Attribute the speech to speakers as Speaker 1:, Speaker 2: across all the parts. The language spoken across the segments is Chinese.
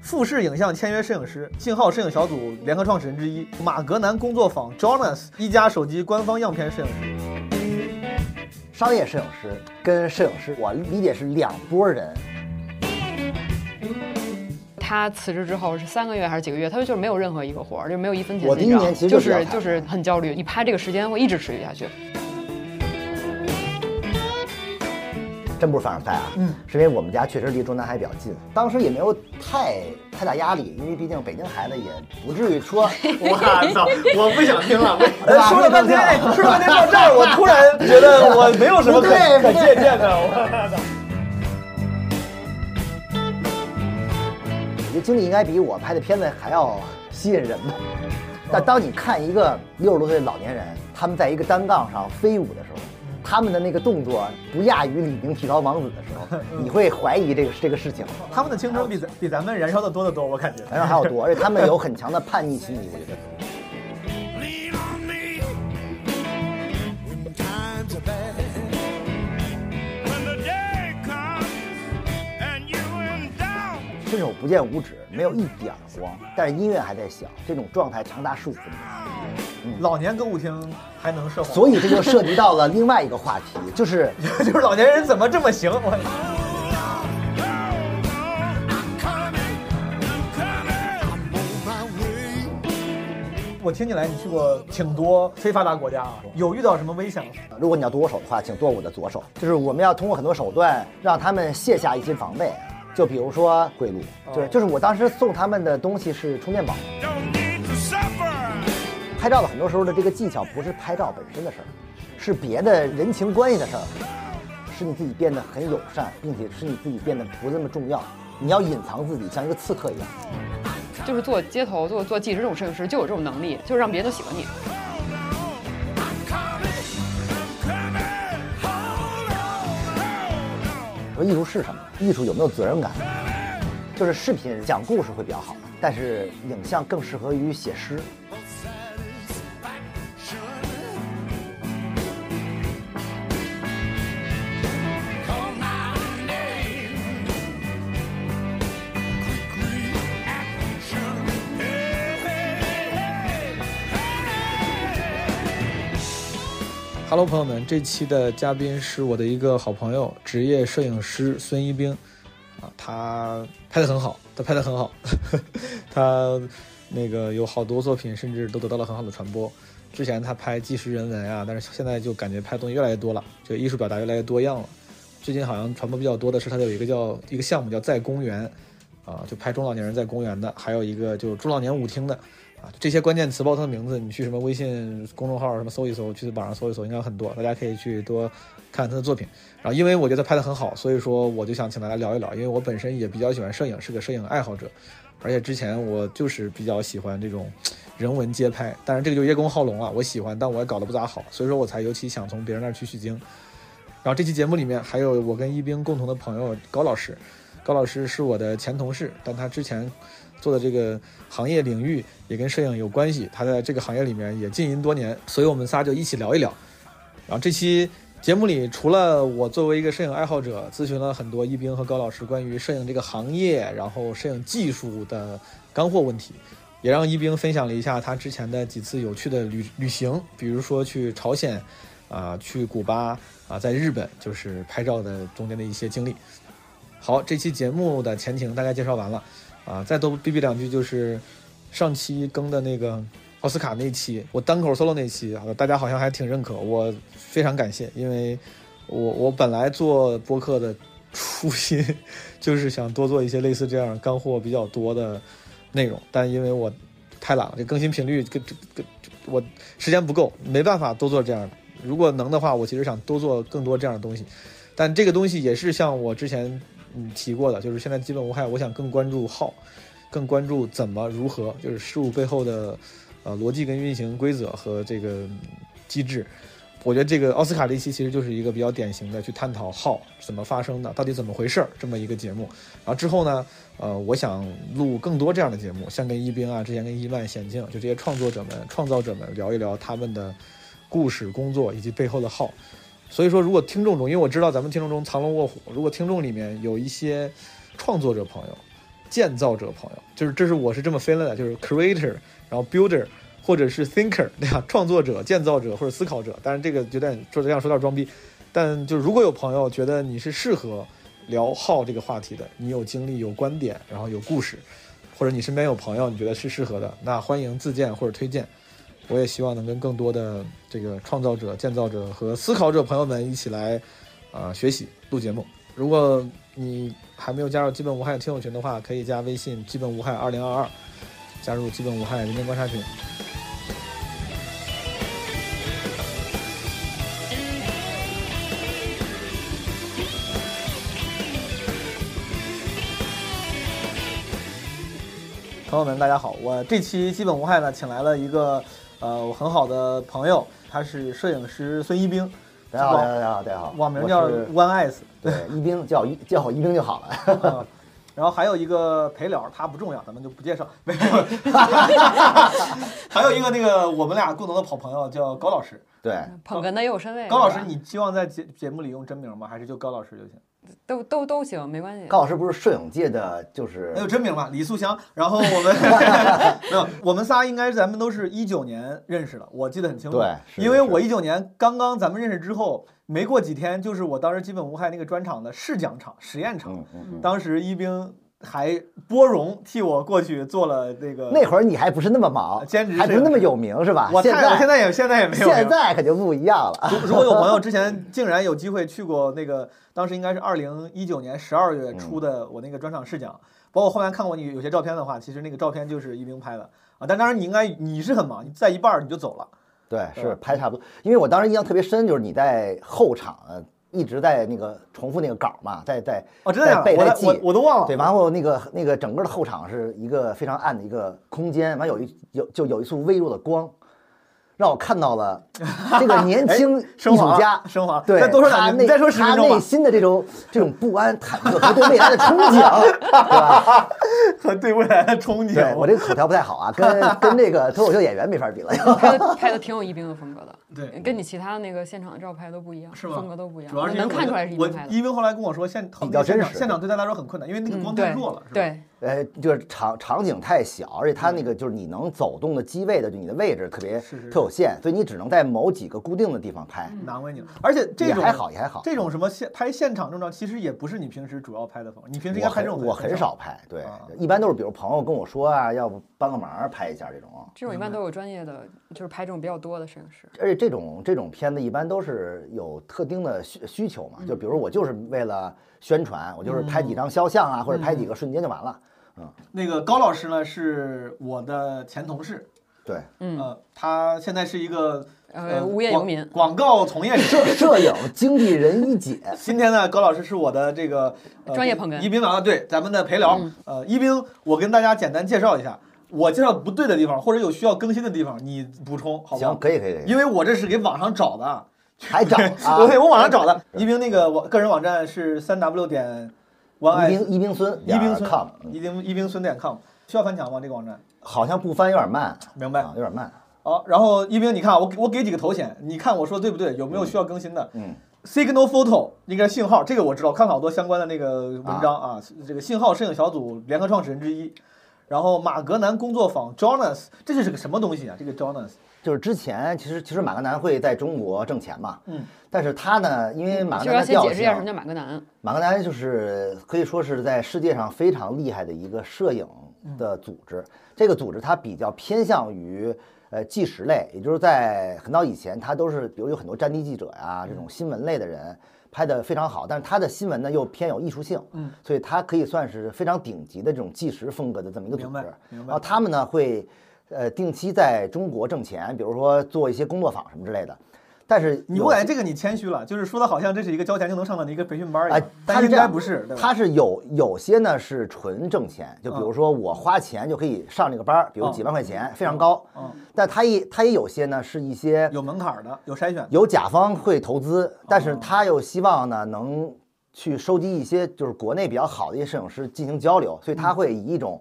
Speaker 1: 富士影像签约摄影师，信号摄影小组联合创始人之一，马格南工作坊 Jonas 一加手机官方样片摄影师。
Speaker 2: 商业摄影师跟摄影师，我理解是两拨人。
Speaker 3: 他辞职之后是三个月还是几个月？他就就是没有任何一个活儿，就没有一分钱
Speaker 2: 我
Speaker 3: 进
Speaker 2: 第一
Speaker 3: 账
Speaker 2: 年其实
Speaker 3: 就
Speaker 2: 就是
Speaker 3: 是
Speaker 2: 要
Speaker 3: 就是很焦虑。你拍这个时间会一直持续下去。
Speaker 2: 真不是凡尔赛啊，嗯，是因为我们家确实离中南海比较近，当时也没有太太大压力，因为毕竟北京孩子也不至于说，
Speaker 1: 我操！我不想听了。
Speaker 2: 哎
Speaker 1: 说了半天，哎说了半天到这儿，我突然觉得我没有什么可
Speaker 2: 不对
Speaker 1: 可
Speaker 2: 不对
Speaker 1: 借鉴的。我操！
Speaker 2: 我觉得经历应该比我拍的片子还要吸引人吧。但当你看一个六十多岁的老年人，他们在一个单杠上飞舞的时候，他们的那个动作不亚于李宁体操王子的时候，你会怀疑这个这个事情。
Speaker 1: 他们的青春比咱比咱们燃烧的多得多，我感觉。
Speaker 2: 然后还有多，而且他们有很强的叛逆心理，我觉得。
Speaker 4: Lean on me when times are bad. When the day comes and you in doubt,
Speaker 2: 伸手不见五指，没有一点儿光，但是音乐还在响，这种状态长达十五分钟，
Speaker 1: 老年歌舞厅还能涉黄，
Speaker 2: 所以这就涉及到了另外一个话题，就是
Speaker 1: 就是老年人怎么这么行？我
Speaker 4: Oh, hold on, hold on. I'm coming, oh, I'm coming. I'm on my way.
Speaker 1: 我听起来你去过挺多非发达国家啊，有遇到什么危险吗？
Speaker 2: 如果你要剁我手的话，请剁我的左手。就是我们要通过很多手段让他们卸下一些防备，就比如说贿赂，就是就是我当时送他们的东西是充电宝。
Speaker 4: Don't need to suffer.
Speaker 2: 拍照的很多时候的这个技巧不是拍照本身的事儿，是别的人情关系的事儿，是你自己变得很友善，并且是你自己变得不那么重要。你要隐藏自己，像一个刺客一样。
Speaker 3: 就是做街头、做做记者这种摄影师，就有这种能力，就是让别人都喜欢你。
Speaker 2: 说艺术是什么？艺术有没有责任感？就是视频讲故事会比较好，但是影像更适合于写诗。
Speaker 5: Hello，朋友们，这期的嘉宾是我的一个好朋友，职业摄影师孙一冰，啊，他拍的很好，他拍的很好， 他那个有好多作品，甚至都得到了很好的传播。之前他拍纪实人文啊，但是现在就感觉拍的东西越来越多了，这个艺术表达越来越多样了。最近好像传播比较多的是他的有一个叫一个项目叫在公园，啊，就拍中老年人在公园的，还有一个就中老年舞厅的，啊，这些关键词包括他的名字，你去什么微信公众号什么搜一搜，去网上搜一搜，应该有很多，大家可以去多看看他的作品。然后，因为我觉得他拍的很好，所以说我就想请大家聊一聊，因为我本身也比较喜欢摄影，是个摄影爱好者，而且之前我就是比较喜欢这种人文街拍，当然这个就叶公好龙啊，我喜欢，但我也搞得不咋好，所以说我才尤其想从别人那儿去取经。然后这期节目里面还有我跟一冰共同的朋友高老师，高老师是我的前同事，但他之前做的这个 行业领域也跟摄影有关系，他在这个行业里面也经营多年，所以我们仨就一起聊一聊。然后这期节目里，除了我作为一个摄影爱好者，咨询了很多一冰和高老师关于摄影这个行业，然后摄影技术的干货问题，也让一冰分享了一下他之前的几次有趣的旅旅行，比如说去朝鲜，啊、去古巴，啊，在日本，就是拍照的中间的一些经历。好，这期节目的前情大概介绍完了，啊，再多逼逼两句就是上期更的那个奥斯卡那期，我单口 solo 那期，啊大家好像还挺认可，我非常感谢，因为我我本来做播客的初心就是想多做一些类似这样干货比较多的内容，但因为我太懒了，这更新频率跟这跟我时间不够，没办法多做这样的。如果能的话，我其实想多做更多这样的东西，但这个东西也是像我之前嗯提过的，就是现在基本无害，我想更关注号，更关注怎么如何，就是事物背后的呃逻辑跟运行规则和这个嗯机制。我觉得这个奥斯卡这一期其实就是一个比较典型的去探讨号怎么发生的，到底怎么回事儿这么一个节目。然后之后呢，呃，我想录更多这样的节目，像跟一冰啊，之前跟伊曼、险境，就这些创作者们、创造者们聊一聊他们的故事、工作以及背后的号。所以说，如果听众中，因为我知道咱们听众中藏龙卧虎，如果听众里面有一些创作者朋友、建造者朋友，就是这是我是这么分类的，就是 creator，然后 builder，或者是 thinker，对吧？创作者、建造者或者思考者。当然，这个有点说这样说有点装逼，但就是如果有朋友觉得你是适合聊号这个话题的，你有经历、有观点，然后有故事，或者你身边有朋友你觉得是适合的，那欢迎自荐或者推荐。我也希望能跟更多的这个创造者、建造者和思考者朋友们一起来，啊、学习录节目。如果你还没有加入基本无害听友群的话，可以加微信“基本无害二零二二”，加入“基本无害人间观察群”。
Speaker 1: 朋友们，大家好！我这期基本无害呢，请来了一个呃我很好的朋友，他是摄影师孙一冰，
Speaker 2: 大家好，
Speaker 1: 网
Speaker 2: 大家好，大家好，
Speaker 1: 网名
Speaker 2: 我
Speaker 1: 叫
Speaker 2: 是
Speaker 1: One Eyes，
Speaker 2: 对一冰，叫我一叫我一冰就好了。
Speaker 1: 嗯然后还有一个陪聊，他不重要，咱们就不介绍。没有， 还有一个那个我们俩共同的好朋友叫高老师。
Speaker 2: 对，
Speaker 3: 捧哏的也有身位。
Speaker 1: 高老师，
Speaker 3: 是吧
Speaker 1: 你希望在节节目里用真名吗？还是就高老师就行？
Speaker 3: 都都都行，没关系。
Speaker 2: 高老师不是摄影界的，就是
Speaker 1: 那就哎真名吧，李素香。然后我们 没有，我们仨应该咱们都是一九年认识的，我记得很清楚。
Speaker 2: 对是
Speaker 1: 因为
Speaker 2: 是
Speaker 1: 我一九年刚刚咱们认识之后，没过几天就是我当时基本无害那个专场的试讲场、实验场，
Speaker 2: 嗯嗯嗯，
Speaker 1: 当时一冰还波荣替我过去做了那个
Speaker 2: 那会儿你还不是那么忙，
Speaker 1: 兼职
Speaker 2: 还不是那么有名是吧？
Speaker 1: 我
Speaker 2: 现
Speaker 1: 太我现
Speaker 2: 在
Speaker 1: 在也现在也没有。嗯
Speaker 2: 现在可就不一样了。
Speaker 1: 如如果有朋友之前竟然有机会去过那个，当时应该是二零一九年十二月
Speaker 2: 嗯
Speaker 1: 初的我那个专场试讲，包括后面看过你有些照片的话，其实那个照片就是一冰拍的啊。但当然你应该你是很忙，你在一半儿你就走了。
Speaker 2: 对，
Speaker 1: 对
Speaker 2: 是拍差不多。因为我当时印象特别深，就是你在后场呃一直在那个重复那个稿嘛，在在
Speaker 1: 哦，真的假的？
Speaker 2: 在背
Speaker 1: 我在
Speaker 2: 在记
Speaker 1: 我。我都忘了。
Speaker 2: 对，完后那个那个整个的后场是一个非常暗的一个空间，完有一有就有一束微弱的光，让我看 到了这个年轻艺
Speaker 1: 哎升
Speaker 2: 术
Speaker 1: 华
Speaker 2: 家，
Speaker 1: 升华。
Speaker 2: 对，
Speaker 1: 再多说两
Speaker 2: 他
Speaker 1: 句，
Speaker 2: 内
Speaker 1: 你再说十
Speaker 2: 他
Speaker 1: 分钟
Speaker 2: 内
Speaker 1: 吧。
Speaker 2: 心的这种这种不安、忐忑和对未来的憧憬， 对吧？
Speaker 1: 和对未来的憧憬。
Speaker 2: 对我这个口条不太好 啊，跟跟这个脱口秀演员没法比了。
Speaker 3: 拍的拍的挺有宜宾的风格的，
Speaker 1: 对
Speaker 3: 跟你其他那个现场的照拍都不一样，
Speaker 1: 是吗
Speaker 3: 风格都不一样，
Speaker 1: 主要是因为
Speaker 3: 能
Speaker 1: 我
Speaker 3: 看出来是宜
Speaker 1: 我
Speaker 3: 宾拍的。嗯
Speaker 1: 一冰后来跟我说，现
Speaker 2: 比较
Speaker 1: 现
Speaker 2: 真实
Speaker 1: 场现场对他来说很困难，因为那个光太
Speaker 3: 对
Speaker 1: 弱了。是吧，
Speaker 3: 对，
Speaker 2: 呃，就是场场景太小，而且它那个就是你能走动的机位的，就你的位置特别
Speaker 1: 是是
Speaker 2: 特有限，所以你只能在某几个固定的地方拍，
Speaker 1: 难为你了。而且这
Speaker 2: 也
Speaker 1: 种
Speaker 2: 还好也还好。
Speaker 1: 这种什么现拍现场这种，其实也不是你平时主要拍的风格，你平时应该
Speaker 2: 我
Speaker 1: 拍这
Speaker 2: 很
Speaker 1: 种
Speaker 2: 我很
Speaker 1: 少。
Speaker 2: 少拍，对
Speaker 1: 啊，
Speaker 2: 一般都是比如朋友跟我说啊，要不帮个忙拍一下这种。
Speaker 3: 这种一般都有专业的，就是拍这种比较多的摄影师。
Speaker 2: 而且这种这种片子一般都是有特定的需需求嘛，就比如我就是为了宣传，我就是拍几
Speaker 1: 嗯
Speaker 2: 张肖像啊，或者拍几个瞬间就完了。
Speaker 1: 那个高老师呢，是我的前同事，
Speaker 2: 对，
Speaker 3: 嗯，
Speaker 1: 呃，他现在是一个
Speaker 3: 呃，无业游民，
Speaker 1: 广广告从业者。
Speaker 2: 摄摄影经纪人 一姐，
Speaker 1: 今天呢，高老师是我的这个、呃
Speaker 3: 专业捧哏嗯
Speaker 1: 一冰啊，对，咱们的陪聊。呃，一冰，我跟大家简单介绍一下，我介绍不对的地方或者有需要更新的地方，你补充好
Speaker 2: 行，
Speaker 1: 吗？
Speaker 2: 可以可以可以，
Speaker 1: 因为我这是给网上找的，啊
Speaker 2: 还 找
Speaker 1: 我
Speaker 2: 啊，
Speaker 1: 我网上找的。一冰那个网个人网站是三 w 点 one
Speaker 2: 一冰一冰孙，
Speaker 1: 一冰
Speaker 2: 点
Speaker 1: 村
Speaker 2: com，嗯
Speaker 1: 一冰一冰村点 com 需要翻墙吗？这个网站？
Speaker 2: 好像不翻有点慢，
Speaker 1: 明白
Speaker 2: 啊，有点慢。
Speaker 1: 好，然后一冰，你看啊我给我给几个头衔，你看我说对不对？有没有需要更新的？
Speaker 2: 嗯
Speaker 1: ，Signal Photo 应该是信号，这个我知道，看了好多相关的那个文章啊。这个信号摄影小组联合创始人之一，然后马格南工作坊 Jonas，这是个什么东西啊？这个 Jonas
Speaker 2: 就是之前其实其实马格南会在中国挣钱嘛，
Speaker 1: 嗯，
Speaker 2: 但是他呢，因为马
Speaker 3: 就
Speaker 2: 格南
Speaker 3: 是要
Speaker 2: 的
Speaker 3: 先
Speaker 2: 调
Speaker 3: 解释一下什么
Speaker 2: 性，
Speaker 3: 叫马格南。
Speaker 2: 马格南就是可以说是在世界上非常厉害的一个摄影的组织。这个组织它比较偏向于呃纪实类，也就是在很早以前，它都是比如有很多战地记者呀、
Speaker 1: 嗯
Speaker 2: 这种新闻类的人拍的非常好，但是它的新闻呢又偏有艺术性，
Speaker 1: 嗯，
Speaker 2: 所以它可以算是非常顶级的这种纪实风格的这么一个组织。
Speaker 1: 明白明白
Speaker 2: 然后他们呢会呃定期在中国挣钱，比如说做一些工作坊什么之类的。但是
Speaker 1: 你
Speaker 2: 有
Speaker 1: 我感觉这个你谦虚了，就是说的好像这是一个交钱就能上的一个培训班一
Speaker 2: 哎
Speaker 1: 样，，
Speaker 2: 他
Speaker 1: 但应
Speaker 2: 这
Speaker 1: 该
Speaker 2: 样
Speaker 1: 不是，对吧？
Speaker 2: 他是有有些呢是纯挣钱，就比如说我花钱就可以上这个班儿，比如
Speaker 1: 嗯
Speaker 2: 几万块钱，非常高。
Speaker 1: 嗯，
Speaker 2: 但他也他也有些呢是一些
Speaker 1: 有门槛儿的，有筛选的。
Speaker 2: 有甲方会投资，但是
Speaker 1: 哦
Speaker 2: 他又希望呢能去收集一些就是国内比较好的一些摄影师进行交流，所以
Speaker 1: 嗯
Speaker 2: 他会以一种。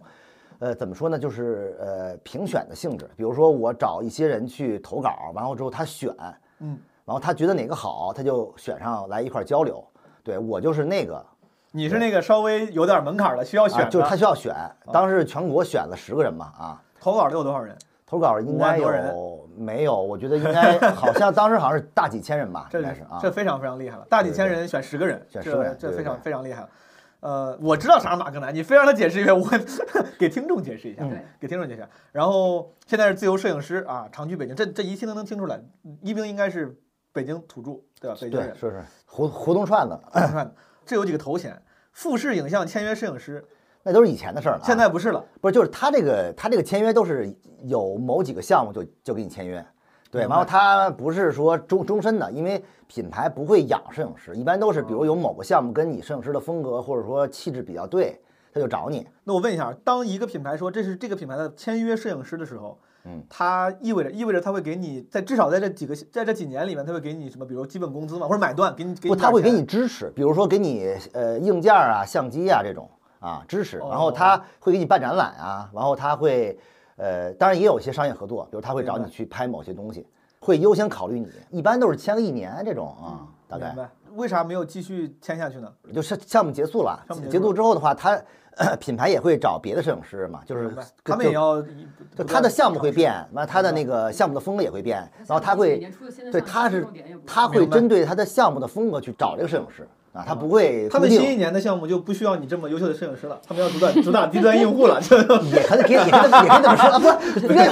Speaker 2: 呃，怎么说呢？就是呃，评选的性质。比如说，我找一些人去投稿，完后之后他选，
Speaker 1: 嗯，
Speaker 2: 然后他觉得哪个好，他就选上来一块儿交流。对我就是那个，
Speaker 1: 你是那个稍微有点门槛的，需要选
Speaker 2: 啊，
Speaker 1: 的，哦
Speaker 2: 就是他需要选。当时全国选了十个人嘛，啊，
Speaker 1: 投稿得有多少人？
Speaker 2: 投稿应
Speaker 1: 五万
Speaker 2: 该
Speaker 1: 多
Speaker 2: 有没有？我觉得应 该好像当时好像是大几千人吧，
Speaker 1: 这
Speaker 2: 应该是啊
Speaker 1: 这。非常非常厉害了，大几千人选十个人，
Speaker 2: 选10个人
Speaker 1: 这这
Speaker 2: 对
Speaker 1: 非常
Speaker 2: 对
Speaker 1: 非常厉害了。呃，我知道啥是马格南，你非让他解释一遍，我 给听众解释一下，
Speaker 3: 对
Speaker 1: 给听众解释一下。然后现在是自由摄影师啊，长居北京，这这一听都能听出来，一冰应该是北京土著，对吧？北京
Speaker 2: 对，
Speaker 1: 人，
Speaker 2: 是是胡胡同串子，
Speaker 1: 看看这有几个头衔：富士影像签约摄影师，
Speaker 2: 那都是以前的事儿了啊。
Speaker 1: 现在不是了。
Speaker 2: 不是，就是他这个他这个签约都是有某几个项目就就给你签约，对，
Speaker 1: 明
Speaker 2: 然
Speaker 1: 白
Speaker 2: 后他不是说终终身的，因为品牌不会养摄影师，一般都是比
Speaker 1: 哦
Speaker 2: 如有某个项目跟你摄影师的风格或者说气质比较对，他就找你。
Speaker 1: 那我问一下，当一个品牌说这是这个品牌的签约摄影师的时候，
Speaker 2: 嗯，
Speaker 1: 它意味着意味着他会给你在至少在这几个在这几年里面，他会给你什么，比如基本工资嘛，或者买断，给你给你
Speaker 2: 不，他会给
Speaker 1: 点
Speaker 2: 你
Speaker 1: 钱
Speaker 2: 支持，比如说给你呃硬件啊、相机啊这种啊支持，然后
Speaker 1: 哦
Speaker 2: 他会给你办展览啊，然后他会呃，当然也有一些商业合作，比如他会找
Speaker 1: 明
Speaker 2: 你
Speaker 1: 白
Speaker 2: 去拍某些东西，会优先考虑你，一般都是签个一年这种啊，大
Speaker 1: 嗯
Speaker 2: 概
Speaker 1: 明。白？为啥没有继续签下去呢？
Speaker 2: 就是项目结束了
Speaker 1: 项目，结
Speaker 2: 结
Speaker 1: 束
Speaker 2: 束
Speaker 1: 了
Speaker 2: 之后的话，他 品牌也会找别的摄影师嘛，就是
Speaker 1: 明白
Speaker 2: 就
Speaker 1: 他们也要
Speaker 2: 就他的项目会，变，完了他的那个项目的风格也会变，然后他会对他是他会
Speaker 1: 明白哦
Speaker 2: 针对他的项目的风格去找这个摄影师啊，他不会
Speaker 1: 他
Speaker 2: 固
Speaker 1: 们新一
Speaker 2: 定，
Speaker 1: 年的项目就不需要你这么优秀的摄影师了，他们要主打主打低端用户 了。 这
Speaker 2: 也可以可以也可以这么也可以这么说，啊不是别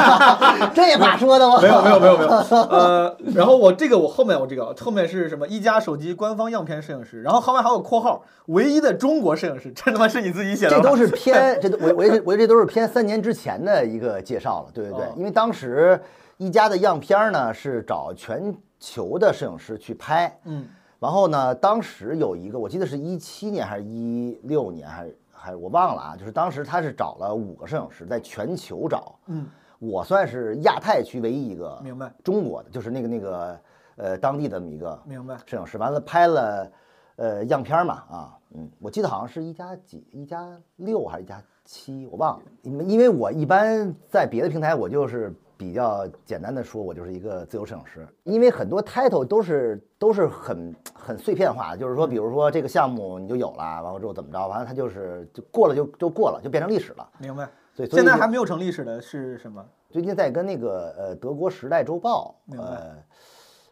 Speaker 2: 说这也怕说的吗？
Speaker 1: 没有没有没有没有，呃，然后我这个我后面我这个后面是什么？一加手机官方样片摄影师，然后后面还有括号，唯一的中国摄影师，这他妈是你自己写的
Speaker 2: 这
Speaker 1: 吗？
Speaker 2: 都是偏，这都我我这我这都是偏三年之前的一个介绍了，对对对，
Speaker 1: 哦
Speaker 2: 因为当时一加的样片儿呢是找全球的摄影师去拍，
Speaker 1: 嗯，
Speaker 2: 然后呢，当时有一个我记得是一七年还是一六年还是还是我忘了啊，就是当时他是找了五个摄影师在全球找，
Speaker 1: 嗯，
Speaker 2: 我算是亚太区唯一一个
Speaker 1: 明白
Speaker 2: 中国的，就是那个那个呃当地的那么一个
Speaker 1: 明白。
Speaker 2: 摄影师，完了拍了呃样片儿嘛啊，嗯，我记得好像是一加几一加六还是一加七，我忘了。因为因为我一般在别的平台，我就是比较简单的说，我就是一个自由摄影师，因为很多 title 都是都是很很碎片化的，就是说，比如说这个项目你就有了，完了之后怎么着，完了它就是就过了就就过了，就变成历史了。
Speaker 1: 明白。
Speaker 2: 所以所以
Speaker 1: 现在
Speaker 2: 就
Speaker 1: 还没有成历史的是什么？
Speaker 2: 最近在跟那个呃德国《时代周报》
Speaker 1: 明白
Speaker 2: 呃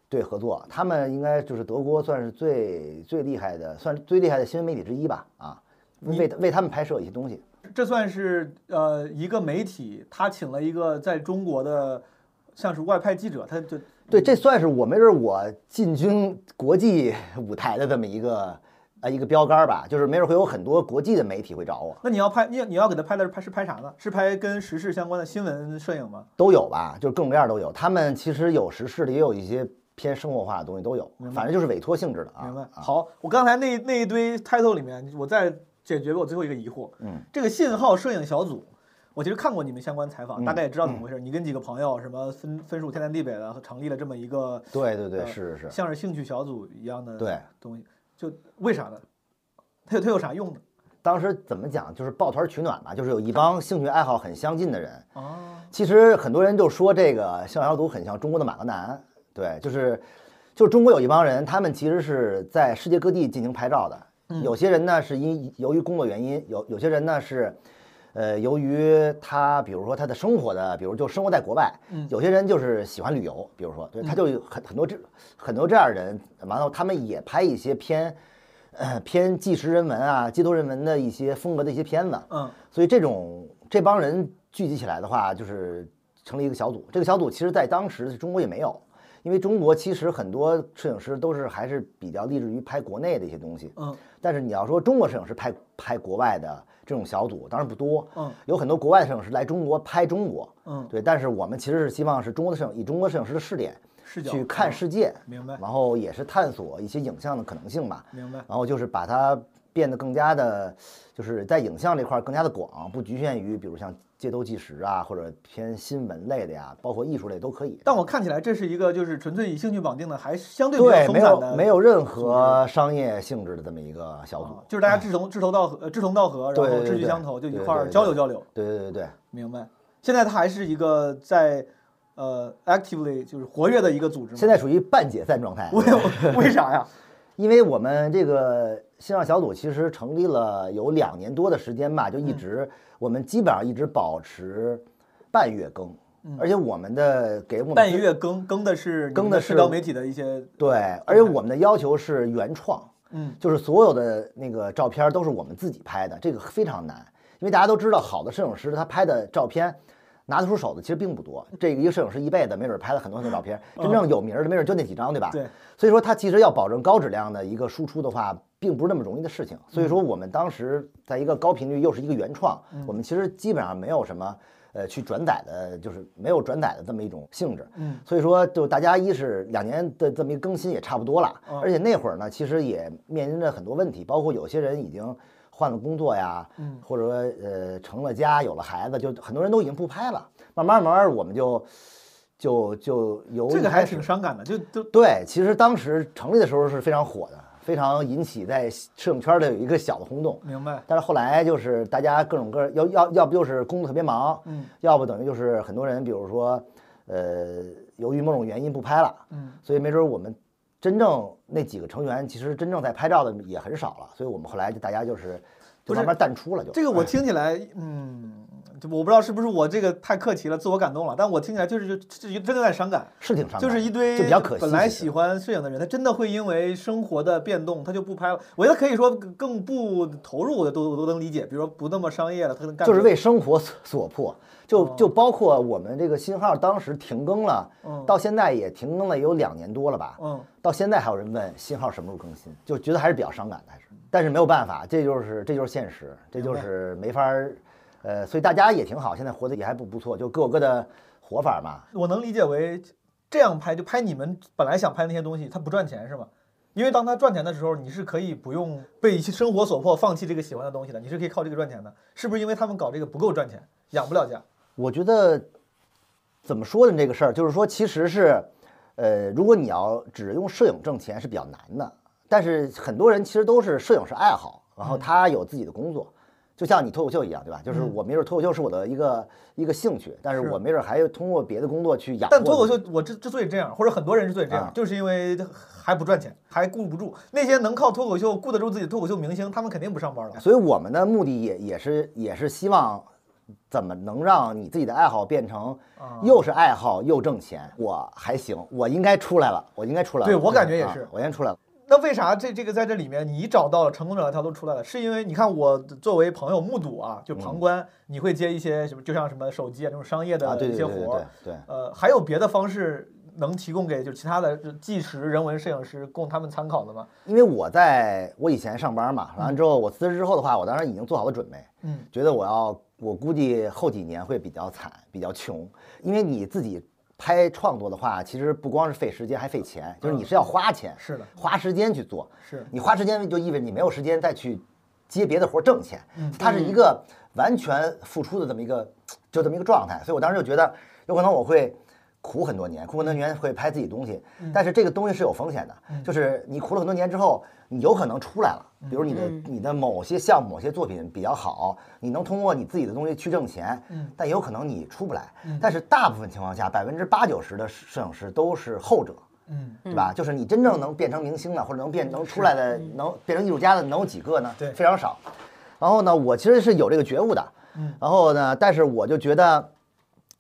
Speaker 2: 对合作，他们应该就是德国算是最最厉害的，算是最厉害的新闻媒体之一吧啊，
Speaker 1: 你
Speaker 2: 为为他们拍摄一些东西。
Speaker 1: 这算是呃一个媒体，他请了一个在中国的，像是外派记者，他就
Speaker 2: 对，这算是我没准儿我进军国际舞台的这么一个呃一个标杆儿吧，就是没准儿会有很多国际的媒体会找我，
Speaker 1: 那你要拍你你要给他拍的是拍是拍啥呢？是拍跟时事相关的新闻摄影吗？
Speaker 2: 都有吧，就是各种各样都有。他们其实有时事的，也有一些偏生活化的东西都有
Speaker 1: 明，白
Speaker 2: 反正就是委托性质的啊。
Speaker 1: 明白。
Speaker 2: 啊
Speaker 1: 好，我刚才那那一堆 title 里面，我再解决我最后一个疑惑。
Speaker 2: 嗯，
Speaker 1: 这个信号摄影小组，我其实看过你们相关采访，
Speaker 2: 嗯
Speaker 1: 大概也知道怎么回事。你跟几个朋友什么分分数天南地北的，成立了这么一个
Speaker 2: 对对对，
Speaker 1: 呃
Speaker 2: 是是是，
Speaker 1: 像是兴趣小组一样的
Speaker 2: 对。
Speaker 1: 东西，就为啥呢？它有它有啥用呢？
Speaker 2: 当时怎么讲，就是抱团取暖吧，就是有一帮兴趣爱好很相近的人。
Speaker 1: 哦，
Speaker 2: 其实很多人就说这个逍遥族很像中国的马格南，对，就是就是中国有一帮人，他们其实是在世界各地进行拍照的。
Speaker 1: 嗯
Speaker 2: 有些人呢是因由于工作原因，有有些人呢是，呃，由于他比如说他的生活的，比如就生活在国外，
Speaker 1: 嗯
Speaker 2: 有些人就是喜欢旅游，比如说，对，他就有很很多这很多这样的人，完了他们也拍一些偏。呃， 偏纪实人文啊，街头人文的一些风格的一些片子，
Speaker 1: 嗯，
Speaker 2: 所以这种这帮人聚集起来的话，就是成立一个小组。这个小组其实在当时中国也没有，因为中国其实很多摄影师都是还是比较立志于拍国内的一些东西。
Speaker 1: 嗯，
Speaker 2: 但是你要说中国摄影师拍拍国外的这种小组，当然不多。
Speaker 1: 嗯，
Speaker 2: 有很多国外的摄影师来中国拍中国。
Speaker 1: 嗯
Speaker 2: 对。但是我们其实是希望是中国的摄影，以中国摄影师的视点
Speaker 1: 视角嗯
Speaker 2: 去看世界，
Speaker 1: 明白
Speaker 2: 然后也是探索一些影像的可能性吧。
Speaker 1: 明白。
Speaker 2: 然后就是把它变得更加的，就是在影像这块儿更加的广，不局限于比如像街头纪实啊，或者偏新闻类的呀，包括艺术类都可以。
Speaker 1: 但我看起来这是一个就是纯粹以兴趣绑定的，还相对比较
Speaker 2: 对
Speaker 1: 松
Speaker 2: 没
Speaker 1: 散的，
Speaker 2: 有没有任何商业性质的这么一个小组
Speaker 1: 啊，，就是大家志同志同道合，呃志同道合，然
Speaker 2: 嗯对
Speaker 1: 后
Speaker 2: 对
Speaker 1: 志趣
Speaker 2: 对
Speaker 1: 相投，就一
Speaker 2: 对
Speaker 1: 块
Speaker 2: 对
Speaker 1: 儿
Speaker 2: 对
Speaker 1: 交流交流。
Speaker 2: 对对对对，
Speaker 1: 明白。现在它还是一个在呃 actively 就是活跃的一个组织吗？
Speaker 2: 现在属于半解散状态。
Speaker 1: 为为啥呀？
Speaker 2: 因为我们这个线上小组其实成立了有两年多的时间吧，就
Speaker 1: 嗯
Speaker 2: 一直、我们基本上一直保持半月更，而且我们的给我
Speaker 1: 嗯
Speaker 2: 们
Speaker 1: 半月更更的是你
Speaker 2: 更
Speaker 1: 们
Speaker 2: 的
Speaker 1: 社交
Speaker 2: 是
Speaker 1: 媒体的一些
Speaker 2: 对，而且我们的要求是原创，
Speaker 1: 嗯
Speaker 2: 就是所有的那个照片都是我们自己拍的，这个非常难，因为大家都知道，好的摄影师他拍的照片拿得出手的其实并不多。这个一个摄影师一辈子没准拍了很多很多照片，真正有名儿的没准就那几张，对吧？
Speaker 1: 嗯对。
Speaker 2: 所以说他其实要保证高质量的一个输出的话，并不是那么容易的事情。所以说
Speaker 1: 嗯
Speaker 2: 我们当时在一个高频率又是一个原创，我们其实基本上没有什么。呃，去转载的，就是没有转载的这么一种性质，
Speaker 1: 嗯，
Speaker 2: 所以说就大家一是两年的这么一个更新也差不多了，
Speaker 1: 嗯
Speaker 2: 而且那会儿呢，其实也面临着很多问题，包括有些人已经换了工作呀，
Speaker 1: 嗯
Speaker 2: 或者说呃成了家有了孩子，就很多人都已经不拍了。慢慢慢慢，我们就就就由
Speaker 1: 这
Speaker 2: 一
Speaker 1: 个还
Speaker 2: 开
Speaker 1: 挺
Speaker 2: 始
Speaker 1: 伤感的，就就
Speaker 2: 对，其实当时成立的时候是非常火的，非常引起在摄影圈的有一个小的轰动。
Speaker 1: 明白。
Speaker 2: 但是后来就是大家各种各要要要不就是工作特别忙，
Speaker 1: 嗯
Speaker 2: 要不等于就是很多人，比如说，呃，由于某种原因不拍了，
Speaker 1: 嗯，
Speaker 2: 所以没准我们真正那几个成员其实真正在拍照的也很少了，所以我们后来就大家就是
Speaker 1: 不
Speaker 2: 就是慢慢淡出了就，哎
Speaker 1: 这个我听起来，嗯，就我不知道是不是我这个太客气了，自我感动了，但我听起来就是就就真的在伤感。
Speaker 2: 是挺伤感的，
Speaker 1: 就是一堆
Speaker 2: 就比较可惜。
Speaker 1: 本来
Speaker 2: 其实
Speaker 1: 喜欢摄影的人，他真的会因为生活的变动，他就不拍了。我觉得可以说更不投入，我都我都能理解。比如说不那么商业了，他能干
Speaker 2: 就是
Speaker 1: 别
Speaker 2: 为生活所所迫，就
Speaker 1: 哦
Speaker 2: 就包括我们这个信号当时停更了，
Speaker 1: 嗯
Speaker 2: 到现在也停更了有两年多了吧，
Speaker 1: 嗯
Speaker 2: 到现在还有人问信号什么时候更新，就觉得还是比较伤感的，还是，但是没有办法，这就是这就是现实，这就是没法儿，呃，所以大家也挺好，现在活得也还不不错，就各有各的活法嘛，
Speaker 1: 我能理解为这样拍，就拍你们本来想拍那些东西，它不赚钱是吗？因为当它赚钱的时候，你是可以不用被生活所迫放弃这个喜欢的东西的，你是可以靠这个赚钱的，是不是？因为他们搞这个不够赚钱，养不了家。
Speaker 2: 我觉得怎么说呢？这个事儿就是说，其实是，呃，如果你要只用摄影挣钱是比较难的。但是很多人其实都是摄影是爱好，然
Speaker 1: 嗯
Speaker 2: 后他有自己的工作，就像你脱口秀一样，对吧？就是我没准脱口秀是我的一个一个兴趣，但是
Speaker 1: 是
Speaker 2: 我没准还要通过别的工作去养活
Speaker 1: 但
Speaker 2: 自己。
Speaker 1: 脱口秀我之之所以这样，或者很多人之所以这样，
Speaker 2: 啊
Speaker 1: 就是因为还不赚钱，还顾不住。那些能靠脱口秀顾得住自己的脱口秀明星，他们肯定不上班了。
Speaker 2: 所以我们的目的也也是也是希望，怎么能让你自己的爱好变成
Speaker 1: 啊
Speaker 2: 又是爱好又挣钱？我还行，我应该出来了，我应该出来了。
Speaker 1: 对我感觉也
Speaker 2: 啊
Speaker 1: 是
Speaker 2: 我先出来了。
Speaker 1: 那为啥这这个在这里面你找到了成功者两条都出来了？是因为你看我作为朋友目睹啊，就旁观，你会接一些什么，就像什么手机啊这种商业
Speaker 2: 啊，
Speaker 1: 的
Speaker 2: 对
Speaker 1: 一
Speaker 2: 对
Speaker 1: 些
Speaker 2: 对
Speaker 1: 活
Speaker 2: 对
Speaker 1: 儿。
Speaker 2: 对对，
Speaker 1: 呃，还有别的方式能提供给就其他的就纪实人文摄影师供他们参考的吗？
Speaker 2: 因为我在我以前上班嘛，完了之后我辞职之后的话，我当时已经做好了准备，
Speaker 1: 嗯，
Speaker 2: 觉得我要我估计后几年会比较惨，比较穷，因为你自己拍创作的话，其实不光是费时间，还费钱，就是你是要花钱，
Speaker 1: 嗯是的
Speaker 2: 花时间去做，
Speaker 1: 是
Speaker 2: 你花时间就意味着你没有时间再去接别的活儿挣钱，它是一个完全付出的这么一个就这么一个状态，所以我当时就觉得有可能我会。苦很多年，苦很多年会拍自己东西，但是这个东西是有风险的，就是你苦了很多年之后，你有可能出来了，比如你的、你的某些项目、某些作品比较好，你能通过你自己的东西去挣钱，但有可能你出不来。但是大部分情况下，百分之八九十的摄影师都是后者，
Speaker 1: 嗯，
Speaker 2: 对吧？就是你真正能变成明星的，或者能变能出来的，能变成艺术家的，能有几个呢？
Speaker 1: 对
Speaker 2: 非常少。然后呢，我其实是有这个觉悟的，
Speaker 1: 嗯，
Speaker 2: 然后呢，但是我就觉得，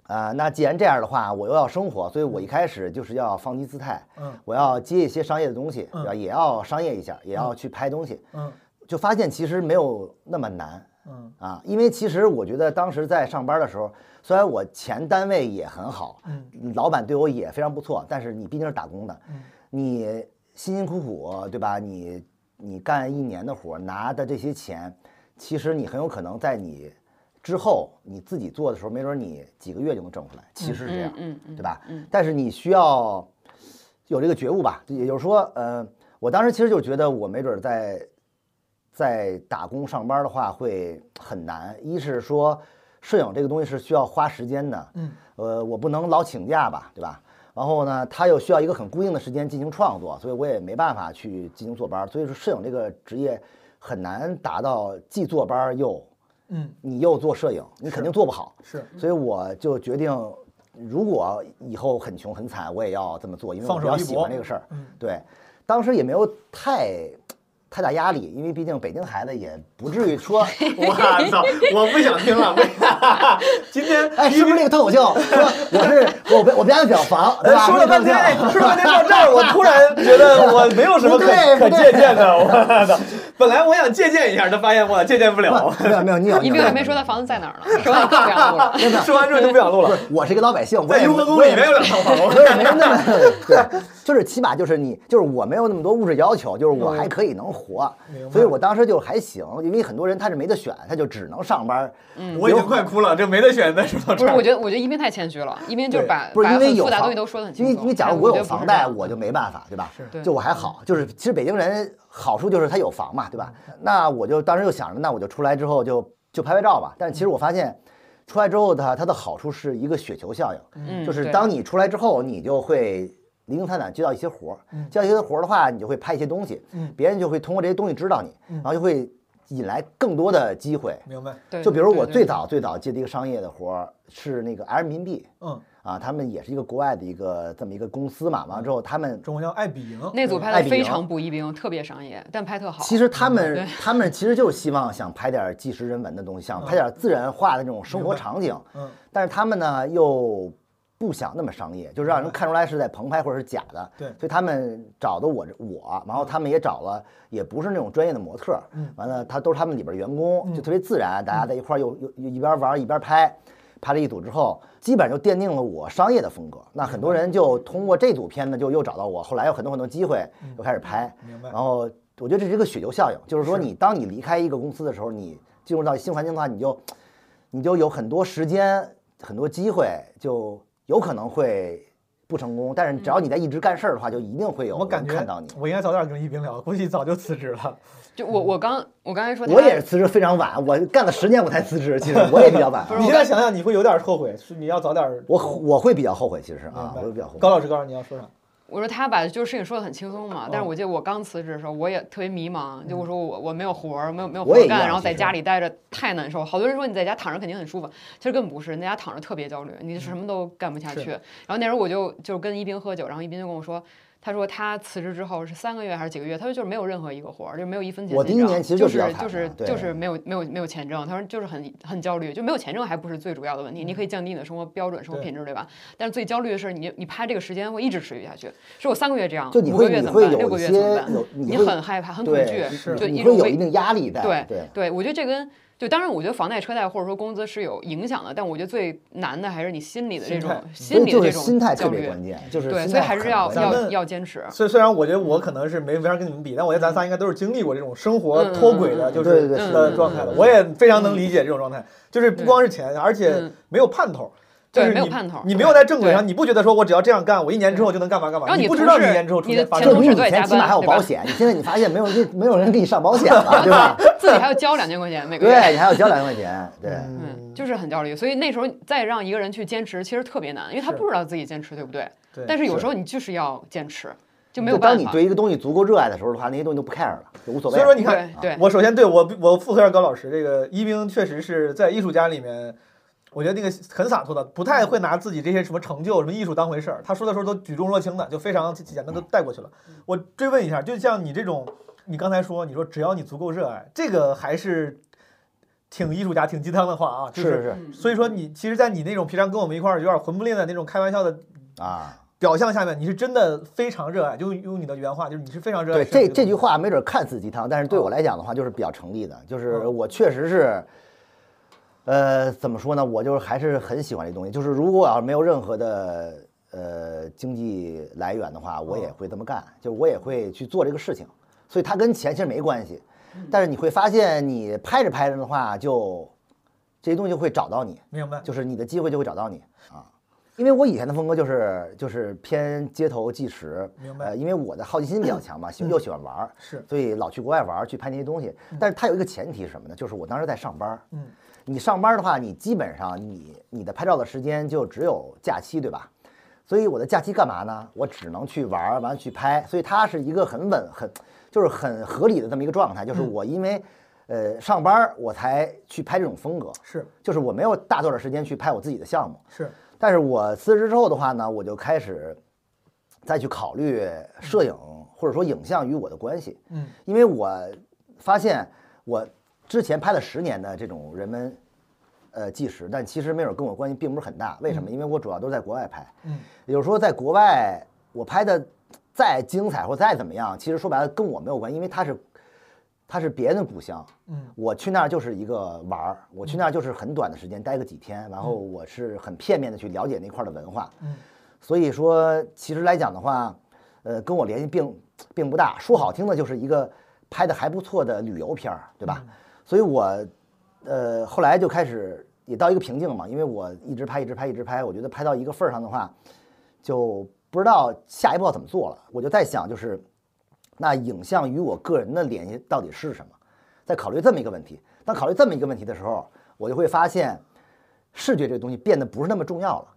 Speaker 2: 啊、那既然这样的话，我又要生活，所以我一开始就是要放低姿态，
Speaker 1: 嗯
Speaker 2: 我要接一些商业的东西，
Speaker 1: 嗯
Speaker 2: 对吧也要商业一下，也要去拍东西，
Speaker 1: 嗯
Speaker 2: 就发现其实没有那么难，
Speaker 1: 嗯
Speaker 2: 啊，因为其实我觉得当时在上班的时候，虽然我前单位也很好，
Speaker 1: 嗯
Speaker 2: 老板对我也非常不错，但是你毕竟是打工的，
Speaker 3: 嗯
Speaker 2: 你辛辛苦苦对吧？你你干一年的活儿，拿的这些钱，其实你很有可能在你之后你自己做的时候，没准你几个月就能挣出来，其实是这样，
Speaker 3: 嗯嗯
Speaker 2: 对吧？但是你需要有这个觉悟吧，也就是说，呃，我当时其实就觉得我没准儿在在打工上班的话会很难。一是说，摄影这个东西是需要花时间的，
Speaker 1: 嗯，
Speaker 2: 呃，我不能老请假吧，对吧？然后呢，它又需要一个很固定的时间进行创作，所以我也没办法去进行坐班儿。所以说，摄影这个职业很难达到既坐班儿又
Speaker 1: 嗯，
Speaker 2: 你又做摄影，你肯定做不好。
Speaker 1: 是
Speaker 2: 所以我就决定如果以后很穷很惨，我也要这么做，因为我
Speaker 1: 放
Speaker 2: 比
Speaker 1: 手
Speaker 2: 较
Speaker 1: 一
Speaker 2: 喜
Speaker 1: 搏
Speaker 2: 欢这个事儿。
Speaker 1: 嗯
Speaker 2: 对，当时也没有太太大压力，因为毕竟北京孩子也不至 于说，
Speaker 1: 我操！我不想听了，为啥？ 今天
Speaker 2: 哎，是不是那个脱口秀？说我是我被我家的表房，对吧？
Speaker 1: 说了半天，哎说了半天到这儿，我突 然觉得我没有什么可
Speaker 2: 不对
Speaker 1: 可
Speaker 2: 不对
Speaker 1: 借鉴的。我 操！本来我想借鉴一下，但发现我借鉴不了。
Speaker 2: 没有没有，你有
Speaker 3: 你并没说他房子在哪 儿了，说你更不想录了。
Speaker 1: 说完之后就不想录
Speaker 2: 不
Speaker 1: 了
Speaker 2: 是。，我是一个老百姓，我
Speaker 1: 在
Speaker 2: 也
Speaker 1: 雍和宫
Speaker 2: 我
Speaker 1: 里
Speaker 2: 也
Speaker 1: 面有两套房。
Speaker 2: 我也没那么对，就是起码就是你就是我没有那么多物质要求，就是我还可以能活
Speaker 1: 嗯明白，
Speaker 2: 所以我当时就还行，因为很多人他是没得选，他就只能上
Speaker 1: 嗯
Speaker 2: 班。
Speaker 1: 我已经快哭了，这没得选的，说到这
Speaker 3: 不是，
Speaker 1: 儿
Speaker 3: 我。觉得我觉得一斌太谦虚了，一斌就是
Speaker 1: 对
Speaker 3: 把
Speaker 2: 不是
Speaker 3: 把
Speaker 2: 因为
Speaker 3: 很
Speaker 2: 有
Speaker 3: 复杂
Speaker 2: 房
Speaker 3: 东西都说的很
Speaker 2: 因
Speaker 3: 清
Speaker 2: 为
Speaker 3: 楚。
Speaker 2: 因为假如
Speaker 3: 但
Speaker 2: 我
Speaker 3: 觉
Speaker 2: 有
Speaker 3: 得不
Speaker 2: 房
Speaker 3: 是
Speaker 2: 贷，
Speaker 3: 这样
Speaker 2: 我就没办法，对吧？
Speaker 1: 是
Speaker 3: 对
Speaker 2: 就我还好，就是其实北京人好处就是他有房嘛，对吧？那我就当时就想着，那我就出来之后就就拍拍照吧。但是其实我发现，出来之后它它的好处是一个雪球效应，
Speaker 3: 嗯
Speaker 2: 就是
Speaker 3: 对
Speaker 2: 当你出来之后，你就会零零散散接到一些活儿，接到一些活儿的话，你就会拍一些东西，
Speaker 1: 嗯
Speaker 2: 别人就会通过这些东西知道你，然后就会引来更多的机会。
Speaker 1: 明白，
Speaker 3: 对
Speaker 2: 就比如我
Speaker 3: 对对
Speaker 2: 最早最早接的一个商业的活儿是那个 R 人民币，
Speaker 1: 嗯，
Speaker 2: 啊，他们也是一个国外的一个这么一个公司嘛，完了之后他们
Speaker 1: 中文叫爱彼迎。
Speaker 3: 那组
Speaker 2: 艾
Speaker 3: 拍
Speaker 2: 比
Speaker 3: 的
Speaker 2: 营
Speaker 3: 非常不一兵，特别商业，但拍特好。嗯
Speaker 2: 其实他们
Speaker 3: 对
Speaker 2: 他们其实就是希望想拍点纪实人文的东西，想拍点自然化的那种生活场景，
Speaker 1: 嗯，
Speaker 2: 但是他们呢又不想那么商业，就是让人看出来是在棚拍或者是假的。
Speaker 1: 对
Speaker 2: 所以他们找的我我，然后他们也找了也不是那种专业的模特，
Speaker 1: 嗯
Speaker 2: 完了他都是他们里边的员工，
Speaker 1: 嗯
Speaker 2: 就特别自然，大家在一块儿又又又一边玩一边拍。拍了一组之后，基本上就奠定了我商业的风格。那很多人就通过这组片呢，就又找到我。后来有很多很多机会，
Speaker 1: 嗯
Speaker 2: 又开始拍。
Speaker 1: 明白
Speaker 2: 然。后我觉得这是一个雪球效应，就是说你当你离开一个公司的时候，你进入到新环境的话，你就你就有很多时间、很多机会，就有可能会不成功，但是只要你在一直干事儿的话，就一定会有
Speaker 1: 我感
Speaker 2: 人
Speaker 1: 觉
Speaker 2: 看到你。
Speaker 1: 我应该早点跟一冰聊，估计早就辞职了。
Speaker 3: 就我我刚我刚才说他，
Speaker 2: 我也是辞职非常晚，我干了十年我才辞职，其实我也比较晚啊。
Speaker 1: 你现在想想，你会有点后悔，是你要早点。
Speaker 2: 我我会比较后悔，其实
Speaker 1: 明
Speaker 2: 啊，
Speaker 1: 白
Speaker 2: 我会比较后
Speaker 1: 高
Speaker 2: 悔。
Speaker 1: 老师，高老师，你要说啥？
Speaker 3: 我说他把就是事情说的很轻松嘛，但
Speaker 2: 哦
Speaker 3: 是
Speaker 1: 嗯
Speaker 3: 我记得我刚辞职的时候，我也特别迷茫，就我说我我没有活儿，没有没有
Speaker 2: 嗯
Speaker 3: 活
Speaker 2: 我也
Speaker 3: 儿
Speaker 2: 一样
Speaker 3: 干，然后在
Speaker 2: 其实
Speaker 3: 家里待着太难受。好多人说你在家躺着肯定很舒服，其实根本不是，你在家躺着特别焦虑，你
Speaker 2: 嗯
Speaker 3: 什么都干不下去。
Speaker 1: 是
Speaker 3: 然后那时候我就就跟一斌喝酒，然后一斌就跟我说。他说他辞职之后是三个月还是几个月？他说就是没有任何一个活儿，就没有一分钱进账。
Speaker 2: 我第一年其实
Speaker 3: 就
Speaker 2: 就是要
Speaker 3: 是
Speaker 2: 躺着
Speaker 3: 就是
Speaker 2: 对
Speaker 3: 就是没有没有没有钱挣。他说就是很很焦虑，就没有钱挣还不是最主要的问
Speaker 2: 嗯
Speaker 3: 题，你可以降低你的生活标准、生活
Speaker 1: 对
Speaker 3: 品质，对吧？但是最焦虑的是你你拍这个时间会一直持续下去，是我三个月这样，
Speaker 2: 就你
Speaker 3: 五
Speaker 2: 会
Speaker 3: 个月
Speaker 2: 你
Speaker 3: 怎么
Speaker 2: 会
Speaker 3: 办？
Speaker 2: 有
Speaker 3: 六
Speaker 2: 一
Speaker 3: 个月
Speaker 2: 些
Speaker 3: 怎么办？
Speaker 2: 有你
Speaker 3: 你
Speaker 2: 会
Speaker 3: 很害怕，很恐惧
Speaker 2: 对，，
Speaker 1: 是
Speaker 3: 就
Speaker 2: 你
Speaker 3: 一
Speaker 2: 会
Speaker 3: 种
Speaker 2: 有
Speaker 3: 畏
Speaker 2: 一定压力在。
Speaker 3: 对
Speaker 2: 对，
Speaker 3: 我觉得这跟就当然，我觉得房贷、车贷或者说工资是有影响的，但我觉得最难的还是你心里的这种
Speaker 2: 所
Speaker 3: 心
Speaker 2: 以
Speaker 3: 里的
Speaker 2: 就
Speaker 3: 这
Speaker 2: 是
Speaker 3: 种
Speaker 2: 心态特
Speaker 3: 焦
Speaker 2: 别
Speaker 3: 虑。
Speaker 2: 关键，就是
Speaker 3: 对，
Speaker 2: 心
Speaker 3: 所以
Speaker 2: 态
Speaker 3: 还是
Speaker 2: 很
Speaker 3: 要
Speaker 2: 关键
Speaker 1: 咱们
Speaker 3: 要要坚持。
Speaker 1: 虽虽然我觉得我可能是没没法跟你们比，但我觉得咱仨应该都是经历过这种生活
Speaker 3: 嗯
Speaker 1: 脱轨的，
Speaker 3: 嗯嗯嗯
Speaker 1: 就
Speaker 2: 对
Speaker 1: 是
Speaker 2: 对对
Speaker 1: 的
Speaker 3: 是
Speaker 1: 的
Speaker 3: 的
Speaker 1: 状态
Speaker 2: 是
Speaker 1: 了。
Speaker 2: 的
Speaker 1: 我也非常能理解这种状态，就是不光是钱，而且
Speaker 3: 嗯
Speaker 1: 没有盼头。就
Speaker 3: 对
Speaker 1: 是
Speaker 3: 没有
Speaker 1: 你
Speaker 3: 盼头
Speaker 1: 你没有在正轨上，
Speaker 3: 对
Speaker 1: 你不觉得说我只要这样干，我一年之后就能干嘛干嘛？
Speaker 3: 然后
Speaker 1: 你
Speaker 3: 你
Speaker 1: 不知
Speaker 3: 同
Speaker 1: 道你
Speaker 3: 事
Speaker 1: 一年之后出
Speaker 3: 你
Speaker 1: 现
Speaker 3: 的
Speaker 1: 发
Speaker 3: 前
Speaker 1: 生
Speaker 2: 就
Speaker 1: 什么事。
Speaker 2: 是啊你以
Speaker 3: 同事都得
Speaker 2: 前
Speaker 3: 加
Speaker 2: 起码
Speaker 3: 班
Speaker 2: 还有
Speaker 3: 对吧
Speaker 2: 保险，你现在你发现没有那没有人给你上保险了，对 吧？
Speaker 3: 自己还要交两千块钱每个月。
Speaker 2: 对你还要交两千块钱，对。
Speaker 3: 嗯，就是很焦虑，所以那时候再让一个人去坚持，其实特别难，因为他
Speaker 1: 是
Speaker 3: 不知道自己坚持对不对。
Speaker 1: 对
Speaker 3: 但是有时候你就是要坚持，就没
Speaker 2: 就
Speaker 3: 有办
Speaker 2: 当
Speaker 3: 法。
Speaker 2: 你对一个东西足够热爱的时候的话，那些东西都不 care 了，就无所
Speaker 1: 所
Speaker 2: 谓
Speaker 1: 以
Speaker 2: 了。
Speaker 1: 说你看，
Speaker 3: 对对
Speaker 1: 我首先对我我附和一下高老师，这个一冰确实是在艺术家里面，我觉得那个很洒脱的，不太会拿自己这些什么成就、什么艺术当回事儿。他说的时候都举重若轻的，就非常简单的带过去了。我追问一下，就像你这种，你刚才说，你说只要你足够热爱，这个还是挺艺术家、挺鸡汤的话啊，就是
Speaker 2: 是
Speaker 1: 所以说你其实，在你那种平常跟我们一块儿有点混不吝的那种开玩笑的
Speaker 2: 啊，
Speaker 1: 表象下面，你是真的非常热爱，就用你的原话，就是你是非常热爱
Speaker 2: 对
Speaker 1: 摄影
Speaker 2: 这
Speaker 1: 个
Speaker 2: 这句
Speaker 1: 东西
Speaker 2: 话没准看似鸡汤，但是对我来讲的话，就是比较成立的。就是我确实是，呃，怎么说呢？我就是还是很喜欢这东西。就是如果我要是没有任何的呃经济来源的话，我也会这么干，就我也会去做这个事情。所以它跟钱其实没关系，但是你会发现，你拍着拍着的话，就这些东西就会找到你。
Speaker 1: 明白。
Speaker 2: 就是你的机会就会找到你啊。因为我以前的风格就是就是偏街头纪实，
Speaker 1: 明白嗯
Speaker 2: 呃，因为我的好奇心比较强嘛，喜又喜欢玩儿，
Speaker 1: 是
Speaker 2: 所以老去国外玩儿去拍那些东西。但是它有一个前提是什么呢？就是我当时在上班儿，
Speaker 1: 嗯，
Speaker 2: 你上班儿的话，你基本上你你的拍照的时间就只有假期，对吧？所以我的假期干嘛呢？我只能去玩儿，完了去拍，所以它是一个很稳、很就是很合理的这么一个状态，就是
Speaker 1: 嗯
Speaker 2: 我因为。呃，上班儿我才去拍这种风格，
Speaker 1: 是
Speaker 2: 就是我没有大段的时间去拍我自己的项目。
Speaker 1: 是，
Speaker 2: 但是我辞职之后的话呢，我就开始再去考虑摄影或者说影像与我的关系。
Speaker 1: 嗯，
Speaker 2: 因为我发现我之前拍了十年的这种人文呃纪实，但其实没准跟我关系并不是很大。为什么？因为我主要都是在国外拍。
Speaker 1: 嗯，
Speaker 2: 有时候在国外我拍的再精彩或再怎么样，其实说白了跟我没有关系，因为它是它是别人的故乡。
Speaker 1: 嗯，
Speaker 2: 我去那儿就是一个玩儿，我去那儿就是很短的时间待个几天，然后我是很片面的去了解那块儿的文化。
Speaker 1: 嗯，
Speaker 2: 所以说其实来讲的话，呃，跟我联系并并不大。说好听的就是一个拍的还不错的旅游片儿，对
Speaker 1: 嗯
Speaker 2: 吧？所以我呃后来就开始也到一个瓶颈了嘛，因为我一直拍一直拍一直拍，我觉得拍到一个份儿上的话，就不知道下一步要怎么做了。我就在想，就是那影像与我个人的联系到底是什么？在考虑这么一个问题。当考虑这么一个问题的时候，我就会发现，视觉这个东西变得不是那么重要了。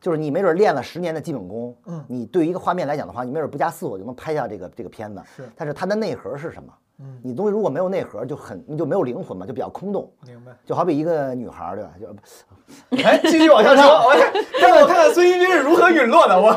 Speaker 2: 就是你没准练了十年的基本功，
Speaker 1: 嗯
Speaker 2: 你对于一个画面来讲的话，你没准不加思索就能拍下这个这个片子。
Speaker 1: 是
Speaker 2: 但是它的内核是什么？
Speaker 1: 嗯，
Speaker 2: 你东西如果没有内核，就很你就没有灵魂嘛，就比较空洞。
Speaker 1: 明白。
Speaker 2: 就好比一个女孩儿，对吧？就
Speaker 1: 哎，继续往下 说，我让我看看孙一斌是如何陨落的。我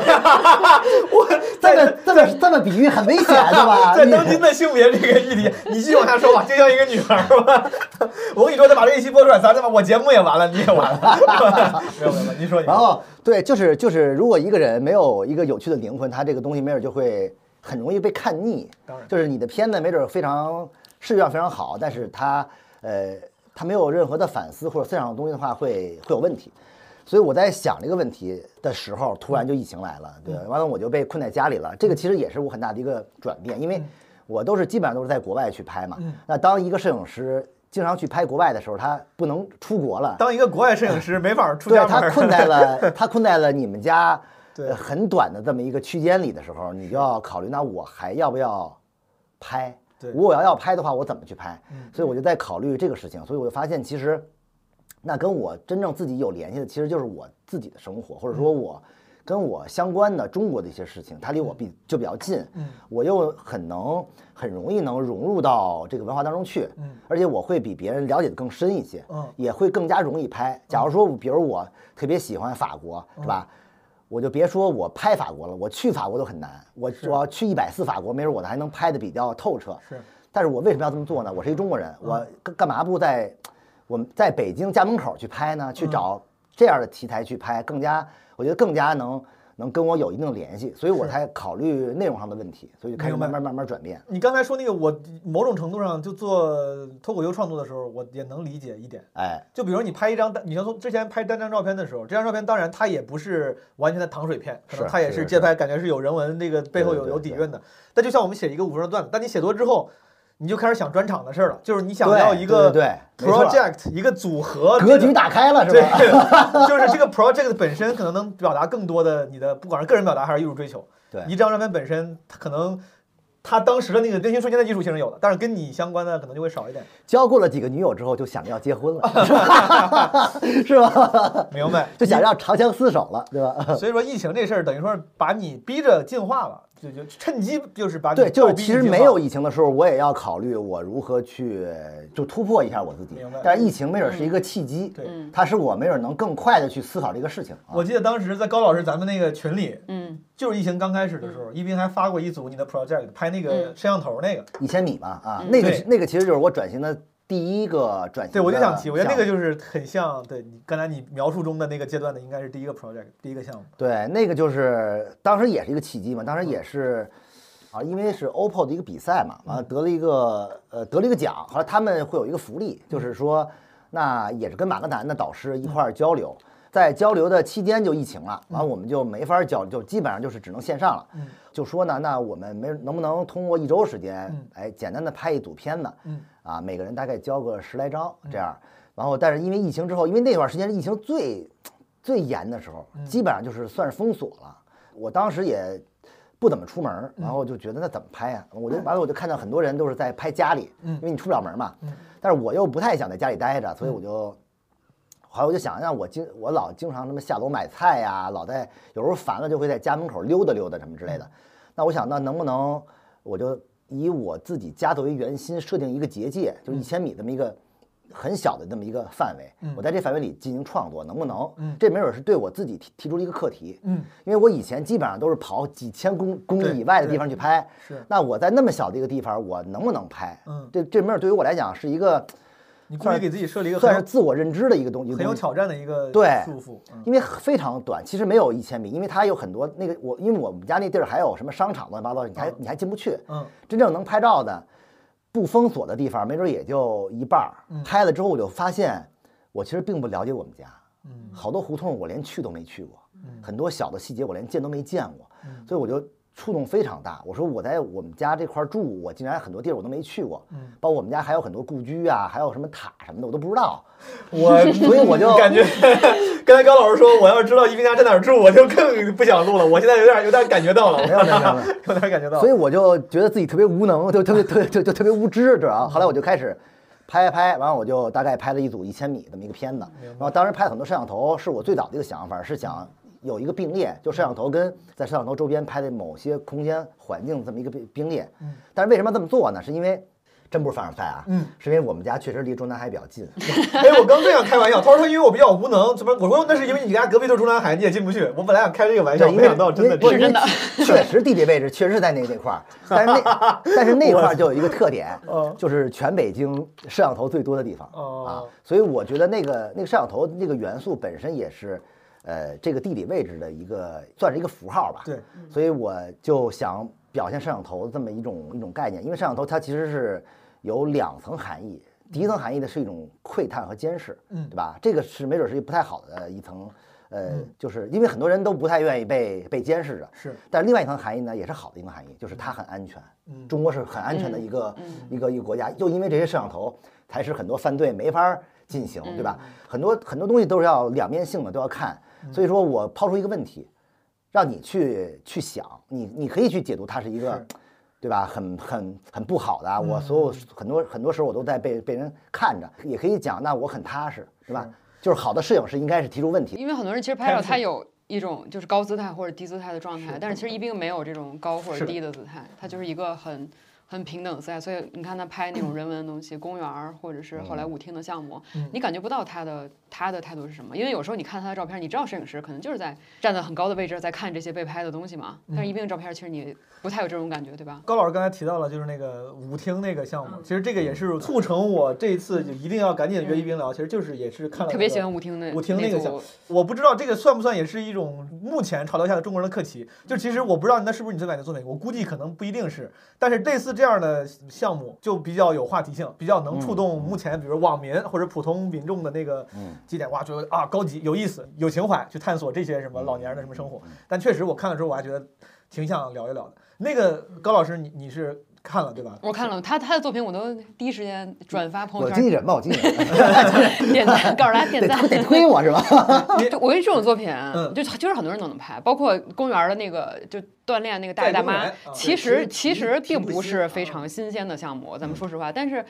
Speaker 1: 我
Speaker 2: 这
Speaker 1: 在
Speaker 2: 么这么这么比喻很危 险，对吧？
Speaker 1: 在
Speaker 2: 你
Speaker 1: 当今的性别这个议题，你继续往下说吧，就像一个女孩儿吧。 我跟你说，再把这一期播出来，咱他妈我节目也完了，你也完 了。没有没有没有，您说你
Speaker 2: 然
Speaker 1: 说。
Speaker 2: 后对，就是就是，如果一个人没有一个有趣的灵魂，他这个东西没准就会很容易被看腻。
Speaker 1: 当然
Speaker 2: 就是你的片子没准非常视觉上非常好，但是他呃他没有任何的反思或者思想上的东西的话，会会有问题。所以我在想这个问题的时候，突然就疫情来了，
Speaker 1: 嗯
Speaker 2: 对，完了我就被困在家里了。这个其实也是我很大的一个转变，
Speaker 1: 嗯
Speaker 2: 因为我都是基本上都是在国外去拍嘛。那当一个摄影师经常去拍国外的时候，他不能出国了，
Speaker 1: 当一个国外摄影师没法出
Speaker 2: 对
Speaker 1: 家门
Speaker 2: 他
Speaker 1: 儿，
Speaker 2: 困在了他困在了你们家
Speaker 1: 对
Speaker 2: 呃很短的这么一个区间里的时候，你就要考虑，那我还要不要拍？
Speaker 1: 对嗯
Speaker 2: 我要要拍的话，我怎么去拍？所以我就在考虑这个事情，所以我就发现其实。那跟我真正自己有联系的，其实就是我自己的生活，或
Speaker 1: 嗯
Speaker 2: 者说我跟我相关的中国的一些事情，它离我
Speaker 1: 嗯
Speaker 2: 比就比较近，我又很能很容易能融入到这个文化当中去，而且我会比别人了解的更深一些
Speaker 1: 嗯，
Speaker 2: 也会更加容易拍。假如说，比如我特别喜欢法国，
Speaker 1: 嗯
Speaker 2: 是吧？我就别说我拍法国了，我去法国都很难。我我要去一百次法国，没准我还能拍的比较透彻。
Speaker 1: 是，
Speaker 2: 但是我为什么要这么做
Speaker 1: 嗯
Speaker 2: 呢？我是一中国人，我干干嘛不在我们在北京家门口去拍
Speaker 1: 嗯
Speaker 2: 呢？去找这样的题材去拍，更加我觉得更加能能跟我有一定的联系，所以我才考虑内容上的问题，所以就开始
Speaker 1: 明白
Speaker 2: 慢慢慢慢转变
Speaker 1: 你刚才说那个，我某种程度上就做脱口秀创作的时候，我也能理解一点。
Speaker 2: 哎，
Speaker 1: 就比如你拍一张单，你像从之前拍单张照片的时候，这张照片当然它也不是完全的糖水片，可能
Speaker 2: 是
Speaker 1: 它也
Speaker 2: 是
Speaker 1: 是
Speaker 2: 是
Speaker 1: 街拍，感觉是有人文这个背后
Speaker 2: 对对
Speaker 1: 有
Speaker 2: 对
Speaker 1: 有底
Speaker 2: 对
Speaker 1: 蕴的。但就像我们写一个五分钟的段子，但你写多之后，你就开始想专场的事儿了，就是你想
Speaker 2: 对
Speaker 1: 要一个
Speaker 2: 对对对没错
Speaker 1: project 一个组合
Speaker 2: 格
Speaker 1: 这个
Speaker 2: 局打开了是
Speaker 1: 对
Speaker 2: 吧？，
Speaker 1: 就是这个 project 本身可能能表达更多的你的，不管是个人表达还是艺术追求。
Speaker 2: 对
Speaker 1: 一张照片本身，它可能它当时的那个内心瞬间的艺术性是有的，但是跟你相关的可能就会少一点。
Speaker 2: 交过了几个女友之后，就想着要结婚 了， 是吧？
Speaker 1: 明白？
Speaker 2: 就想要长相厮守了，对吧？
Speaker 1: 所以说疫情这事儿，等于说是把你逼着进化了，就就趁机就是啊把你
Speaker 2: 对，就是
Speaker 1: 倒逼
Speaker 2: 其实
Speaker 1: 进化
Speaker 2: 没有疫情的时候，我也要考虑我如何去就突破一下我自己
Speaker 1: 明白。
Speaker 2: 但是疫情没准是一个契机，
Speaker 1: 对
Speaker 3: 嗯
Speaker 2: 它使我没准能更快的去思考这个事情啊。
Speaker 1: 我记得当时在高老师咱们那个群里，
Speaker 3: 嗯，
Speaker 1: 就是疫情刚开始的时
Speaker 2: 嗯
Speaker 1: 候，一斌还发过一组你的 project，拍那个
Speaker 3: 嗯
Speaker 1: 摄像头那个。
Speaker 2: 一千米嘛啊，
Speaker 3: 嗯
Speaker 2: 那个
Speaker 1: 对
Speaker 2: 那个其实就是我转型的第一个转型。
Speaker 1: 对，我就想提，我觉得那个。就是很像，对你刚才你描述中的那个阶段的，应该是第一个 project，第一个项目。
Speaker 2: 对，那个就是当时也是一个契机嘛，当时也是啊，因为是 OPPO 的一个比赛嘛，完了得了一个呃得了一个奖，后来他们会有一个福利，就是说那也是跟马格南的导师一块儿交流，在交流的期间就疫情了，完了我们就没法儿交，就基本上就是只能线上了。
Speaker 1: 嗯
Speaker 2: 就说呢，那我们没能不能通过一周时间
Speaker 1: 嗯，
Speaker 2: 哎，简单的拍一组片子，
Speaker 1: 嗯
Speaker 2: 啊，每个人大概交个十来张这样。然后，但是因为疫情之后，因为那段时间是疫情最最严的时候，基本上就是算是封锁了。我当时也不怎么出门儿，然后就觉得那怎么拍呀、我就完了，我就看到很多人都是在拍家里，因为你出不了门嘛。但是我又不太想在家里待着，所
Speaker 1: 嗯
Speaker 2: 以我就。后来我就想，那我经我老经常什么下楼买菜呀、老在有时候烦了就会在家门口溜达溜达什么之类
Speaker 1: 嗯
Speaker 2: 的。那我想，那能不能
Speaker 1: 嗯
Speaker 2: 我就以我自己家作为圆心设定一个结界，就是一千米这么一个很小的那么一个范围，我在这范围里进行创作，能不能？
Speaker 1: 嗯
Speaker 2: 这没准是对我自己提提出了一个课题。
Speaker 1: 嗯，
Speaker 2: 因为我以前基本上都是跑几千公公里以外的地方去拍，
Speaker 1: 是
Speaker 2: 那我在那么小的一个地方，我能不能拍？
Speaker 1: 嗯
Speaker 2: 这这没准对于我来讲是一个
Speaker 1: 你故意给自己设了一个
Speaker 2: 算是
Speaker 1: 很
Speaker 2: 自我认知的一个东西，
Speaker 1: 有很有挑战的一个
Speaker 2: 对
Speaker 1: 束缚，嗯
Speaker 2: 因为非常短，其实没有一千米，因为它有很多那个我，因为我们家那地儿还有什么商场乱七八糟，你还
Speaker 1: 嗯
Speaker 2: 你还进不去。
Speaker 1: 嗯
Speaker 2: 真正能拍照的，不封锁的地方，没准也就一半儿
Speaker 1: 嗯。
Speaker 2: 拍了之后，我就发现我其实并不了解我们家，
Speaker 1: 嗯
Speaker 2: 好多胡同我连去都没去过，
Speaker 1: 嗯
Speaker 2: 很多小的细节我连见都没见过，
Speaker 1: 嗯
Speaker 2: 所以我就触动非常大。我说我在我们家这块儿住，我竟然很多地儿我都没去过，
Speaker 1: 嗯，
Speaker 2: 包括我们家还有很多故居啊，还有什么塔什么的我都不知道，
Speaker 1: 我
Speaker 2: 所以我 就
Speaker 1: 感 觉刚才高老师说，我要知道一冰家在哪儿住，我就更不想录了。我现在有点有点感觉到了，
Speaker 2: 没有没有没有没有。
Speaker 1: 有点感觉到
Speaker 2: 所
Speaker 1: 了。
Speaker 2: 以我就觉得自己特别无能，就特别特别就就特别无知，主要。后来我就开始拍拍，完了我就大概拍了一组一千米这么一个片子。然后当时拍了很多摄像头，是我最早的一个想法，是想有一个并列，就摄像头跟在摄像头周边拍的某些空间环境这么一个并并列。但是为什么要这么做呢？是因为真不是凡尔赛啊，
Speaker 1: 嗯，
Speaker 2: 是因为我们家确实离中南海比较近。
Speaker 1: 哎，我刚正想开玩笑，他说他因为我比较无能，怎么我说那是因为你家隔壁就是中南海，你也进不去。我本来想开这个玩笑，
Speaker 2: 对，因
Speaker 1: 没
Speaker 2: 为
Speaker 1: 想到真的
Speaker 2: 因为
Speaker 1: 这
Speaker 2: 因
Speaker 1: 样
Speaker 2: 为确实地理位置确实是在那那块儿，但是那但是那块儿就有一个特点
Speaker 1: 嗯，
Speaker 2: 就是全北京摄像头最多的地方啊
Speaker 1: 哦，
Speaker 2: 所以我觉得那个那个摄像头那个元素本身也是，呃，这个地理位置的一个算是一个符号吧。
Speaker 1: 对，
Speaker 2: 所以我就想表现摄像头这么一种一种概念，因为摄像头它其实是有两层含义。第一层含义呢是一种窥探和监视，
Speaker 1: 嗯
Speaker 2: 对吧？这个是没准是一不太好的一层，呃，就是因为很多人都不太愿意被被监视着，
Speaker 1: 是
Speaker 2: 但另外一层含义呢，也是好的一层含义，就是它很安全。
Speaker 1: 嗯
Speaker 2: 中国是很安全的一个、一个一个国家，就因为这些摄像头，才使很多犯罪没法儿进行，对吧？很多很多东西都是要两面性的，都要看。所以说我抛出一个问题，让你去去想，你你可以去解读它是一个
Speaker 1: 是。
Speaker 2: 对吧？很很很不好的啊，我所有很多很多时候我都在被被人看着，也可以讲，那我很踏实，对吧？就是好的摄影师应该是提出问题，
Speaker 3: 因为很多人其实拍照他有一种就是高姿态或者低姿态的状态，但是其实一冰没有这种高或
Speaker 1: 是
Speaker 3: 者
Speaker 1: 的嗯
Speaker 3: 低的姿态，他就是一个很。很平等的姿态，所以你看他拍那种人文的东西，公园儿或者是后来
Speaker 1: 嗯
Speaker 3: 舞厅的项目，你感觉不到他的他的态度是什么，因为有时候你看他的照片，你知道摄影师可能就是在站在很高的位置在看这些被拍的东西嘛，但是
Speaker 1: 嗯
Speaker 3: 一冰的照片其实你不太有这种感觉，对吧？
Speaker 1: 高老师刚才提到了，就是那个舞厅那个项目，其实这个也是促成我这次就一定要赶紧约一冰聊。其实就是也是看了
Speaker 3: 特别
Speaker 1: 那个
Speaker 3: 喜欢舞厅的
Speaker 1: 呃舞厅那个项
Speaker 3: 组
Speaker 1: 我不知道这个算不算也是一种目前潮流下的中国人的课题。就其实我不知道那是不是你最满意的作品，我估计可能不一定是。但是类似这样的项目就比较有话题性，比较能触动目前比如网民或者普通民众的那个
Speaker 2: 嗯
Speaker 1: 基点，哇，觉得啊高级、有意思、有情怀，去探索这些什么老年人的什么生活。但确实我看了之后，我还觉得挺想聊一聊的。那个高老师，你你是看了对吧？
Speaker 3: 我看了他他的作品，我都第一时间转发朋
Speaker 2: 我
Speaker 3: 友
Speaker 2: 经纪
Speaker 3: 圈，
Speaker 2: 人吧，我经纪 人，
Speaker 3: 点赞，告诉大家点
Speaker 2: 得
Speaker 3: 赞
Speaker 2: 推，得推我是吧？
Speaker 3: 对，我跟你说这种作品，
Speaker 1: 嗯
Speaker 3: 就就是很多人都能拍，包括公园儿的那个就锻炼那个大
Speaker 1: 在
Speaker 3: 爷大
Speaker 1: 公园
Speaker 3: 妈，
Speaker 1: 啊
Speaker 3: 其
Speaker 1: 对
Speaker 3: 实
Speaker 1: 提
Speaker 3: 其
Speaker 1: 提
Speaker 3: 实
Speaker 1: 提
Speaker 3: 并
Speaker 1: 不
Speaker 3: 不
Speaker 1: 新
Speaker 3: 是
Speaker 1: 啊
Speaker 3: 非常新鲜的项目，咱们说实话，但是。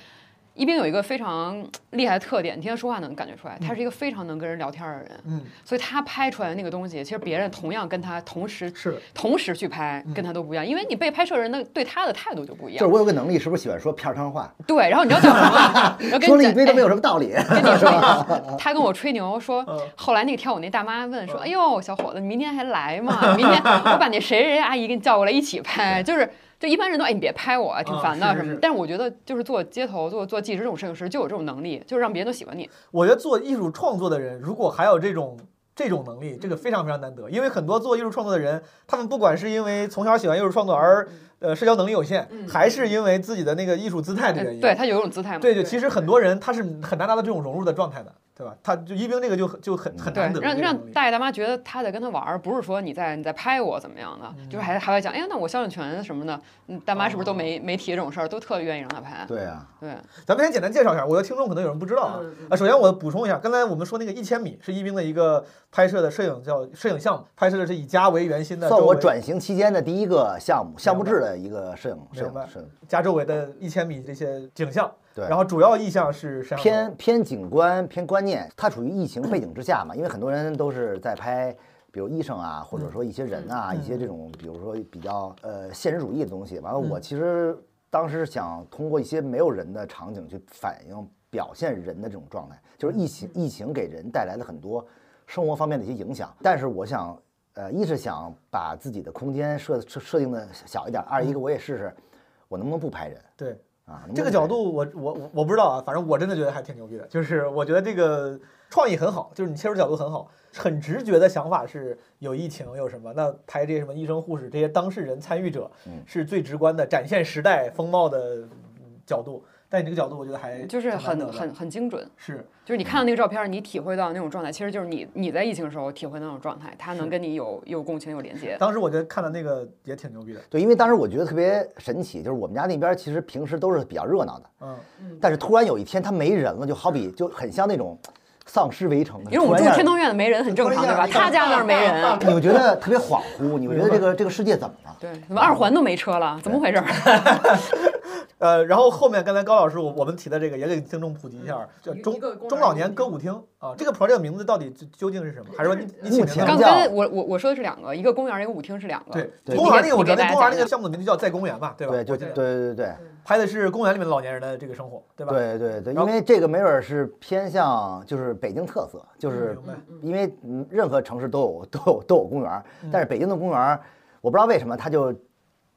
Speaker 3: 一冰有一个非常厉害的特点，你听他说话能感觉出来，他是一个非常能跟人聊天儿的人，
Speaker 1: 嗯，
Speaker 3: 所以他拍出来的那个东西，其实别人同样跟他同时
Speaker 1: 是
Speaker 3: 同时去拍，跟他都不一样，因为你被拍摄人的对他的态度就不一
Speaker 2: 就是
Speaker 3: 样。
Speaker 2: 我有个能力，是不是喜欢说片儿汤话？
Speaker 3: 对，然后你知道讲什么？ 然后跟
Speaker 2: 说
Speaker 3: 你
Speaker 2: 了一
Speaker 3: 讲
Speaker 2: 堆都
Speaker 3: 哎
Speaker 2: 没有什么道理。
Speaker 3: 跟你说一个，他跟我吹牛说
Speaker 1: 嗯，
Speaker 3: 后来那个跳舞那大妈问说：“
Speaker 1: 嗯
Speaker 3: 哎呦，小伙子，你明天还来吗？明天我把那谁谁谁阿姨给你叫过来一起拍。”就是，就一般人都哎，你别拍我，挺烦
Speaker 1: 啊
Speaker 3: 的
Speaker 1: 是
Speaker 3: 什
Speaker 1: 是
Speaker 3: 么
Speaker 1: 是。
Speaker 3: 但是我觉得，就是做街头、做做记者这种摄影师，就有这种能力，就是让别人都喜欢你。
Speaker 1: 我觉得做艺术创作的人，如果还有这种这种能力，这个
Speaker 3: 嗯
Speaker 1: 非常非常难得。因为很多做艺术创作的人，他们不管是因为从小喜欢艺术创作而
Speaker 3: 嗯
Speaker 1: 呃社交能力有限，还是因为自己的那个艺术姿态的
Speaker 3: 哎
Speaker 1: 原因。
Speaker 3: 对他有一种姿态嘛。
Speaker 1: 对对，其实很多人他是很难达到这种融入的状态的，对吧？他就一冰这个就很就
Speaker 2: 嗯
Speaker 1: 很很
Speaker 3: 对
Speaker 1: 难得，
Speaker 3: 让
Speaker 1: 这种能
Speaker 3: 让
Speaker 1: 力
Speaker 3: 大爷大妈觉得他在跟他玩儿，不是说你在你在拍我怎么样的，
Speaker 1: 嗯
Speaker 3: 就是还还会讲，哎呀，那我肖像权什么的，嗯大妈是不是
Speaker 1: 哦
Speaker 3: 都没没提这种事儿，都特愿意让他拍。
Speaker 2: 对啊，
Speaker 3: 对，
Speaker 1: 咱们先简单介绍一下，我的听众可能有人不知道
Speaker 3: 嗯
Speaker 1: 啊。啊，首先我补充一下，刚才我们说那个一千米是一冰的一个拍摄的摄影叫摄影项目，拍摄的是以家为圆心的，
Speaker 2: 算
Speaker 1: 周
Speaker 2: 我
Speaker 1: 围
Speaker 2: 转型期间的第一个项目，项目制的一个摄影摄
Speaker 1: 明白
Speaker 2: 影摄影，
Speaker 1: 家周围的一千米这些景象。
Speaker 2: 对
Speaker 1: 然后主要意象是山
Speaker 2: 偏偏景观偏观念，它处于疫情背景之下嘛，因为很多人都是在拍。比如医生啊，或
Speaker 1: 嗯
Speaker 2: 者说一些人啊，一些这种，比如说比较呃现实主
Speaker 1: 嗯
Speaker 2: 义的东西。完了，我其实当时想通过一些没有人的场景去反映表现人的这种状态，就是疫情
Speaker 1: 嗯
Speaker 2: 疫情给人带来了很多生活方面的一些影响。但是我想，呃，一是想把自己的空间设设设定的小一点，二一个我也试试，我能不能不拍人
Speaker 1: 对
Speaker 2: 啊？
Speaker 1: 嗯
Speaker 2: 能不能
Speaker 1: 这个
Speaker 2: 不拍
Speaker 1: 角
Speaker 2: 人，
Speaker 1: 度我，我我我不知道啊，反正我真的觉得还挺牛逼的。就是我觉得这个创意很好，就是你切入角度很好，很直觉的想法是有疫情有什么，那拍这些什么医生、护士这些当事人、参与者
Speaker 2: 嗯，
Speaker 1: 是最直观的展现时代风貌的嗯角度。但你这个角度，我觉得还
Speaker 3: 就是
Speaker 1: 挺难得
Speaker 3: 很
Speaker 1: 的
Speaker 3: 很很精准。
Speaker 1: 是
Speaker 3: 就是你看到那个照片儿，你体会到那种状态，其实就是你你在疫情的时候体会到那种状态，它能跟你有有共情有连接。
Speaker 1: 当时我觉得看的那个也挺牛逼的，
Speaker 2: 对，因为当时我觉得特别神奇，就是我们家那边其实平时都是比较热闹的，
Speaker 1: 嗯，
Speaker 2: 但是突然有一天它没人了，就好比就很像那种丧尸围城，
Speaker 3: 因为我们
Speaker 2: 突然
Speaker 3: 住天
Speaker 2: 间
Speaker 3: 通苑的没人很正常，
Speaker 1: 突然
Speaker 3: 对吧？
Speaker 1: 一下
Speaker 3: 他家那儿没人，
Speaker 2: 你们觉得特别恍惚，你们觉得这个这个世界怎么了？
Speaker 3: 对，怎么二环都没车了？怎么回事儿？
Speaker 1: 呃，然后后面刚才高老师我我们提的这个也给听众嗯普及一下，叫中中老年歌舞厅啊，这个 project 名字到底究究竟是什么？还是说你你起
Speaker 2: 目
Speaker 1: 名字
Speaker 2: 前
Speaker 1: 吗
Speaker 3: 刚
Speaker 2: 叫
Speaker 3: 才我我我说的是两个，一个公园儿，一个舞厅是两个。
Speaker 1: 对，
Speaker 2: 对
Speaker 1: 公园那个我知道，
Speaker 3: 你
Speaker 1: 那
Speaker 3: 给大家
Speaker 1: 公园那
Speaker 3: 讲
Speaker 1: 个
Speaker 3: 讲
Speaker 1: 项目的名字叫在公园吧，对吧？
Speaker 2: 对，就
Speaker 1: 我记得
Speaker 2: 对对对对
Speaker 1: 拍的是公园里面老年人的这个生活，对吧？
Speaker 2: 对对对，
Speaker 1: 然后
Speaker 2: 因为这个没准儿是偏向就是北京特色，就是
Speaker 1: 明白
Speaker 2: 因为嗯任何城市都有都有都有公园儿，但是北京的公园儿，我不知道为什么它就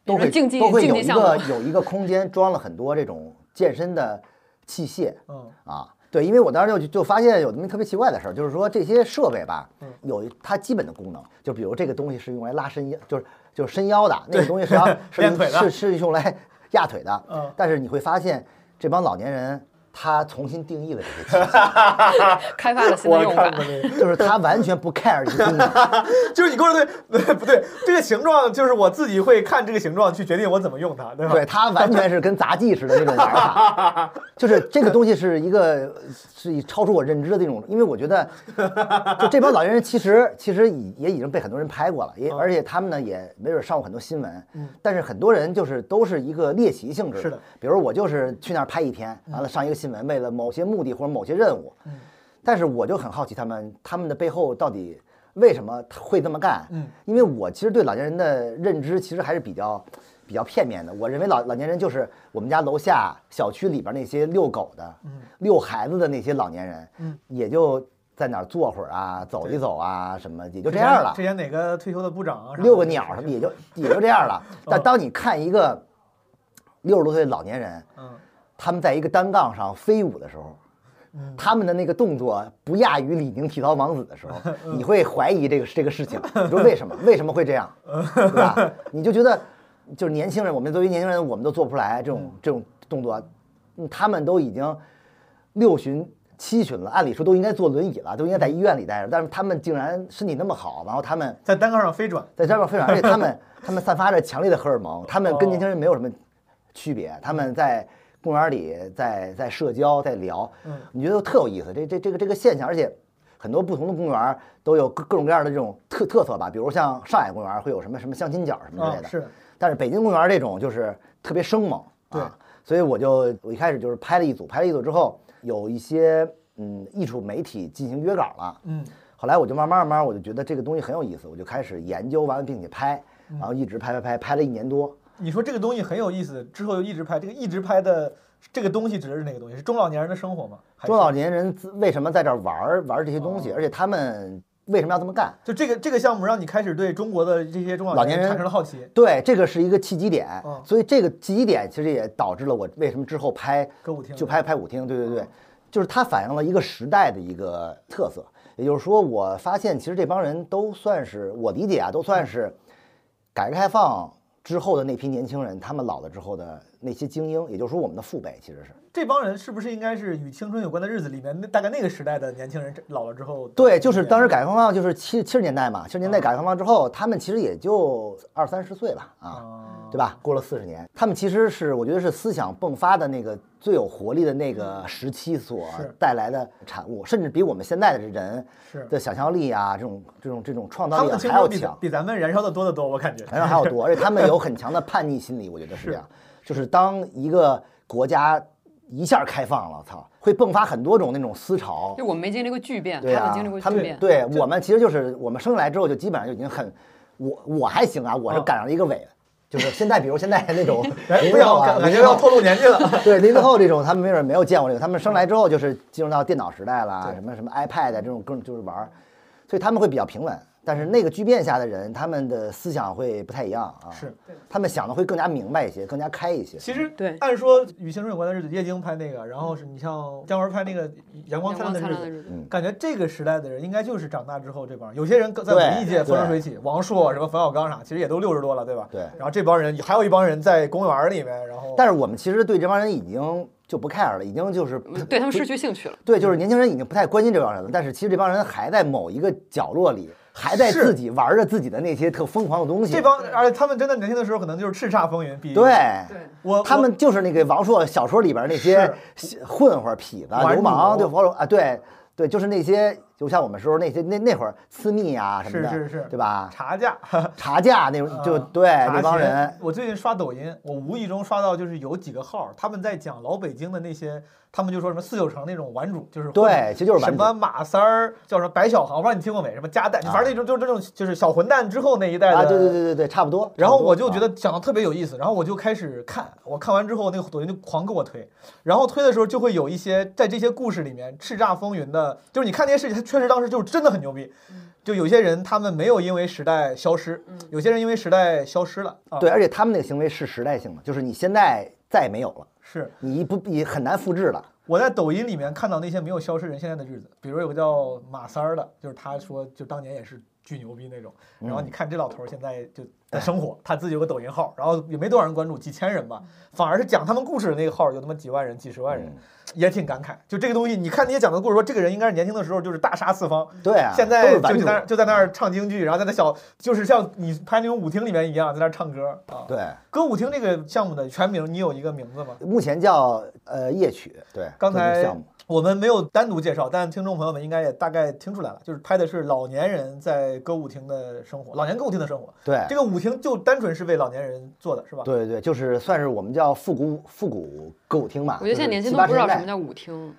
Speaker 2: 都
Speaker 3: 比如
Speaker 2: 会
Speaker 3: 竞技
Speaker 2: 都会
Speaker 3: 竞
Speaker 2: 有
Speaker 3: 技
Speaker 2: 一
Speaker 3: 项
Speaker 2: 个
Speaker 3: 目
Speaker 2: 有一个空间装了很多这种健身的器械，
Speaker 1: 嗯，
Speaker 2: 啊，对，因为我当时就就发现有那么特别奇怪的事儿，就是说这些设备吧
Speaker 1: 嗯，
Speaker 2: 有它基本的功能，就比如这个东西是用来拉伸腰，就是就是伸腰的， 那个东西是
Speaker 1: 练腿
Speaker 2: 要
Speaker 1: 的
Speaker 2: 是是是用来压腿的，
Speaker 1: 嗯
Speaker 2: 但是你会发现这帮老年人。他重新定义了 这些器
Speaker 3: 开发了新的用法。
Speaker 1: 这个，
Speaker 2: 械，就是他完全不 care 这些功能，
Speaker 1: 就是你跟我说对 不对？这个形状就是我自己会看这个形状去决定我怎么用它，对吧？
Speaker 2: 对他完全是跟杂技似的那种玩法， 就是这个东西是一个是一超出我认知的那种，因为我觉得就这帮老年人其实其实已也已经被很多人拍过了，
Speaker 1: 嗯
Speaker 2: 也而且他们呢也没准上过很多新闻，但是很多人就是都是一个猎奇性质，
Speaker 1: 是的，
Speaker 2: 比如我就是去那儿拍一天，完了上一个新闻，为了某些目的或者某些任
Speaker 1: 嗯
Speaker 2: 务，但是我就很好奇他们他们的背后到底为什么会这么干？
Speaker 1: 嗯，
Speaker 2: 因为我其实对老年人的认知其实还是比较比较片面的。我认为老老年人就是我们家楼下小区里边那些遛狗的、遛孩子的那些老年人，
Speaker 1: 嗯，
Speaker 2: 也就在哪儿坐会儿啊、走一走啊什么，也就这样了
Speaker 1: 之。前哪个退休的部长啊，
Speaker 2: 遛个鸟什么也就也就这样 哦了。但
Speaker 1: 嗯
Speaker 2: 当你看一个六十多岁的老年人，
Speaker 1: 嗯，
Speaker 2: 他们在一个单杠上飞舞的时候，他们的那个动作不亚于李宁剃刀王子的时候，你会怀疑这个这个事情，你说为什么？为什么会这样？对吧？你就觉得就是年轻人，我们作为年轻人，我们都做不出来这种这种动作，嗯他们都已经六旬。七旬了，按理说都应该坐轮椅了，都应该在医院里待着，但是他们竟然身体那么好，然后他们
Speaker 1: 在单杠上飞转，
Speaker 2: 在这边非常，而且他 们他们散发着强烈的荷尔蒙，他们跟年轻人没有什么区别，他
Speaker 1: 哦
Speaker 2: 们在公园里在在社交在聊，
Speaker 1: 嗯
Speaker 2: 你觉得特有意思，这这这个这个现象，而且很多不同的公园都有各各种各样的这种特特色吧，比如像上海公园会有什么什么相亲角什么之
Speaker 1: 啊
Speaker 2: 类，的，
Speaker 1: 是的，
Speaker 2: 但是北京公园这种就是特别生猛，
Speaker 1: 对
Speaker 2: 啊，所以我就我一开始就是拍了一组，拍了一组之后，有一些嗯艺术媒体进行约稿了，
Speaker 1: 嗯，
Speaker 2: 后来我就慢慢慢慢，我就觉得这个东西很有意思，我就开始研究完了并且拍，然后一直拍拍拍，拍了一年多。
Speaker 1: 你说这个东西很有意思，之后又一直拍，这个一直拍的这个东西指的是哪个东西？是中老年人的生活吗？还是
Speaker 2: 中老年人自为什么在这儿玩儿玩儿这些东西，而且他们为什么要这么干？
Speaker 1: 就这个这个项目让你开始对中国的这些中
Speaker 2: 老
Speaker 1: 老
Speaker 2: 年人
Speaker 1: 产生了好奇，
Speaker 2: 对，这个是一个契机点
Speaker 1: 嗯，
Speaker 2: 所以这个契机点其实也导致了我为什么之后拍
Speaker 1: 歌舞厅嗯
Speaker 2: 就拍拍舞厅，对对对，就是它反映了一个时代的一个特色。也就是说，我发现其实这帮人都算是我理解啊，都算
Speaker 1: 嗯
Speaker 2: 是改革开放之后的那批年轻人，他们老了之后的那些精英，也就是说我们的父辈其实是。
Speaker 1: 这帮人是不是应该是与青春有关的日子里面，那大概那个时代的年轻人老了之后？
Speaker 2: 对，就是当时改革开放就是七七十年代嘛，七十
Speaker 1: 嗯
Speaker 2: 年代改革开放之后，他们其实也就二三十岁吧，啊，
Speaker 1: 啊，
Speaker 2: 对吧？过了四十年，他们其实是我觉得是思想迸发的那个最有活力的那个时期所
Speaker 1: 是
Speaker 2: 带来的产物，甚至比我们现在的人
Speaker 1: 是
Speaker 2: 的想象力啊，这种这种这种创
Speaker 1: 他
Speaker 2: 造
Speaker 1: 们
Speaker 2: 力
Speaker 1: 的
Speaker 2: 啊
Speaker 1: 青
Speaker 2: 还要
Speaker 1: 春比
Speaker 2: 强，
Speaker 1: 比咱们燃烧的多得多，我感觉。
Speaker 2: 反正还要多，而且他们有很强的叛逆心理，我觉得是这样。就是当一个国家一下开放了，操，会迸发很多种那种思潮
Speaker 3: 就。我们没经历过巨变，
Speaker 2: 对
Speaker 3: 他
Speaker 2: 啊
Speaker 3: 们经历，过
Speaker 2: 他
Speaker 3: 巨
Speaker 2: 们
Speaker 3: 变。
Speaker 2: 对
Speaker 3: 嗯
Speaker 2: 我们其实就是我们生下来之后就基本上就已经很，我我还行啊，我是赶上一个尾，就是现在，比如现在那 种
Speaker 1: 哎
Speaker 2: 零
Speaker 1: 不
Speaker 2: 零
Speaker 1: 要
Speaker 2: 后啊，
Speaker 1: 感感
Speaker 2: 零
Speaker 1: 觉
Speaker 2: 零
Speaker 1: 要
Speaker 2: 后
Speaker 1: 透露年纪 了。
Speaker 2: 对零零后这种，他们没准没有见过这个，他们生来之后就是进入到电脑时代了，啊
Speaker 1: 对
Speaker 2: 什么什么 iPad 这种各种就是玩儿，所以他们会比较平稳。但是那个巨变下的人，他们的思想会不太一样啊，
Speaker 1: 是，
Speaker 2: 他们想的会更加明白一些，更加开一些。
Speaker 1: 其实
Speaker 3: 对
Speaker 1: 按说与青春有关的日子，叶京拍那个，然后是你像姜文拍那个《阳光灿烂
Speaker 3: 阳光
Speaker 1: 的
Speaker 3: 灿
Speaker 1: 日
Speaker 3: 烂
Speaker 1: 子
Speaker 3: 的》，日子，
Speaker 1: 感觉这个时代的人应该就是长大之后这帮人，有些人更在
Speaker 2: 对
Speaker 1: 文艺界风生水起，王朔什么冯小刚啥，其实也都六十多了，对吧？
Speaker 2: 对
Speaker 1: 然后这帮人还有一帮人在公园里面，然后
Speaker 2: 但是我们其实对这帮人已经就不 care 了，已经就是
Speaker 3: 嗯对他们失去兴趣了。
Speaker 1: 嗯
Speaker 2: 对，就是年轻人已经不太关心这帮人了，但是其实这帮人还在某一个角落里，还在
Speaker 1: 是
Speaker 2: 自己玩着自己的那些特疯狂的东西。
Speaker 1: 这帮而且他们真的年轻的时候可能就是叱咤风云，比
Speaker 2: 对。
Speaker 3: 对，
Speaker 1: 我
Speaker 2: 他们就是那个王朔小说里边那些混混、痞子、
Speaker 1: 玩
Speaker 2: 流氓，
Speaker 1: 主
Speaker 2: 对，王朔啊，对对，就是那些，就像我们时候那些那那会儿私密啊什么的，
Speaker 1: 是是是
Speaker 2: 对吧？
Speaker 1: 查价
Speaker 2: 查价那种，就对
Speaker 1: 查
Speaker 2: 哎那帮
Speaker 1: 钱
Speaker 2: 人，
Speaker 1: 我最近刷抖音，我无意中刷到就是有几个号，他们在讲老北京的那些，他们就说什么四九城那种玩主，就是混
Speaker 2: 对，其实就是
Speaker 1: 什
Speaker 2: 玩主
Speaker 1: 么马三儿，叫什么白小航，我不知道你听过没？什么加代，
Speaker 2: 啊
Speaker 1: 反正那种就是这种就是小混蛋之后那一代的。
Speaker 2: 啊，对对对对对，差不多。
Speaker 1: 然后
Speaker 2: 差不多
Speaker 1: 我就觉
Speaker 2: 啊
Speaker 1: 得讲的特别有意思，然后我就开始看，我看完之后，那个抖音就狂给我推，然后推的时候就会有一些在这些故事里面叱咤风云的，就是你看这些事情，他确实当时就是真的很牛逼，就有些人他们没有因为时代消失，有些人因为时代消失了，啊，
Speaker 2: 对，，而且他们那个行为是时代性的，就是你现在再也没有了，
Speaker 1: 是
Speaker 2: 你不你很难复制了。
Speaker 1: 我在抖音里面看到那些没有消失人现在的日子，比如有个叫马三儿的，就是他说就当年也是巨牛逼那种，然
Speaker 2: 嗯
Speaker 1: 后你看这老头儿现在就
Speaker 2: 哎
Speaker 1: 在生活，他自己有个抖音号，然后也没多少人关注，几千人吧，反而是讲他们故事的那个号有他妈几万人、几十万人
Speaker 2: 嗯，
Speaker 1: 也挺感慨。就这个东西，你看那些讲的故事说，这个人应该是年轻的时候就是大杀四方，
Speaker 2: 对啊，
Speaker 1: 现
Speaker 2: 都
Speaker 1: 在
Speaker 2: 是
Speaker 1: 就
Speaker 2: 玩
Speaker 1: 在那儿
Speaker 2: 主
Speaker 1: 就在那儿唱京剧，然后在那小就是像你拍那种舞厅里面一样，在那儿唱歌啊。
Speaker 2: 对，
Speaker 1: 歌舞厅这个项目的全名，你有一个名字吗？
Speaker 2: 目前叫呃夜曲，对，
Speaker 1: 刚
Speaker 2: 这个
Speaker 1: 才
Speaker 2: 项目
Speaker 1: 我们没有单独介绍，但听众朋友们应该也大概听出来了，就是拍的是老年人在歌舞厅的生活，老年歌舞厅的生活。
Speaker 2: 对
Speaker 1: 这个舞厅就单纯是为老年人做的，是吧？，
Speaker 2: 对对对，就是算是我们叫复古复古歌舞厅吧。
Speaker 3: 我觉得现在年轻人都不知道什么叫舞厅，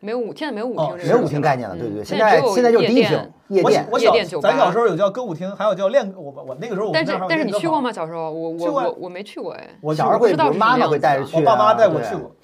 Speaker 3: 没有舞，现在没有舞
Speaker 1: 哦
Speaker 2: 就是
Speaker 3: 厅这个
Speaker 2: 没有
Speaker 3: 东
Speaker 2: 舞
Speaker 3: 西
Speaker 2: 厅
Speaker 3: 了
Speaker 2: 概念了，对
Speaker 3: 嗯
Speaker 2: 对对。现
Speaker 3: 现
Speaker 2: 在
Speaker 3: 只有
Speaker 2: 现在就是
Speaker 3: 夜
Speaker 2: 迪厅
Speaker 3: 店
Speaker 2: 夜
Speaker 1: 我
Speaker 2: 店，
Speaker 1: 我
Speaker 3: 夜
Speaker 1: 小
Speaker 3: 店酒吧
Speaker 1: 咱小时候有叫歌舞厅，还有叫练我我那个时候我
Speaker 3: 但
Speaker 1: 们那
Speaker 3: 是
Speaker 1: 儿还有
Speaker 3: 但是
Speaker 1: 练
Speaker 3: 你
Speaker 1: 歌
Speaker 3: 去
Speaker 1: 房
Speaker 3: 过？吗？小时候我
Speaker 1: 去
Speaker 3: 我
Speaker 1: 过呀
Speaker 3: 我我没去过哎，
Speaker 1: 我去
Speaker 2: 小时候
Speaker 1: 过
Speaker 2: 会，
Speaker 3: 不知
Speaker 2: 比
Speaker 3: 道
Speaker 2: 如
Speaker 3: 是
Speaker 2: 妈
Speaker 3: 什么
Speaker 2: 妈
Speaker 3: 样
Speaker 2: 会带着
Speaker 3: 子的
Speaker 2: 去啊，
Speaker 1: 我爸妈带我
Speaker 2: 对
Speaker 1: 去过。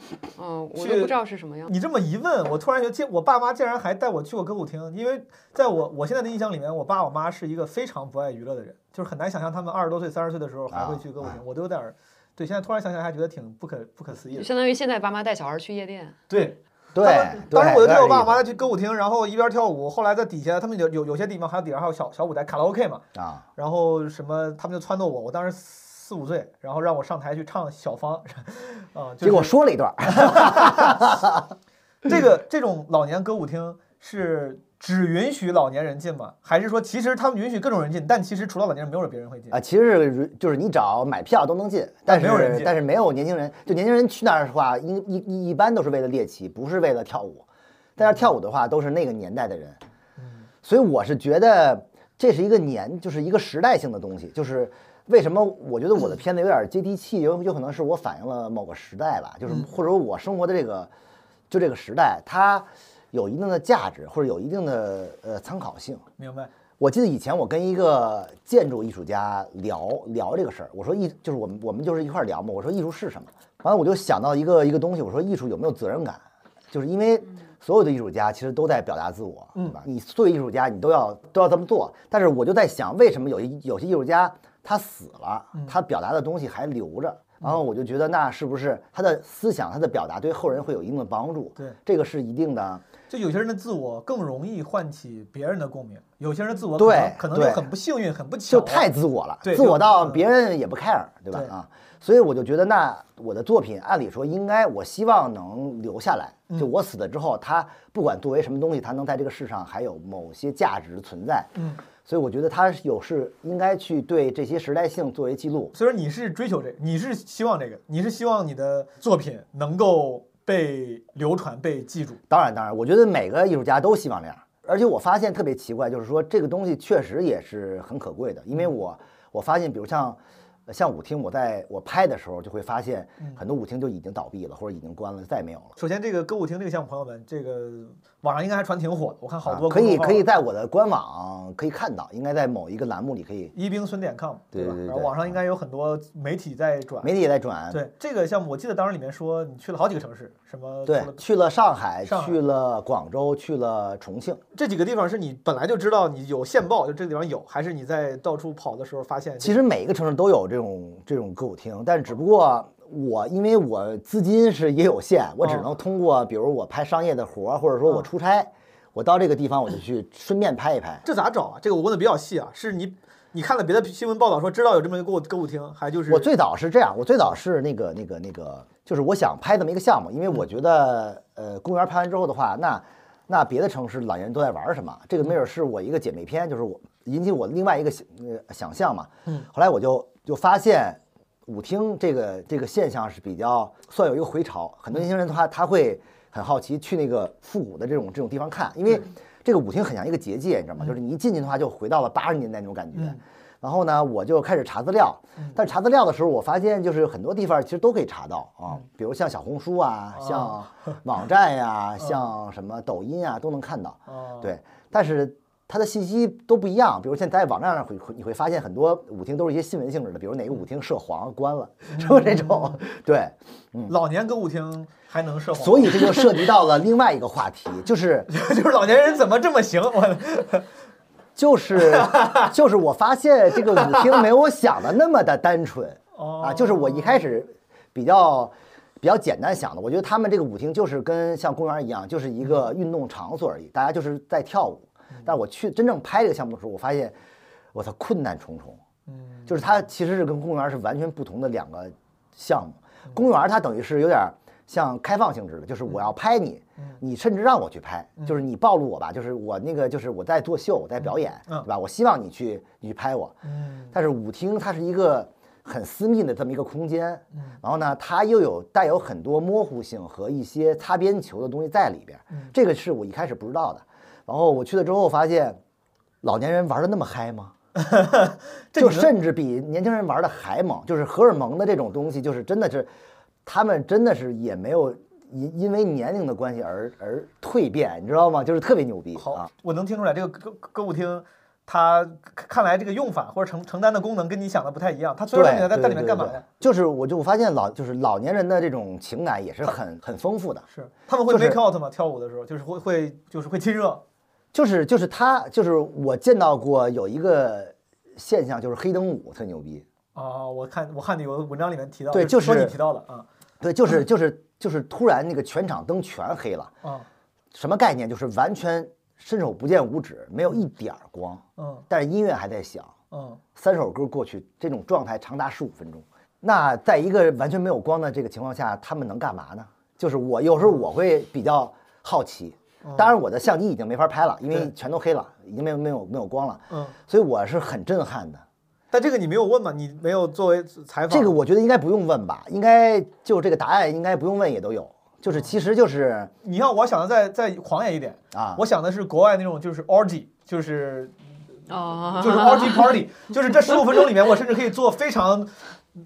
Speaker 3: 嗯，我
Speaker 1: 去
Speaker 3: 都不知道是什么样。
Speaker 1: 你这么一问，我突然就见我爸妈竟然还带我去过歌舞厅，因为在我我现在的印象里面，我爸我妈是一个非常不爱娱乐的人，就是很难想象他们二十多岁、三十岁的时候还会去歌舞
Speaker 2: 啊
Speaker 1: 厅，我都有点儿。对，现在突然想想还觉得挺不可不可思议
Speaker 3: 就
Speaker 1: 的。
Speaker 3: 相当于现在爸妈带小孩去夜店，
Speaker 1: 对，
Speaker 2: 对
Speaker 1: 他们，
Speaker 2: 对
Speaker 1: 当时我就
Speaker 2: 有
Speaker 1: 跟我
Speaker 2: 点
Speaker 1: 爸
Speaker 2: 意
Speaker 1: 我妈去歌舞厅，然后一边跳舞，后来在底下他们有有有些地方还有底下还有小小舞台卡拉 OK 嘛，
Speaker 2: 思啊，
Speaker 1: 然后什么他们就撺掇我，我当时四五岁，然后让我上台去唱小芳， 啊、就是
Speaker 2: 结果说了一段儿，
Speaker 1: 这个这种老年歌舞厅是只允许老年人进吗？还是说其实他们允许各种人进，但其实除了老年人没有别人会进？
Speaker 2: 啊，其实是就是你只要买票都能进，但
Speaker 1: 没
Speaker 2: 是
Speaker 1: 有人进
Speaker 2: 但是没有年轻人，就年轻人去那儿的话，一一一一般都是为了猎奇，不是为了跳舞。在那儿跳舞的话，都是那个年代的人，
Speaker 1: 嗯
Speaker 2: 所以我是觉得这是一个年，就是一个时代性的东西。就是为什么我觉得我的片子有点接地气，有有可能是我反映了某个时代吧，
Speaker 1: 嗯
Speaker 2: 就是或者说我生活的这个就这个时代，它有一定的价值或者有一定的呃参考性。
Speaker 1: 明白？
Speaker 2: 我记得以前我跟一个建筑艺术家聊聊这个事儿，我说艺就是我们我们就是一块儿聊嘛，我说艺术是什么？完了我就想到一个一个东西，我说艺术有没有责任感？就是因为所有的艺术家其实都在表达自我，对吧？你作为艺术家，你都要都要这么做。但是我就在想，为什么有一有些艺术家他死了，他表达的东西还留着？然后我就觉得，那是不是他的思想、他的表达对后人会有一定的帮助？
Speaker 1: 对
Speaker 2: 这个是一定的。
Speaker 1: 就有些人的自我更容易唤起别人的共鸣，有些人的自我可
Speaker 2: 对
Speaker 1: 能可能就
Speaker 2: 对
Speaker 1: 很不幸运，很不巧，
Speaker 2: 就太自我了，
Speaker 1: 对
Speaker 2: 自我
Speaker 1: 就
Speaker 2: 到
Speaker 1: 嗯
Speaker 2: 别人也不 care，对吧？
Speaker 1: 对
Speaker 2: 啊，所以我就觉得，那我的作品按理说应该，我希望能留下来。
Speaker 1: 嗯
Speaker 2: 就我死了之后，它不管作为什么东西，它能在这个世上还有某些价值存在。
Speaker 1: 嗯，
Speaker 2: 所以我觉得它有是应该去对这些时代性作为记录。
Speaker 1: 所以说你是追求这个，你是希望这个，你是希望你的作品能够被流传、被记住。
Speaker 2: 当然，当然，我觉得每个艺术家都希望这样。而且我发现特
Speaker 1: 嗯
Speaker 2: 别奇怪，就是说这个东西确实也是很可贵的，因为我我发现，比如像呃像舞厅，我在我拍的时候就会发现，
Speaker 1: 嗯
Speaker 2: 很多舞厅就已经倒闭了，或者已经关了，再也没有了。
Speaker 1: 首先，这个歌舞厅这个项目，朋友们，这个网上应该还传挺火的，我看好多
Speaker 2: 啊、可
Speaker 1: 公
Speaker 2: 以
Speaker 1: 众号
Speaker 2: 可以在我的官网可以看到，应该在某一个栏目里可以，
Speaker 1: 宜宾村点 com
Speaker 2: 对
Speaker 1: 吧？
Speaker 2: 对对
Speaker 1: 然后
Speaker 2: 对
Speaker 1: 网上应该有很多媒体在转。
Speaker 2: 媒体也在转。
Speaker 1: 对这个项目，我记得当时里面说你去了好几个城市，什么
Speaker 2: 对
Speaker 1: 除了
Speaker 2: 去了上海，
Speaker 1: 上海
Speaker 2: 去了广州，去了重庆。
Speaker 1: 这几个地方是你本来就知道你有线报，就这个地方有，还是你在到处跑的时候发现？
Speaker 2: 其实每一个城市都有这种这种歌舞厅，但只不过我因为我资金是也有限，我只
Speaker 1: 哦
Speaker 2: 能通过比如我拍商业的活儿，或者说我
Speaker 1: 嗯
Speaker 2: 出差，我到这个地方我就去顺便拍一拍。
Speaker 1: 这咋找啊？这个我问的比较细啊，是你你看了别的新闻报道说知道有这么一个歌舞歌舞厅，还就是
Speaker 2: 我最早是这样，我最早是那个那个那个，就是我想拍这么一个项目，因为我
Speaker 1: 嗯
Speaker 2: 觉得呃，公园拍完之后的话，那那别的城市老年人都在玩什么？这个
Speaker 1: 嗯
Speaker 2: 没准是我一个姐妹篇，就是我引起我另外一个想呃想象嘛。
Speaker 1: 嗯，
Speaker 2: 后来我就就发现。舞厅这个这个现象是比较算有一个回潮，很多年轻人的话，他会很好奇去那个复古的这种这种地方看，
Speaker 1: 嗯
Speaker 2: 因为这个舞厅很像一个结界，你知道吗？就是你一进去的话，就回到了八十年代那种感觉。
Speaker 1: 嗯
Speaker 2: 然后呢，我就开始查资料，但查资料的时候，我发现就是很多地方其实都可以查到啊，比如像小红书啊，像网站呀、像什么抖音啊，都能看到。
Speaker 1: 啊，
Speaker 2: 对，但是它的信息都不一样。比如现在在网站上会会你会发现很多舞厅都是一些新闻性质的，比如哪个舞厅涉黄关了， 什么这种。对，
Speaker 1: 老年歌舞厅还能涉黄，
Speaker 2: 嗯所以这 就涉及到了另外一个话题，就是
Speaker 1: 就是老年人怎么这么行？我
Speaker 2: 就是 就是我发现这个舞厅没有我想的那么的单纯
Speaker 1: 哦
Speaker 2: 啊，就是我一开始比较比较简单想的，我觉得他们这个舞厅就是跟像公园一样，就是一个
Speaker 1: 嗯
Speaker 2: 运动场所而已，大家就是在跳舞。但我去真正拍这个项目的时候，我发现我操困难重重，
Speaker 1: 嗯，
Speaker 2: 就是它其实是跟公园是完全不同的两个项目。
Speaker 1: 嗯
Speaker 2: 公园它等于是有点像开放性质的，就是我要拍你，你甚至让我去拍，就是你暴露我吧，就是我那个就是我在作秀，我在表演，
Speaker 1: 嗯
Speaker 2: 对吧？我希望你去你去拍我。
Speaker 1: 嗯
Speaker 2: 但是舞厅它是一个很私密的这么一个空间，
Speaker 1: 嗯
Speaker 2: 然后呢，它又有带有很多模糊性和一些擦边球的东西在里边，
Speaker 1: 嗯
Speaker 2: 这个是我一开始不知道的。然后我去了之后发现，老年人玩的那么嗨吗？
Speaker 1: 这
Speaker 2: 就
Speaker 1: 你能
Speaker 2: 甚至比年轻人玩的还猛，就是荷尔蒙的这种东西，就是真的是，他们真的是也没有因因为年龄的关系而而蜕变，你知道吗？就是特别牛逼啊
Speaker 1: 好！，我能听出来这个歌歌歌舞厅，它看来这个用法或者承承担的功能跟你想的不太一样。它虽
Speaker 2: 对，
Speaker 1: 然在在
Speaker 2: 对
Speaker 1: 在里面
Speaker 2: 对
Speaker 1: 干嘛
Speaker 2: 对
Speaker 1: 呀？
Speaker 2: 就是我就我发现老就是老年人的这种情感也 是很很丰富的，
Speaker 1: 是他们会
Speaker 2: 就是
Speaker 1: make out 吗？跳舞的时候就是会会就是会亲热，
Speaker 2: 就是就是他就是我见到过有一个现象，就是黑灯舞特牛逼，
Speaker 1: 啊，我看我看你有个文章里面提到，
Speaker 2: 对
Speaker 1: 说
Speaker 2: 就是
Speaker 1: 你提到的啊
Speaker 2: 对， 就是就是就是突然那个全场灯全黑了，
Speaker 1: 啊
Speaker 2: 什么概念？就是完全伸手不见五指，没有一点儿光。
Speaker 1: 嗯
Speaker 2: 但是音乐还在响，
Speaker 1: 嗯
Speaker 2: 三首歌过去，这种状态长达十五分钟。那在一个完全没有光的这个情况下，他们能干嘛呢？就是我有时候我会比较好奇，
Speaker 1: 嗯
Speaker 2: 当然我的相机已经没法拍了，因为
Speaker 1: 对
Speaker 2: 全都黑了，已经没有没有没有光了，
Speaker 1: 嗯。
Speaker 2: 所以我是很震撼的。
Speaker 1: 但这个你没有问嘛？你没有作为采访
Speaker 2: 这个我觉得应该不用问吧，应该就这个答案应该不用问也都有，就是其实就是
Speaker 1: 你要我想的再再狂野一点
Speaker 2: 啊
Speaker 1: 我想的是国外那种就是 orgy，就是
Speaker 3: 哦，
Speaker 1: 就是 orgy party，就是这十五分钟里面，我甚至可以做非常，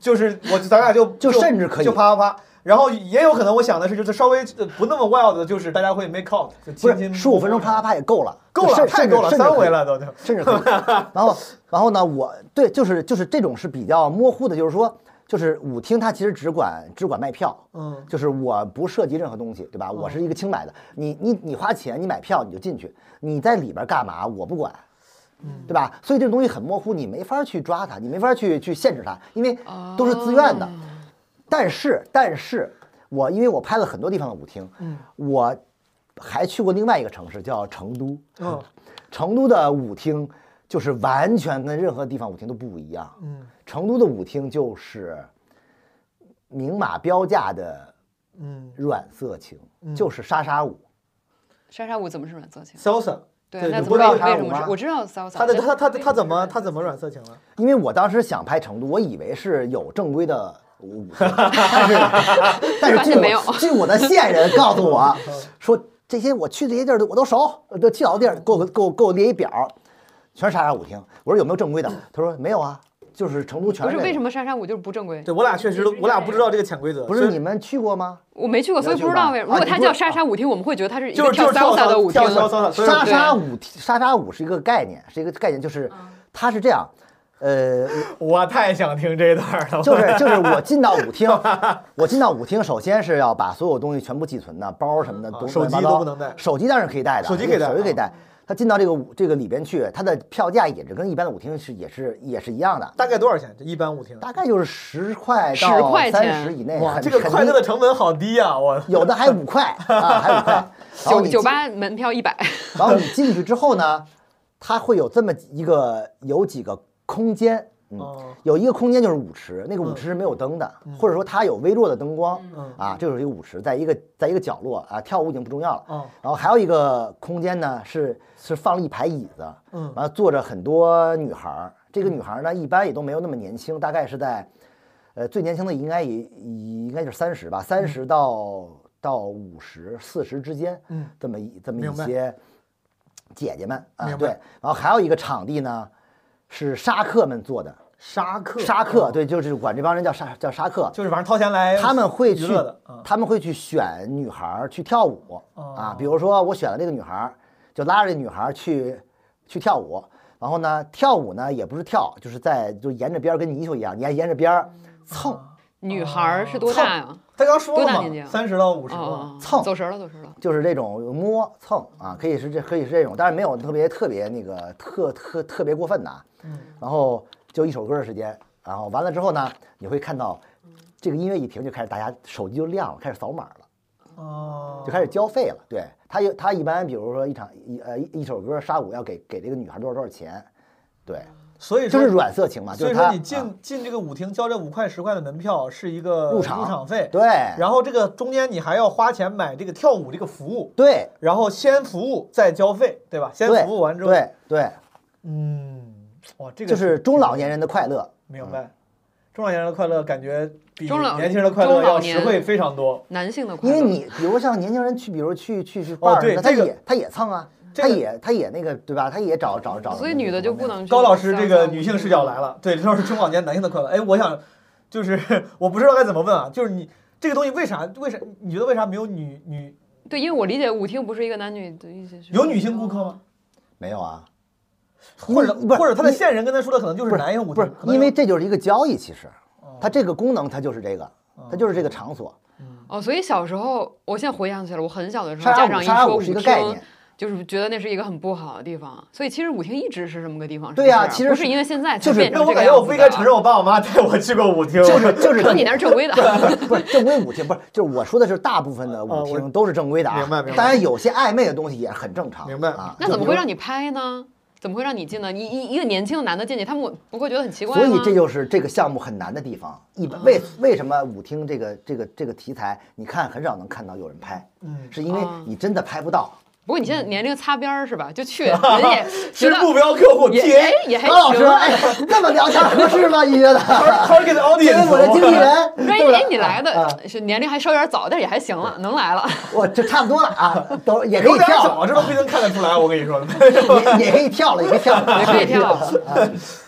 Speaker 1: 就是我咱俩就
Speaker 2: 就甚至可以
Speaker 1: 就啪啪啪。然后也有可能，我想的是，就是稍微呃不那么 wild 的，就是大家会 make out，就
Speaker 2: 不
Speaker 1: 亲
Speaker 2: 是
Speaker 1: 亲。
Speaker 2: 十五分钟啪啪啪也够了，
Speaker 1: 够了，
Speaker 2: 甚
Speaker 1: 太够了，
Speaker 2: 甚至甚
Speaker 1: 三
Speaker 2: 至可以
Speaker 1: 回了都。都
Speaker 2: 甚至可以。然后，然后呢，我对就是就是这种是比较模糊的，就是说，就是舞厅它其实只管只管卖票，
Speaker 1: 嗯，
Speaker 2: 就是我不涉及任何东西，对吧？我是一个清白的，你你你花钱你买票你就进去，你在里边干嘛我不管。
Speaker 1: 嗯
Speaker 2: 对吧？所以这个东西很模糊，你没法去抓它，你没法去去限制它，因为都是
Speaker 1: 哦
Speaker 2: 自愿的。但是，但是我因为我拍了很多地方的舞厅，
Speaker 1: 嗯
Speaker 2: 我还去过另外一个城市叫成都，
Speaker 1: 嗯，
Speaker 2: 成都的舞厅就是完全跟任何地方舞厅都不一样。
Speaker 1: 嗯，
Speaker 2: 成都的舞厅就是明码标价的，
Speaker 1: 嗯，
Speaker 2: 软色情，就是莎莎舞。
Speaker 3: 莎莎舞怎么是软色情？
Speaker 1: salsa，对
Speaker 3: 那
Speaker 1: 你
Speaker 3: 怎
Speaker 1: 不
Speaker 3: 么
Speaker 1: 知道
Speaker 3: 为
Speaker 1: 莎
Speaker 2: 莎
Speaker 3: 什
Speaker 2: 舞
Speaker 3: 么
Speaker 2: 吗
Speaker 3: 是？我知道骚骚，
Speaker 1: 他的
Speaker 3: 但
Speaker 1: 他他他他怎么他怎么软色情了？
Speaker 2: 因为我当时想拍成都，我以为是有正规的舞厅， 但是但是
Speaker 3: 发
Speaker 2: 据
Speaker 3: 现没
Speaker 2: 我
Speaker 3: 有
Speaker 2: 据我的线人告诉我说，这些我去这些地儿我都熟，这去老地儿给我给我给我列一表，全是莎莎舞厅。我说有没有正规的？他说没有啊。就是成都全
Speaker 3: 不是
Speaker 2: 这
Speaker 3: 为
Speaker 2: 个
Speaker 3: 什么珊珊舞就是不正规？
Speaker 1: 对我俩确实都，我俩不知道这个潜规则，
Speaker 2: 不是你们去过吗？
Speaker 3: 我没去过，
Speaker 2: 你
Speaker 3: 所
Speaker 2: 要
Speaker 3: 以
Speaker 2: 去
Speaker 3: 不知道
Speaker 2: 吧
Speaker 3: 为什么。
Speaker 2: 啊
Speaker 3: 如果
Speaker 2: 你
Speaker 3: 它
Speaker 2: 不
Speaker 3: 叫
Speaker 2: 是
Speaker 3: 莎莎舞厅，我们会觉得它是一
Speaker 1: 就
Speaker 3: 个
Speaker 1: 是就是
Speaker 3: 潇洒的舞厅
Speaker 1: 跳。潇洒的，所以
Speaker 2: 莎
Speaker 3: 对
Speaker 2: 莎舞厅，莎莎舞是一个概念，是一个概念，就是
Speaker 3: 嗯
Speaker 2: 它是这样，呃，
Speaker 1: 我太想听这段了。
Speaker 2: 就是就是我进到 舞厅，我进到舞厅，首先是要把所有东西全部寄存的，包什么的，
Speaker 1: 啊
Speaker 2: 都
Speaker 1: 手机
Speaker 2: 乱七八糟
Speaker 1: 都不能带
Speaker 2: 手机当然可以带的，
Speaker 1: 手机可以带
Speaker 2: 手机可以
Speaker 1: 啊
Speaker 2: 带。他进到这个舞这个里边去，它的票价也是跟一般的舞厅是也是也是一样的，
Speaker 1: 大概多少钱？这一般舞厅？
Speaker 2: 大概就是十块
Speaker 3: 10
Speaker 2: 到
Speaker 3: 块
Speaker 2: 三
Speaker 3: 钱
Speaker 2: 十以内，
Speaker 1: 哇，
Speaker 2: 哎很
Speaker 1: 这个
Speaker 2: 很嗯
Speaker 1: 快乐的
Speaker 2: 低
Speaker 1: 成本好低啊！我
Speaker 2: 有的还五 块啊，还五块。然后
Speaker 3: 酒
Speaker 2: 你
Speaker 3: 酒
Speaker 2: 进
Speaker 3: 吧门票一百，
Speaker 2: 然后你进去之后呢，它会有这么一个有几个空间，
Speaker 1: 哦
Speaker 2: 嗯，有一个空间就是舞池，那个舞池是没有灯的，或者说它有微弱的灯光，
Speaker 1: 嗯
Speaker 2: 啊，这就是一个舞池，在一个在一个角落啊，跳舞已经不重要了。
Speaker 1: 哦
Speaker 2: 然后还有一个空间呢，是是放了一排椅子，
Speaker 1: 嗯
Speaker 2: 完了坐着很多女孩儿。这个女孩儿呢，一般也都没有那么年轻，大概是在，呃，最年轻的应该也也应该就是三十吧，三十到到五十、四十之间，
Speaker 1: 嗯，
Speaker 2: 这么一这么
Speaker 1: 明
Speaker 2: 一
Speaker 1: 白
Speaker 2: 些姐姐们啊，
Speaker 1: 明白
Speaker 2: 对。然后还有一个场地呢，是沙客们做的，
Speaker 1: 沙克，
Speaker 2: 沙客，
Speaker 1: 哦，
Speaker 2: 对，就是管这帮人叫沙叫沙客，
Speaker 1: 就是反正掏钱来，
Speaker 2: 他们会
Speaker 1: 娱
Speaker 2: 去
Speaker 1: 乐的啊，
Speaker 2: 他们会去选女孩儿去跳舞
Speaker 1: 哦
Speaker 2: 啊，比如说我选了这个女孩儿，就拉着这女孩儿去去跳舞，然后呢，跳舞呢也不是跳，就是在就沿着边儿跟泥鳅一样，你还沿着边儿
Speaker 1: 嗯
Speaker 2: 蹭
Speaker 3: 女孩儿是多大呀？
Speaker 1: 他刚说
Speaker 3: 多大
Speaker 1: 了
Speaker 3: 年纪
Speaker 1: 嘛，
Speaker 3: 啊
Speaker 1: 三十到五十
Speaker 3: 哦
Speaker 1: 嘛
Speaker 3: 哦，，哦
Speaker 2: 蹭
Speaker 3: 走神儿了，走神儿了。
Speaker 2: 就是这种摸蹭啊，可以是这，可以是这种，但是没有特别特别那个特特特别过分的啊。
Speaker 1: 嗯。
Speaker 2: 然后就一首歌的时间，然后完了之后呢，你会看到这个音乐一停，就开始大家手机就亮了，开始扫码了，
Speaker 1: 哦，
Speaker 2: 就开始交费了。对他有他一般，比如说一场一呃一一首歌杀舞要给给这个女孩多少多少钱，对，
Speaker 1: 所以
Speaker 2: 就
Speaker 1: 说
Speaker 2: 是软色情嘛，就
Speaker 1: 所以
Speaker 2: 是
Speaker 1: 说
Speaker 2: 他
Speaker 1: 你
Speaker 2: 啊
Speaker 1: 进进这个舞厅交这五块十块的门票是一个
Speaker 2: 入场
Speaker 1: 入场费，
Speaker 2: 对
Speaker 1: 然后这个中间你还要花钱买这个跳舞这个服务，
Speaker 2: 对
Speaker 1: 然后先服务再交费，对吧？先
Speaker 2: 对
Speaker 1: 服务完之后，
Speaker 2: 对对，
Speaker 1: 嗯，哇，这个
Speaker 2: 就是中老年人的快乐。
Speaker 1: 明白。中老年人的快乐感觉比
Speaker 3: 中老
Speaker 1: 年轻人的快乐
Speaker 3: 中老
Speaker 1: 要
Speaker 3: 年
Speaker 1: 实惠非常多。
Speaker 3: 男性的快
Speaker 2: 因
Speaker 3: 乐，
Speaker 2: 为你比如像年轻人去，比如去去去
Speaker 1: 哦
Speaker 2: bar
Speaker 1: 对
Speaker 2: 什么的，他
Speaker 1: 这个
Speaker 2: 也他也蹭啊，
Speaker 1: 这
Speaker 2: 他
Speaker 1: 个
Speaker 2: 也他也那个对吧？他也找找找。
Speaker 3: 所以女的就不。能去
Speaker 1: 高老师
Speaker 3: 跳
Speaker 1: 这
Speaker 3: 跳
Speaker 1: 个
Speaker 3: 舞
Speaker 1: 女性视角来了，对，这就是中老年男性的快乐。哎，我想就是 我不知道该怎么问啊，就是你这个东西为啥为啥你觉得为啥没有女女
Speaker 3: 对，因为我理解舞厅不是一个男女的一起去
Speaker 1: 有女性顾客吗？
Speaker 2: 没有啊，
Speaker 1: 或者
Speaker 2: 因为
Speaker 1: 或者他的
Speaker 2: 因
Speaker 1: 线人跟他说的可能就是
Speaker 2: 不是
Speaker 1: 男性舞厅，
Speaker 2: 不是
Speaker 1: 可，能
Speaker 2: 因为
Speaker 1: 有
Speaker 2: 这就是一个交易，其实
Speaker 1: 哦
Speaker 2: 它这个功能它就是这个，它就是这个场所。
Speaker 3: 哦，所以小时候，我现在回想起来，我很小的时候，
Speaker 2: 莎莎
Speaker 3: 家
Speaker 2: 舞
Speaker 3: 长一
Speaker 2: 莎莎
Speaker 3: 说
Speaker 2: 舞
Speaker 3: 舞
Speaker 2: 是一个概
Speaker 3: 厅
Speaker 2: 念，，
Speaker 3: 就是觉得那是一个很不好的地方。所以其实舞厅一直是这么个地方。
Speaker 2: 对呀
Speaker 3: 是不是
Speaker 2: 其实
Speaker 3: 不
Speaker 2: 是
Speaker 3: 是因为现在才
Speaker 2: 就是
Speaker 3: 变
Speaker 1: 那
Speaker 3: 成
Speaker 1: 我
Speaker 3: 这个
Speaker 1: 感
Speaker 3: 样
Speaker 1: 觉
Speaker 3: 子啊
Speaker 1: 我不应该承认我爸我妈带我去过舞厅，
Speaker 2: 就是就是
Speaker 3: 可能你那是正规的，
Speaker 2: 不是正规舞厅，不是就是我说的是大部分的
Speaker 1: 啊
Speaker 2: 舞
Speaker 1: 我
Speaker 2: 厅都是正规的啊，
Speaker 1: 明白明白
Speaker 2: 当然有些暧昧的东西也很正常，
Speaker 1: 明白
Speaker 2: 啊。
Speaker 3: 那怎么会让
Speaker 2: 你？
Speaker 3: 你拍呢？怎么会让你进呢？你一一个年轻的男的进去，他们不会觉得很奇怪
Speaker 2: 所
Speaker 3: 吗？
Speaker 2: 以这就是这个项目很难的地方。一
Speaker 1: 嗯
Speaker 2: 般为为什么舞厅这个这个这个题材，你看很少能看到有人拍，
Speaker 1: 嗯，
Speaker 2: 是因为
Speaker 3: 啊
Speaker 2: 你真的拍不到。
Speaker 3: 不过你现在年龄擦边儿是吧？就去，人也觉
Speaker 1: 是
Speaker 3: 得
Speaker 1: 目标客户
Speaker 3: 也
Speaker 1: TA
Speaker 3: 哎也还
Speaker 2: 高老师，
Speaker 3: 行。
Speaker 2: 哎，这么聊天合适吗？你觉 得？
Speaker 1: target
Speaker 2: 哎因为
Speaker 1: audience，
Speaker 2: 我的经纪人，
Speaker 3: 万
Speaker 2: 对
Speaker 3: 一
Speaker 2: 吧
Speaker 3: 哎，你来
Speaker 2: 啊
Speaker 3: 的是年龄还稍有点早，但是也还行了，能来了。
Speaker 2: 我这差不多了啊，都也可
Speaker 1: 有
Speaker 2: 以
Speaker 1: 点
Speaker 2: 跳
Speaker 1: 早，
Speaker 2: 了，
Speaker 1: 这都不一定看得出来，我跟你说。
Speaker 2: 也也可以跳了，也可以跳了，
Speaker 3: 也可以跳了
Speaker 2: 啊。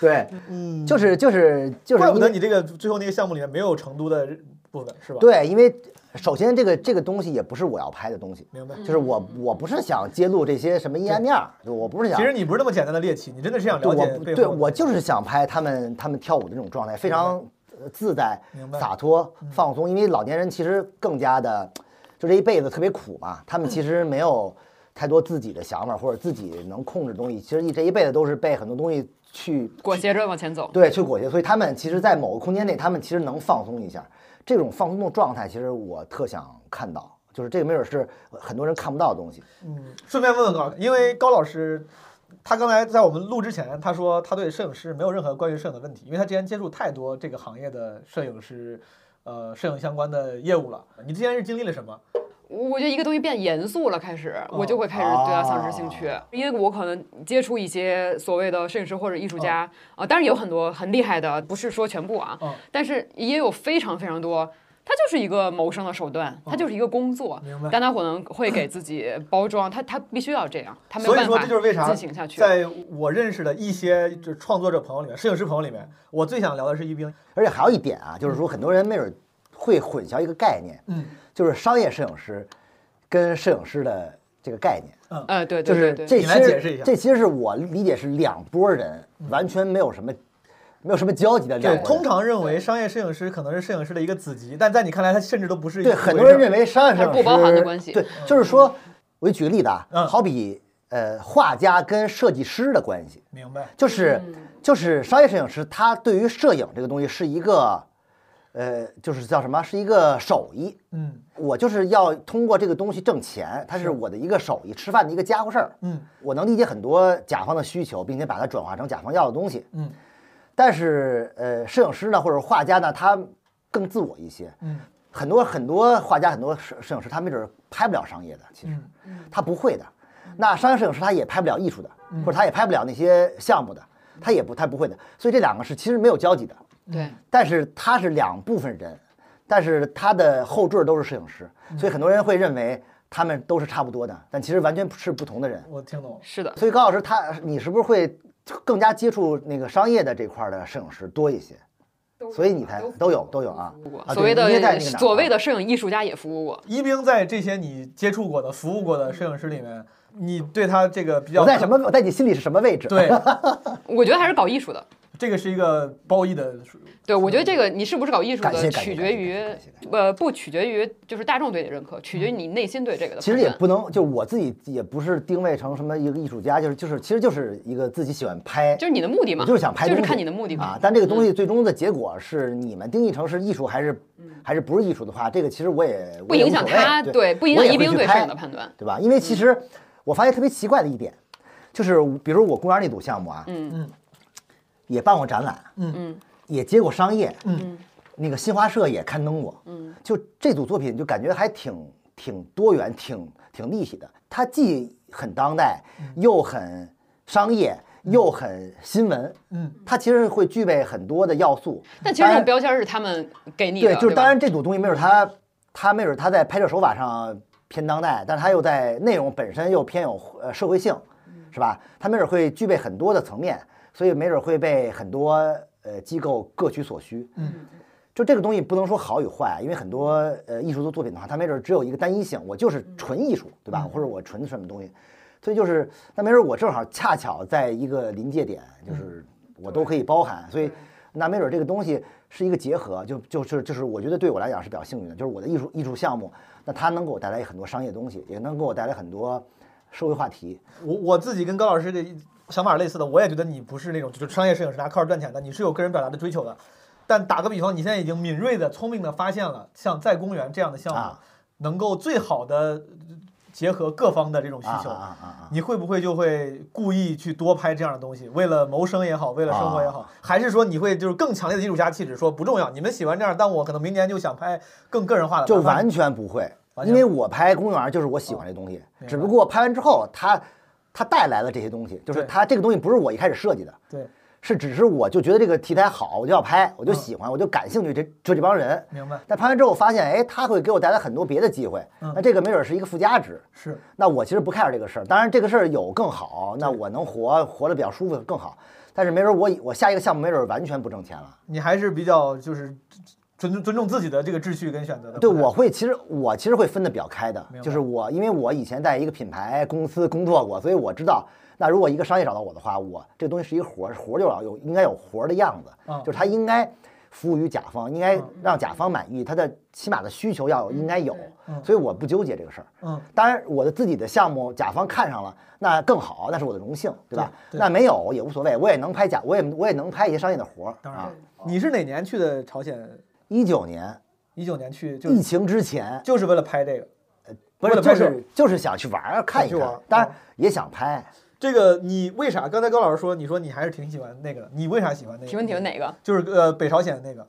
Speaker 2: 对，
Speaker 1: 嗯，
Speaker 2: 就是就是 就是
Speaker 1: 怪不
Speaker 2: 因
Speaker 1: 得
Speaker 2: 为
Speaker 1: 你这个最后那个项目里面没有成都的部分，是吧？，
Speaker 2: 对，因为首先这个这个东西也不是我要拍的东西，
Speaker 1: 明白。
Speaker 2: 就是我我不是想揭露这些什么阴暗面儿，我不是想
Speaker 1: 其实你不是那么简单的猎奇，你真的是想
Speaker 2: 对
Speaker 1: 了
Speaker 2: 我
Speaker 1: 解
Speaker 2: 不
Speaker 1: 背后。
Speaker 2: 对我就是想拍他们他们跳舞的那种状态，非常呃自在
Speaker 1: 明、白嗯
Speaker 2: 洒脱、放松。因为老年人其实更加的，就这一辈子特别苦嘛，他们其实 没有太多自己的想法或者自己能控制的东西。其实一这一辈子都是被很多东西去
Speaker 3: 裹挟着往前走。
Speaker 2: 对去裹挟，所以他们其实，在某个空间内，他们其实能放松一下。这种放松的状态，其实我特想看到，就是这个没准是很多人看不到的东西。
Speaker 1: 嗯，顺便问问高，因为高老师，他刚才在我们录之前，他说他对摄影师没有任何关于摄影的问题，因为他之前接触太多这个行业的摄影师，呃，摄影相关的业务了。呃你之前是经历了什么？
Speaker 3: 我我觉得一个东西变严肃了，开始我
Speaker 2: 哦
Speaker 3: 就会开始对它丧
Speaker 2: 啊
Speaker 3: 失兴趣，因为我可能接触一些所谓的摄影师或者
Speaker 2: 嗯
Speaker 3: 艺术家
Speaker 2: 嗯
Speaker 3: 啊、当然有很多很厉害的，不是说全部啊，
Speaker 1: 哦
Speaker 3: 但是也有非常非常多它就是一个谋生的手段，它
Speaker 2: 嗯
Speaker 3: 就是一个工作。
Speaker 1: 明白
Speaker 3: 但他可能会给自 己包装，他他必须要这样，他没有
Speaker 1: 所以
Speaker 3: 办
Speaker 1: 说
Speaker 3: 法
Speaker 1: 这就是为啥
Speaker 3: 进行下去。
Speaker 1: 在我认识的一些就创作者朋友里面，摄影师朋友里面，我最想聊的是一冰。
Speaker 2: 而且还有一点啊，就是说很多人没准会混淆一个概念，
Speaker 1: 嗯，
Speaker 2: 就是商业摄影师跟摄影师的这个概念，
Speaker 3: 呃，对
Speaker 2: 就
Speaker 3: 对
Speaker 2: 是
Speaker 3: 对对，
Speaker 2: 这
Speaker 1: 你
Speaker 2: 其
Speaker 1: 来解释一
Speaker 2: 实
Speaker 1: 下
Speaker 2: 这其实是我理解是两拨人，完全没有什么没有什么交集的两
Speaker 1: 对，
Speaker 2: 拨
Speaker 1: 通
Speaker 2: 人。
Speaker 1: 常认为商业摄影师可能是摄影师的一个子集，但在你看来，他甚至都不是一
Speaker 2: 对
Speaker 1: 回
Speaker 2: 很多人
Speaker 1: 事
Speaker 2: 认为商业摄
Speaker 3: 它是
Speaker 2: 影
Speaker 3: 不
Speaker 2: 师
Speaker 3: 包含的关系
Speaker 2: 对，就是说，我就举个例子啊，
Speaker 1: 嗯
Speaker 2: 好比呃画家跟设计师的关系，
Speaker 1: 明白，
Speaker 2: 就是
Speaker 3: 嗯
Speaker 2: 就是商业摄影师，他对于摄影这个东西是一个，呃，就是叫什么，是一个手艺。
Speaker 1: 嗯
Speaker 2: 我就是要通过这个东西挣钱，它是我的一个手艺，吃饭的一个家伙事儿。
Speaker 1: 嗯
Speaker 2: 我能理解很多甲方的需求，并且把它转化成甲方要的东西。
Speaker 1: 嗯
Speaker 2: 但是，呃，摄影师呢，或者画家呢，他更自我一些。
Speaker 1: 嗯
Speaker 2: 很多很多画家、很多摄摄影师，他没准儿拍不了商业的，其实
Speaker 1: 嗯
Speaker 2: 他不会的。那商业摄影师他也拍不了艺术的，或者他也拍不了那些项目的，他也不他不会的。所以这两个是其实没有交集的，
Speaker 3: 对
Speaker 2: 但是他是两部分人，但是他的后缀都是摄影师，所以很多人会认为他们都是差不多的，但其实完全是不同的人。
Speaker 1: 我听懂了。
Speaker 3: 是的，
Speaker 2: 所以高老师他，你是不是会更加接触那个商业的这块儿的摄影师多一些？所以你才都有都有啊
Speaker 3: 服务过
Speaker 2: 啊
Speaker 3: 所谓
Speaker 2: 对你也在那
Speaker 3: 的
Speaker 2: 个哪儿
Speaker 3: 所谓
Speaker 2: 啊
Speaker 3: 的摄影艺术家也服务过。
Speaker 1: 一冰在这些你接触过的、服务过的摄影师里面，你对他这个比较
Speaker 2: 我在什么？我在你心里是什么位置？啊
Speaker 1: 对，
Speaker 3: 我觉得还是搞艺术的。
Speaker 1: 这个是一个褒义的属于，
Speaker 3: 对，我觉得这个你是不是搞艺
Speaker 2: 嗯
Speaker 3: 术
Speaker 2: 感谢
Speaker 3: 的，
Speaker 2: 感谢
Speaker 3: 取
Speaker 2: 感
Speaker 3: 决
Speaker 2: 谢
Speaker 3: 于
Speaker 2: 感谢感嗯
Speaker 3: 呃不取决于就是大众对你的认可，取决于你内心对这个的。
Speaker 2: 其实也，不能，就我自己也不是定位成什么一个艺术家，就是就是，其实就是一个自己喜欢拍，
Speaker 3: 就是你的目的嘛，
Speaker 2: 我就是想拍
Speaker 3: 就
Speaker 2: 东
Speaker 3: 是
Speaker 2: 西，
Speaker 3: 看你的目的嘛嗯
Speaker 2: 啊。。但这个东西最终的结果是你们定义成是艺术还是
Speaker 1: 嗯
Speaker 2: 还是不是艺术的话，这个其实我也
Speaker 3: 不影响他，
Speaker 2: 对，
Speaker 3: 不影响一冰对摄影的判断。
Speaker 2: 对吧？因为其实我发现特别奇怪的一点，就是比如我公园那组项目啊，
Speaker 3: 嗯
Speaker 1: 嗯，
Speaker 2: 也办过展览，
Speaker 1: 嗯
Speaker 3: 嗯，
Speaker 2: 也接过商业，
Speaker 1: 嗯，
Speaker 2: 那个新华社也刊登过，嗯，就这组作品就感觉还挺挺多元，挺挺立体的，它既很当代，
Speaker 1: 嗯
Speaker 2: 又很商业。又很新闻，
Speaker 1: 嗯，
Speaker 2: 它其实会具备很多的要素。
Speaker 3: 但其实
Speaker 2: 当
Speaker 3: 这种
Speaker 2: 然
Speaker 3: 标签儿是他们给你的，
Speaker 2: 对，就是
Speaker 3: 吧
Speaker 2: 当然这组东西没准他他没准他在拍摄手法上偏当代，但是他又在内容本身又偏有呃社会性，
Speaker 3: 嗯
Speaker 2: 是吧？他没准会具备很多的层面，所以没准会被很多呃机构各取所需。
Speaker 1: 嗯，
Speaker 2: 就这个东西不能说好与坏，因为很多呃艺术作品的话，它没准只有一个单一性，我就是
Speaker 3: 嗯
Speaker 2: 纯艺术，对吧？或者我纯什么东西，所以就是那没准我正好恰巧在一个临界点，
Speaker 1: 嗯
Speaker 2: 就是我都可以包含，所以那没准这个东西是一个结合，就就是就是我觉得对我来讲是比较幸运的，就是我的艺术艺术项目，那它能给我带来很多商业东西，也能给我带来很多社会话题。
Speaker 1: 我我自己跟高老师的想法是类似的，我也觉得你不是那种就是商业摄影师拿靠着赚钱的，你是有个人表达的追求的。但打个比方，你现在已经敏锐的、聪明的发现了，像在公园这样的项目，
Speaker 2: 啊
Speaker 1: 能够最好的结合各方的这种需
Speaker 2: 啊
Speaker 1: 求，
Speaker 2: 啊啊啊啊！
Speaker 1: 你会不会就会故意去多拍这样的东西，为了谋生也好，为了生活也好，
Speaker 2: 啊
Speaker 1: 还是说你会就是更强烈的艺术家气质，说不重要，你们喜欢这样，但我可能明年就想拍更个人化的，
Speaker 2: 就
Speaker 1: 哪怕
Speaker 2: 完全不会，
Speaker 1: 完全哦
Speaker 2: 因为我拍公园就是我喜欢这东西，
Speaker 1: 白
Speaker 2: 只不过拍完之后它它带来了这些东西，就是
Speaker 1: 对
Speaker 2: 它这个东西不是我一开始设计的，
Speaker 1: 对，
Speaker 2: 是只是我就觉得这个题材好，我就要拍，我就
Speaker 1: 嗯
Speaker 2: 喜欢，我就感兴趣这就这帮人。
Speaker 1: 明白
Speaker 2: 但拍完之后发现，哎，它会给我带来很多别的机会，
Speaker 1: 嗯
Speaker 2: 那这个没准是一个附加值。
Speaker 1: 是
Speaker 2: 那我其实不 care 这个事儿，当然这个事儿有更好，那我能活活得比较舒服更好。但是没准我以我下一个项目没准完全不挣钱了。
Speaker 1: 你还是比较就是尊重尊重自己的这个秩序跟选择的，
Speaker 2: 对，我会其实我其实会分得比较开的
Speaker 1: 明，白
Speaker 2: 就是我因为我以前在一个品牌公司工作过，所以我知道，那如果一个商业找到我的话，我这个东西是一个活儿，活儿就要有应该有活儿的样子，
Speaker 1: 嗯
Speaker 2: 就是它应该服务于甲方，应该让甲方满意，它的起码的需求要有应该有，
Speaker 1: 嗯
Speaker 2: 所以我不纠结这个事儿。
Speaker 1: 嗯
Speaker 2: 当然，我的自己的项目，甲方看上了，那更好，那是我的荣幸，对吧？
Speaker 1: 对对
Speaker 2: 那没有也无所谓，我也能拍甲，我也我也能拍一些商业的活儿
Speaker 1: 当然
Speaker 2: 啊。
Speaker 1: 嗯你是哪年去的朝鲜？
Speaker 2: 一九年
Speaker 1: 一九年去就
Speaker 2: 疫情之前，
Speaker 1: 就是为了拍这个。
Speaker 2: 呃不
Speaker 1: 为
Speaker 2: 是，
Speaker 1: 了
Speaker 2: 就
Speaker 1: 拍摄
Speaker 2: 是就是想去玩儿看一
Speaker 1: 想去玩儿
Speaker 2: 看，当然
Speaker 1: 嗯
Speaker 2: 也想拍。
Speaker 1: 这个你为啥？刚才高老师说，你说你还是挺喜欢那个的，你为啥喜欢那个？
Speaker 3: 提问提问哪个？
Speaker 1: 就是呃北朝鲜那个，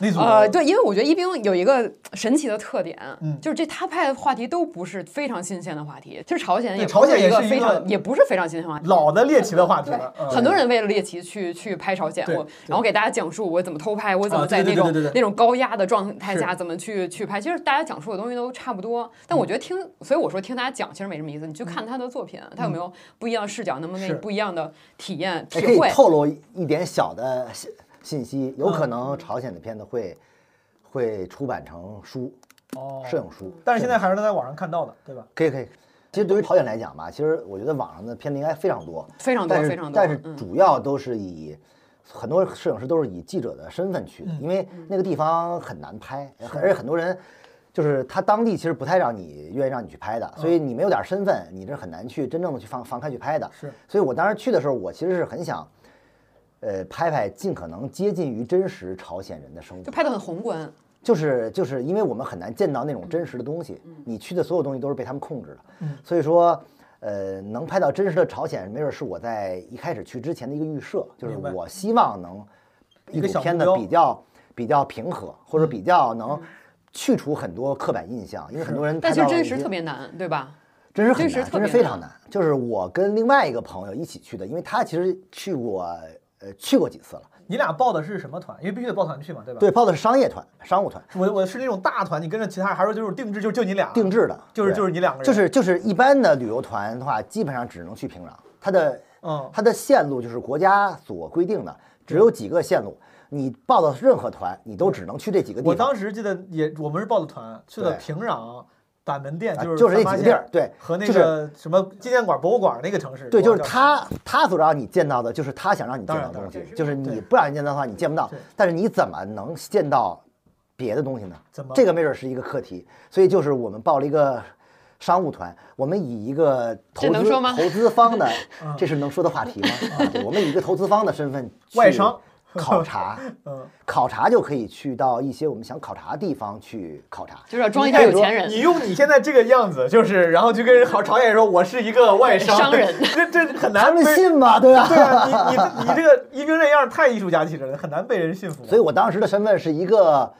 Speaker 1: 那组
Speaker 3: 呃，对，因为我觉得一冰有一个神奇的特点，
Speaker 1: 嗯
Speaker 3: 就是这他拍的话题都不是非常新鲜的话题，就是朝鲜
Speaker 1: 对
Speaker 3: 也
Speaker 1: 朝
Speaker 3: 不是
Speaker 1: 鲜也
Speaker 3: 一个
Speaker 1: 是一
Speaker 3: 非
Speaker 1: 个
Speaker 3: 常也不是非常新鲜的话题，
Speaker 1: 老的猎奇的话题
Speaker 3: 对
Speaker 1: 了，嗯
Speaker 3: 很多人为了猎奇去去拍朝鲜，
Speaker 1: 对
Speaker 3: 我
Speaker 1: 对
Speaker 3: 然后给大家讲述我怎么偷拍，我怎
Speaker 1: 啊
Speaker 3: 么
Speaker 1: 对
Speaker 3: 在
Speaker 1: 对对
Speaker 3: 那种
Speaker 1: 对对对
Speaker 3: 那种高压的状态下
Speaker 1: 是
Speaker 3: 怎么去去拍。其实大家讲述的东西都差不多，
Speaker 1: 嗯
Speaker 3: 但我觉得听，所以我说听大家讲其实没什么意思，你去看他的作品，他有没有不一样的视角，能不能给
Speaker 1: 嗯是
Speaker 3: 你不一样的体验
Speaker 2: 哎
Speaker 3: 体
Speaker 2: 可以
Speaker 3: 会？
Speaker 2: 透露一点小的信信息，有可
Speaker 1: 嗯
Speaker 2: 能朝鲜的片子会会出版成书，
Speaker 1: 哦，
Speaker 2: 摄影书。
Speaker 1: 但是现在还是能在网上看到的，对吧？
Speaker 2: 可以可以。其实对于朝鲜来讲吧，其实我觉得网上的片子应该非常多，
Speaker 3: 非常多
Speaker 2: 但是
Speaker 3: 非常多
Speaker 2: 但是
Speaker 3: 嗯
Speaker 2: 主要都是以、很多摄影师都是以记者的身份去的，因为
Speaker 3: 嗯
Speaker 2: 那个地方很难拍，而且很多人就是他当地其实不太让你愿意让你去拍的，所以你没有点身份，你这很难去真正的去放放开去拍的。
Speaker 1: 是，
Speaker 2: 所以我当时去的时候，我其实是很想。呃，拍拍尽可能接近于真实朝鲜人的生活，
Speaker 3: 就拍的很宏观，
Speaker 2: 就是就是因为我们很难见到那种真实的东西，你去的所有东西都是被他们控制的，
Speaker 1: 嗯
Speaker 2: 所以说，呃，能拍到真实的朝鲜，没准是我在一开始去之前的一个预设，就是
Speaker 1: 明白
Speaker 2: 我希望能
Speaker 1: 一
Speaker 2: 一
Speaker 1: 个
Speaker 2: 部
Speaker 1: 小目
Speaker 2: 片子
Speaker 1: 标
Speaker 2: 比较比较平和，或者比较能去除很多刻板印象，因为很多人
Speaker 3: 但
Speaker 2: 拍
Speaker 3: 其实
Speaker 2: 到了
Speaker 3: 真
Speaker 2: 一
Speaker 3: 实
Speaker 2: 些
Speaker 3: 特别难，对吧？
Speaker 2: 真是很
Speaker 3: 真
Speaker 2: 难，
Speaker 3: 实
Speaker 2: 真
Speaker 3: 特
Speaker 2: 是
Speaker 3: 别
Speaker 2: 非常
Speaker 3: 难
Speaker 2: 难。就是我跟另外一个朋友一起去的，因为他其实去过呃去过几次了，
Speaker 1: 你俩报的是什么团？因为必须得报团去嘛，对吧？
Speaker 2: 对，报的是商业团、商务团，
Speaker 1: 我我是那种大团，你跟着其他人，还是就是定制，就就你俩
Speaker 2: 定制的，
Speaker 1: 就是
Speaker 2: 对
Speaker 1: 就是你两个人，
Speaker 2: 就是就是一般的旅游团的话，基本上只能去平壤，它的
Speaker 1: 嗯
Speaker 2: 它的线路就是国家所规定的，只有几个线路，你报的任何团，你都只能去这几个地
Speaker 1: 我
Speaker 2: 方，
Speaker 1: 当时记得也，我们是报的团，去了
Speaker 2: 对
Speaker 1: 平壤、板门店，
Speaker 2: 啊
Speaker 1: 是
Speaker 2: 就是
Speaker 1: 三
Speaker 2: 这
Speaker 1: 八
Speaker 2: 几个
Speaker 1: 线
Speaker 2: 地儿，对，
Speaker 1: 和那
Speaker 2: 就是
Speaker 1: 个什么纪念馆、博物馆那个城市。
Speaker 2: 对，就是
Speaker 1: 我忘了
Speaker 2: 他他所让你见到的，就是他想让你见到的东
Speaker 3: 当
Speaker 2: 西
Speaker 3: 然，
Speaker 2: 就是
Speaker 1: 对
Speaker 2: 你不让人见到的话，你见不到
Speaker 1: 对。
Speaker 2: 但是你怎么能见到别的东西呢？
Speaker 1: 怎么
Speaker 2: 这个没准是一个课题。所以就是我们报了一个商务团，我们以一个投
Speaker 3: 这能
Speaker 2: 资
Speaker 3: 说吗嗯
Speaker 2: 投资方 的
Speaker 1: 嗯，
Speaker 2: 这是能说的话题吗？啊对我们以一个投资方的身 份去
Speaker 1: 外商
Speaker 2: 考察，
Speaker 1: 嗯，
Speaker 2: 考察就可以去到一些我们想考察的地方去考察。
Speaker 3: 就是要装一
Speaker 1: 你
Speaker 3: 下
Speaker 1: 看
Speaker 3: 有钱人
Speaker 1: 你。用你现在这个样子，就是然后就跟人好朝鲜人说我是一个外 商
Speaker 3: 商人
Speaker 1: 这这很
Speaker 2: 他
Speaker 1: 难
Speaker 2: 们
Speaker 1: 被。
Speaker 2: 信吗？对 吧？
Speaker 1: 对啊，你你这你这个一兵这样太艺术家气质了，很难被人信服。
Speaker 2: 所以我当时的身份是一个。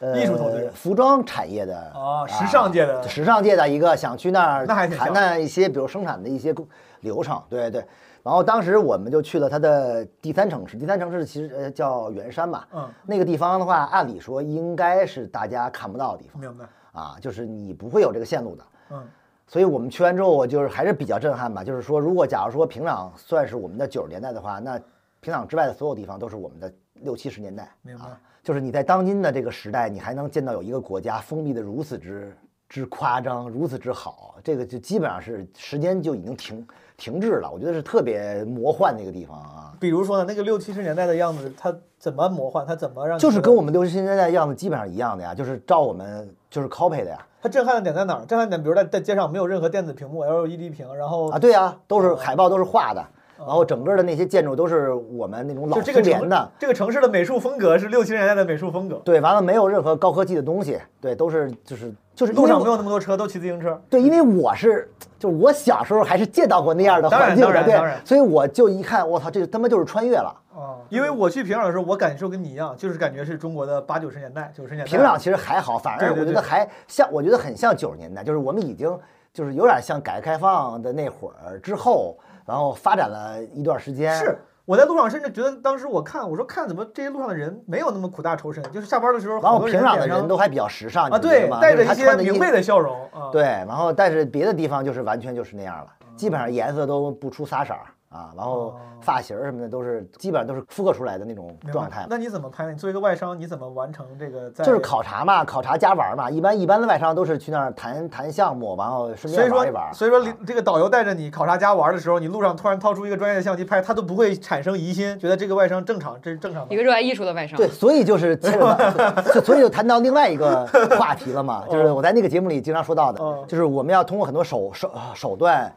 Speaker 2: 呃
Speaker 1: 艺术投资人
Speaker 2: 服装产业的
Speaker 1: 哦
Speaker 2: 啊
Speaker 1: 时尚界的
Speaker 2: 时尚界的一个想去那儿
Speaker 1: 那还挺像
Speaker 2: 谈谈一些，比如生产的一些工流程，对对。然后当时我们就去了它的第三城市，第三城市其实呃叫圆山吧，
Speaker 1: 嗯，
Speaker 2: 那个地方的话，按理说应该是大家看不到的地方
Speaker 1: 明白，
Speaker 2: 啊，就是你不会有这个线路的。
Speaker 1: 嗯，
Speaker 2: 所以我们去完之后，我就是还是比较震撼吧。就是说，如果假如说平壤算是我们的九十年代的话，那平壤之外的所有地方都是我们的六七十年代。
Speaker 1: 明白
Speaker 2: 啊，就是你在当今的这个时代，你还能见到有一个国家封闭的如此之之夸张，如此之好，这个就基本上是时间就已经停停滞了。我觉得是特别魔幻的一个地方啊，
Speaker 1: 比如说呢，那个六七十年代的样子，他怎么魔幻？他怎么让你
Speaker 2: 就是
Speaker 1: 觉得
Speaker 2: 跟我们六七十年代的样子基本上一样的呀，就是照我们就是 copy 的呀。
Speaker 1: 他震撼的点在哪儿？震撼点，比如在在街上没有任何电子屏幕、LED 屏，然后
Speaker 2: 啊，对啊，都
Speaker 1: 哦
Speaker 2: 是海报都是画的，然后整个的那些建筑都是我们那种老
Speaker 1: 就
Speaker 2: 苏
Speaker 1: 这个
Speaker 2: 联
Speaker 1: 城
Speaker 2: 的，
Speaker 1: 这个城市的美术风格是六七十年代的美术风格，
Speaker 2: 对，完了没有任何高科技的东西，对，都是就是就是因
Speaker 1: 路
Speaker 2: 为
Speaker 1: 上没
Speaker 2: 我
Speaker 1: 有那么多车，都骑自行车。
Speaker 2: 对，因为我是就我小时候还是见到过那样的
Speaker 1: 当然
Speaker 2: 环境
Speaker 1: 当
Speaker 2: 的，
Speaker 1: 然
Speaker 2: 对
Speaker 1: 当然，
Speaker 2: 所以我就一看，我操，这他妈就是穿越了。
Speaker 1: 哦，因为我去平壤的时候，我感受跟你一样，就是感觉是中国的八九十年代、九十年代。
Speaker 2: 平壤其实还好，反
Speaker 1: 对
Speaker 2: 而
Speaker 1: 对
Speaker 2: 我觉
Speaker 1: 对
Speaker 2: 得还像，我觉得很像九十年代，就是我们已经就是有点像改革开放的那会儿之后，然后发展了一段时间，
Speaker 1: 是我在路上甚至觉得当时我看，我说看怎么这些路上的人没有那么苦大仇深，就是下班的时候，
Speaker 2: 然
Speaker 1: 好
Speaker 2: 后
Speaker 1: 多
Speaker 2: 平壤的
Speaker 1: 脸上
Speaker 2: 人都还比较时尚
Speaker 1: 啊，
Speaker 2: 你不觉得
Speaker 1: 对
Speaker 2: 吗，
Speaker 1: 带
Speaker 2: 就
Speaker 1: 着
Speaker 2: 是他
Speaker 1: 一些
Speaker 2: 穿的衣
Speaker 1: 明媚的笑容啊。
Speaker 2: 对，然后但是别的地方就是完全就是那样了，基本上颜色都不出仨色儿啊，
Speaker 1: 哦
Speaker 2: 然后发型儿什么的都是基本上都是复刻出来的那种
Speaker 1: 明白
Speaker 2: 状态。
Speaker 1: 那你怎么拍呢？你作为一个外商，你怎么完成这个在？
Speaker 2: 就是。考察嘛，考察加玩儿嘛。一般一般的外商都是去那儿谈谈项目，然后顺
Speaker 1: 所以
Speaker 2: 便玩一
Speaker 1: 说，
Speaker 2: 玩。
Speaker 1: 所以说
Speaker 2: 啊
Speaker 1: 这个导游带着你考察家玩的时候，你路上突然掏出一个专业的相机拍，他都不会产生疑心，觉得这个外商正常，这是正常的
Speaker 3: 一。个热爱艺术的外商，
Speaker 2: 对，所以就是千 万就所以就谈到另外一个话题了
Speaker 1: 哦
Speaker 2: 嘛，就是我在那个节目里经常说到的
Speaker 1: 嗯，
Speaker 2: 就是我们要通过很多手手手段，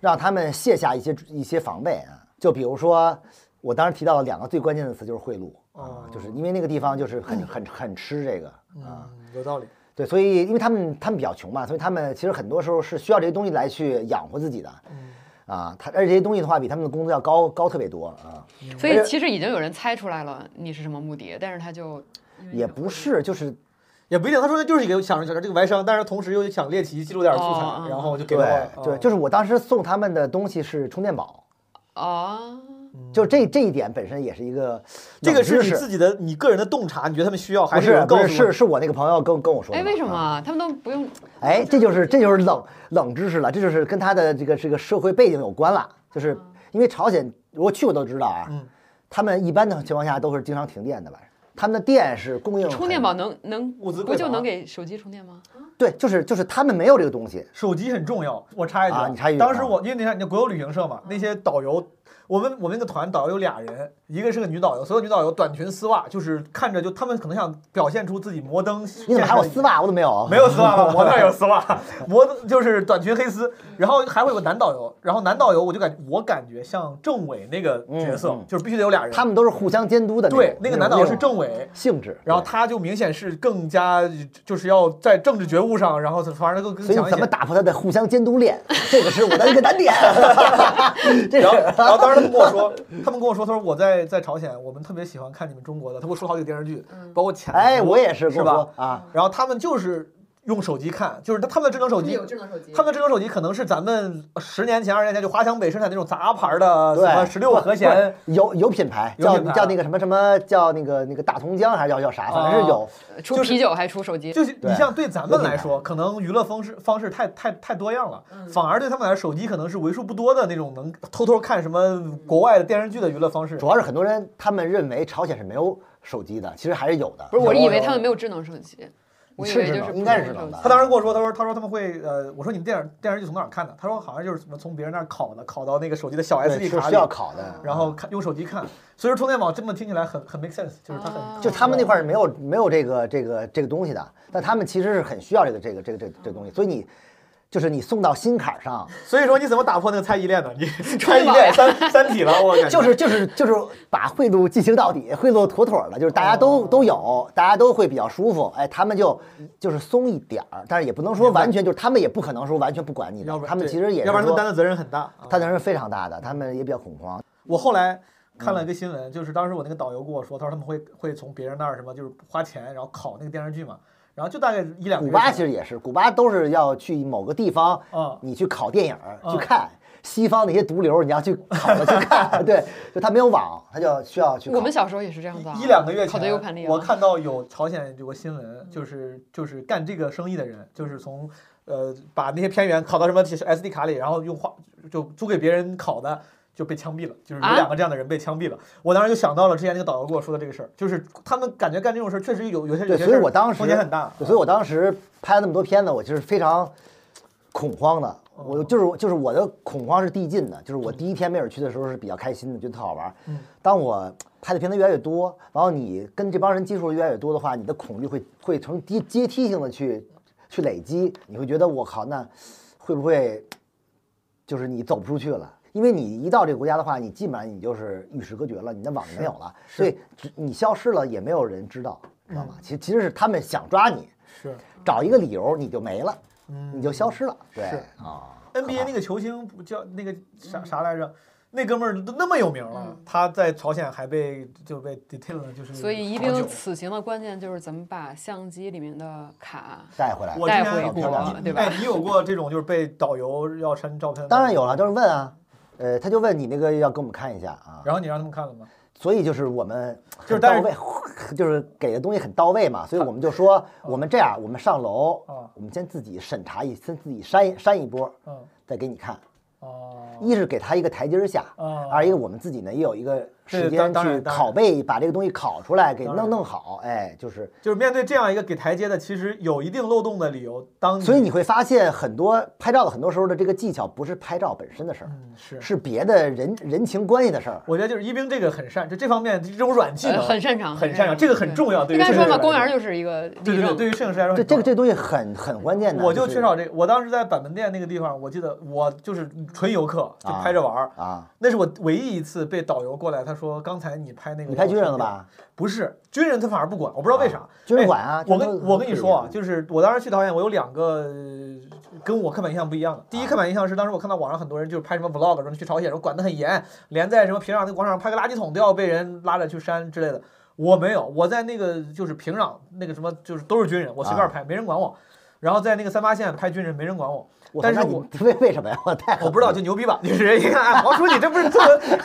Speaker 2: 让他们卸下一些一些防备啊。就比如说，我当时提到了两个最关键的词，就是贿赂
Speaker 1: 哦
Speaker 2: 啊，就是因为那个地方就是很很很吃这个啊。
Speaker 1: 嗯，有道理。
Speaker 2: 对，所以因为他们他们比较穷嘛，所以他们其实很多时候是需要这些东西来去养活自己的。
Speaker 3: 嗯
Speaker 2: 啊，他而且这些东西的话，比他们的工资要高高特别多啊。
Speaker 3: 所以其实已经有人猜出来了你是什么目的，但是他就
Speaker 2: 也不是，就是
Speaker 1: 也不一定。他说的就是一个想着想着这个外商，但是同时又想猎奇，记录点素材，
Speaker 3: 哦
Speaker 1: 然后就给
Speaker 2: 对
Speaker 1: 我了。
Speaker 2: 对，
Speaker 1: 嗯
Speaker 2: 就是我当时送他们的东西是充电宝，
Speaker 3: 啊，
Speaker 2: 就这这一点本身也是一个
Speaker 1: 这个
Speaker 2: 冷
Speaker 1: 是
Speaker 2: 知
Speaker 1: 你
Speaker 2: 识
Speaker 1: 自己的你个人的洞察，你觉得他们需要还
Speaker 2: 不
Speaker 1: 有
Speaker 2: 是
Speaker 1: 人告
Speaker 2: 不
Speaker 1: 诉
Speaker 2: 是
Speaker 1: 你
Speaker 2: 是是我那个朋友跟跟我说的。
Speaker 3: 哎，为什么
Speaker 2: 啊？
Speaker 3: 啊他们都不用？
Speaker 2: 哎，这就是这就是冷冷知识了，这就是跟他的这个这个社会背景有关了，就是
Speaker 3: 嗯
Speaker 2: 因为朝鲜如果去过都知道啊，
Speaker 1: 嗯
Speaker 2: 他们一般的情况下都是经常停电的吧。他们的电是供应
Speaker 3: 充电
Speaker 2: 很
Speaker 3: 宝能能
Speaker 1: 物资匮
Speaker 3: 不就
Speaker 1: 乏
Speaker 3: 能给手机充电吗？
Speaker 2: 对，就是就是他们没有这个东西，
Speaker 1: 手机很重要，我插一句
Speaker 2: 啊你插一句
Speaker 1: 当时
Speaker 2: 啊
Speaker 1: 我因为你看，你国有旅行社嘛，那些导游，我们我们那个团导游有俩人，一个是个女导游，所有女导游短裙丝袜，就是看着就他们可能想表现出自己摩登。
Speaker 2: 你怎么还有丝？袜？我怎么没有？
Speaker 1: 没有丝袜吧？模特有丝 袜，模特就是短裙黑丝，然后还会有个男导游，然后男导游我就感我感觉像政委那个角色，
Speaker 2: 嗯嗯
Speaker 1: 就是必须得有俩人。
Speaker 2: 他们都是互相监督的种。
Speaker 1: 对那个男导游是
Speaker 2: 种
Speaker 1: 政委，
Speaker 2: 性质，
Speaker 1: 然后
Speaker 2: 对
Speaker 1: 他就明显是更加就是要在政治觉悟上，然后反正更更
Speaker 2: 所以
Speaker 1: 强
Speaker 2: 你
Speaker 1: 一
Speaker 2: 怎么
Speaker 1: 些。
Speaker 2: 打破他的互相监督链？这个是我的一个 难点。 这
Speaker 1: 然后，
Speaker 2: 是
Speaker 1: 然后当时他们跟我 说，他们跟我说，他说我在在朝鲜，我们特别喜欢看你们中国的，他给我说好几个电视剧，包括前夫
Speaker 2: 哎，我也是，跟
Speaker 1: 是
Speaker 2: 我
Speaker 1: 吧？
Speaker 2: 说啊，
Speaker 1: 然后他们就是用手机看，就是他他们的智能手机，
Speaker 3: 能手机
Speaker 1: 哦他们的智能手机可能是咱们十年前、二十年前就华强北生产那种杂牌的，什么
Speaker 2: 对，
Speaker 1: 十六和
Speaker 2: 不
Speaker 1: 弦
Speaker 2: 是，有有品牌，
Speaker 1: 有
Speaker 2: 叫
Speaker 1: 品牌
Speaker 2: 叫那个什么什么，叫那个那个大同江还是叫叫啥？反正
Speaker 1: 啊
Speaker 2: 是有。
Speaker 3: 出
Speaker 1: 就是
Speaker 3: 啤酒还出手机，
Speaker 1: 就是你
Speaker 2: 对
Speaker 1: 像对咱
Speaker 2: 有
Speaker 1: 们
Speaker 2: 品
Speaker 1: 来
Speaker 2: 牌
Speaker 1: 说，可能娱乐方式方式太太太多样了，反而对他们来说，手机可能是为数不多的那种能偷偷看什么国外的电视剧的娱乐方式
Speaker 2: 主。要是很多人他们认为朝鲜是没有手机的，其实还是有的。
Speaker 3: 不是，我
Speaker 1: 有
Speaker 3: 以为
Speaker 1: 有
Speaker 3: 他们没有智能手机，我以
Speaker 2: 是
Speaker 3: 为
Speaker 2: 智
Speaker 3: 就
Speaker 2: 能
Speaker 3: 是
Speaker 2: 应该
Speaker 3: 普
Speaker 2: 是智
Speaker 3: 通手
Speaker 2: 能的
Speaker 3: 机
Speaker 1: 他当时跟我说，他说他说他们会呃，我说你们电影电视剧从哪儿看的？他说好像就是什么从别人那儿拷的，拷到那个手机的小
Speaker 2: 对
Speaker 1: SD
Speaker 2: 是
Speaker 1: 卡
Speaker 2: 需要
Speaker 1: 里，
Speaker 2: 考的。
Speaker 1: 然后看用手机看。所以说充电宝这么听起来很很 make sense，就是它
Speaker 3: 啊
Speaker 1: 很
Speaker 2: 就他们那块儿是没有没有这个这个这个东西的，但他们其实是很需要这个这个这个这个这个东西，所以你就是你送到心坎儿上，
Speaker 1: 所以说你怎么打破那个猜疑链呢？ 你猜疑链三三体了，我感觉
Speaker 2: 就是就是就是把贿赂进行到底，贿赂妥妥的，就是大家
Speaker 1: 哦
Speaker 2: 都都有，大家都会比较舒服。哎，他们就就是松一点儿，但是也不能说完全就是他们也不可能说完全不管你
Speaker 1: 要
Speaker 2: 的
Speaker 1: 不，然
Speaker 2: 他们
Speaker 1: 对
Speaker 2: 其实也
Speaker 1: 要不然他
Speaker 2: 是
Speaker 1: 们
Speaker 2: 说
Speaker 1: 担的责任很大。啊
Speaker 2: 他的人是非常大的，他们也比较恐慌。
Speaker 1: 我后来看
Speaker 2: 嗯
Speaker 1: 了一个新闻，就是当时我那个导游跟我说，他说他们会会从别人那儿什么就是花钱，然后拷那个电视剧嘛，然后就大概一两个
Speaker 2: 古
Speaker 1: 月
Speaker 2: 巴
Speaker 1: 前
Speaker 2: 其实也是，古巴都是要去某个地方，
Speaker 1: 啊
Speaker 2: 你去考电影儿
Speaker 1: 啊
Speaker 2: 去看。西方那些毒瘤，你要去考了去 看，对，就他没有网，他就需要去考。
Speaker 3: 我们小时候也是这样子啊，
Speaker 1: 一一两个月
Speaker 3: 考
Speaker 1: 前
Speaker 3: 的 U 盘里，
Speaker 1: 我看到有朝鲜有个新
Speaker 3: 嗯
Speaker 1: 闻，就是就是干这个生意的人，就是从呃把那些片源拷到什么 SD 卡里，然后用花就租给别人拷的。就被枪毙了，就是有
Speaker 3: 啊
Speaker 1: 两个这样的人被枪毙了。我当时就想到了之前那个导游跟我说的这个事儿，就是他们感觉干这种事儿确实有有些有
Speaker 2: 对
Speaker 1: 些
Speaker 2: 所以
Speaker 1: 事儿
Speaker 2: 我当时
Speaker 1: 风险很大。啊
Speaker 2: 对所以我当时拍了那么多片子，我就是非常恐慌的。我就是就是我的恐慌是递进的，就是我第一天没准去的时候是比较开心的，觉得特好玩儿。当我拍的片子越来越多，然后你跟这帮人接触的越来越多的话，你的恐惧会会呈阶阶梯性的去去累积，你会觉得我靠，那会不会就是你走不出去了？因为你一到这个国家的话，你基本上你就是与世隔绝了，你的网没有了，所以只你消失了也没有人知道，知道吗？其其实是他们想抓你，
Speaker 1: 是嗯
Speaker 2: 找一个理由你就没了，嗯你就消失了。对
Speaker 1: 是
Speaker 2: 啊，
Speaker 1: NBA 那个球星不叫那
Speaker 3: 嗯
Speaker 1: 个啥啥来着？那哥们儿都那么有名了，他在朝鲜还被就被 detain 了，就是
Speaker 3: 所以一
Speaker 1: 好久
Speaker 3: 兵此行的关键就是怎么把相机里面的卡
Speaker 2: 带回来。
Speaker 1: 我
Speaker 3: 带
Speaker 1: 之前
Speaker 3: 回
Speaker 1: 有
Speaker 3: 国
Speaker 1: 过
Speaker 3: 了对吧
Speaker 1: 哎，你有过这种就是被导游要删照片？
Speaker 2: 当然。有了，就是问啊，呃，他就问你那个要给我们看一下啊，
Speaker 1: 然后你让他们看了吗？
Speaker 2: 所以就是我们
Speaker 1: 就是
Speaker 2: 很
Speaker 1: 但
Speaker 2: 到
Speaker 1: 是
Speaker 2: 位， 就是给的东西很到位嘛，所以我们就说
Speaker 1: 嗯
Speaker 2: 我们这样，我们上楼
Speaker 1: 啊，
Speaker 2: 我们先自己审查一，先自己删一删一波，
Speaker 1: 嗯，
Speaker 2: 再给你看。
Speaker 1: 哦，
Speaker 2: 一是给他一个台阶儿下
Speaker 1: 哦，
Speaker 2: 二一个我们自己呢也有一个时
Speaker 1: 对当
Speaker 2: 间去
Speaker 1: 当然当然
Speaker 2: 拷贝，把这个东西拷出来，给
Speaker 1: 当然
Speaker 2: 弄弄好。哎，就是
Speaker 1: 就是面对这样一个给台阶的，其实有一定漏洞的理由。当
Speaker 2: 所以你会发现，很多拍照的很多时候的这个技巧不是拍照本身的事儿，
Speaker 1: 嗯是，
Speaker 2: 是别的人人情关系的事儿。
Speaker 1: 我觉得就是一冰这个很善，就这方面这种软技能
Speaker 3: 呃很擅长，
Speaker 1: 很擅长，这个很重要。对
Speaker 3: 应
Speaker 1: 于
Speaker 3: 该
Speaker 1: 摄
Speaker 3: 说
Speaker 1: 影
Speaker 3: 嘛，
Speaker 1: 师来
Speaker 3: 公园就是一个
Speaker 1: 对对
Speaker 3: 例
Speaker 1: 对，
Speaker 3: 证。
Speaker 1: 对于摄影师来说很
Speaker 2: 这这
Speaker 1: 重
Speaker 2: 个
Speaker 1: 要，
Speaker 2: 这东西很很关键的。
Speaker 1: 我就是缺少这个。我当时在板门店那个地方，我记得我就是纯游客，就
Speaker 2: 啊
Speaker 1: 拍着玩儿。
Speaker 2: 啊，
Speaker 1: 那是我唯一一次被导游过来，他说：“刚才你拍那个，
Speaker 2: 你拍军人了？”吧？
Speaker 1: 不是，军人他反而不管，我不知道为啥。
Speaker 2: 军人管啊，
Speaker 1: 哎我
Speaker 2: 军人
Speaker 1: 跟我跟你说啊，
Speaker 2: 都
Speaker 1: 就是我当时去朝鲜，我有两个呃跟我刻板印象不一样的。第
Speaker 2: 啊
Speaker 1: 一刻板印象是，当时我看到网上很多人就是拍什么 vlog 什么去朝鲜，然后管得很严，连在什么平壤那广场上拍个垃圾桶都要被人拉着去扇之类的。我没有，我在那个就是平壤那个什么，就是都是军人，我
Speaker 2: 啊
Speaker 1: 随便拍，没人管我。然后在那个三八线拍军人，没人管我。
Speaker 2: 我
Speaker 1: 但
Speaker 2: 操
Speaker 1: 是
Speaker 2: 那你
Speaker 1: 我
Speaker 2: 为为什么呀？我太
Speaker 1: 我不知道，就牛逼吧？就是 一看，哎，王书记这不是做， 这这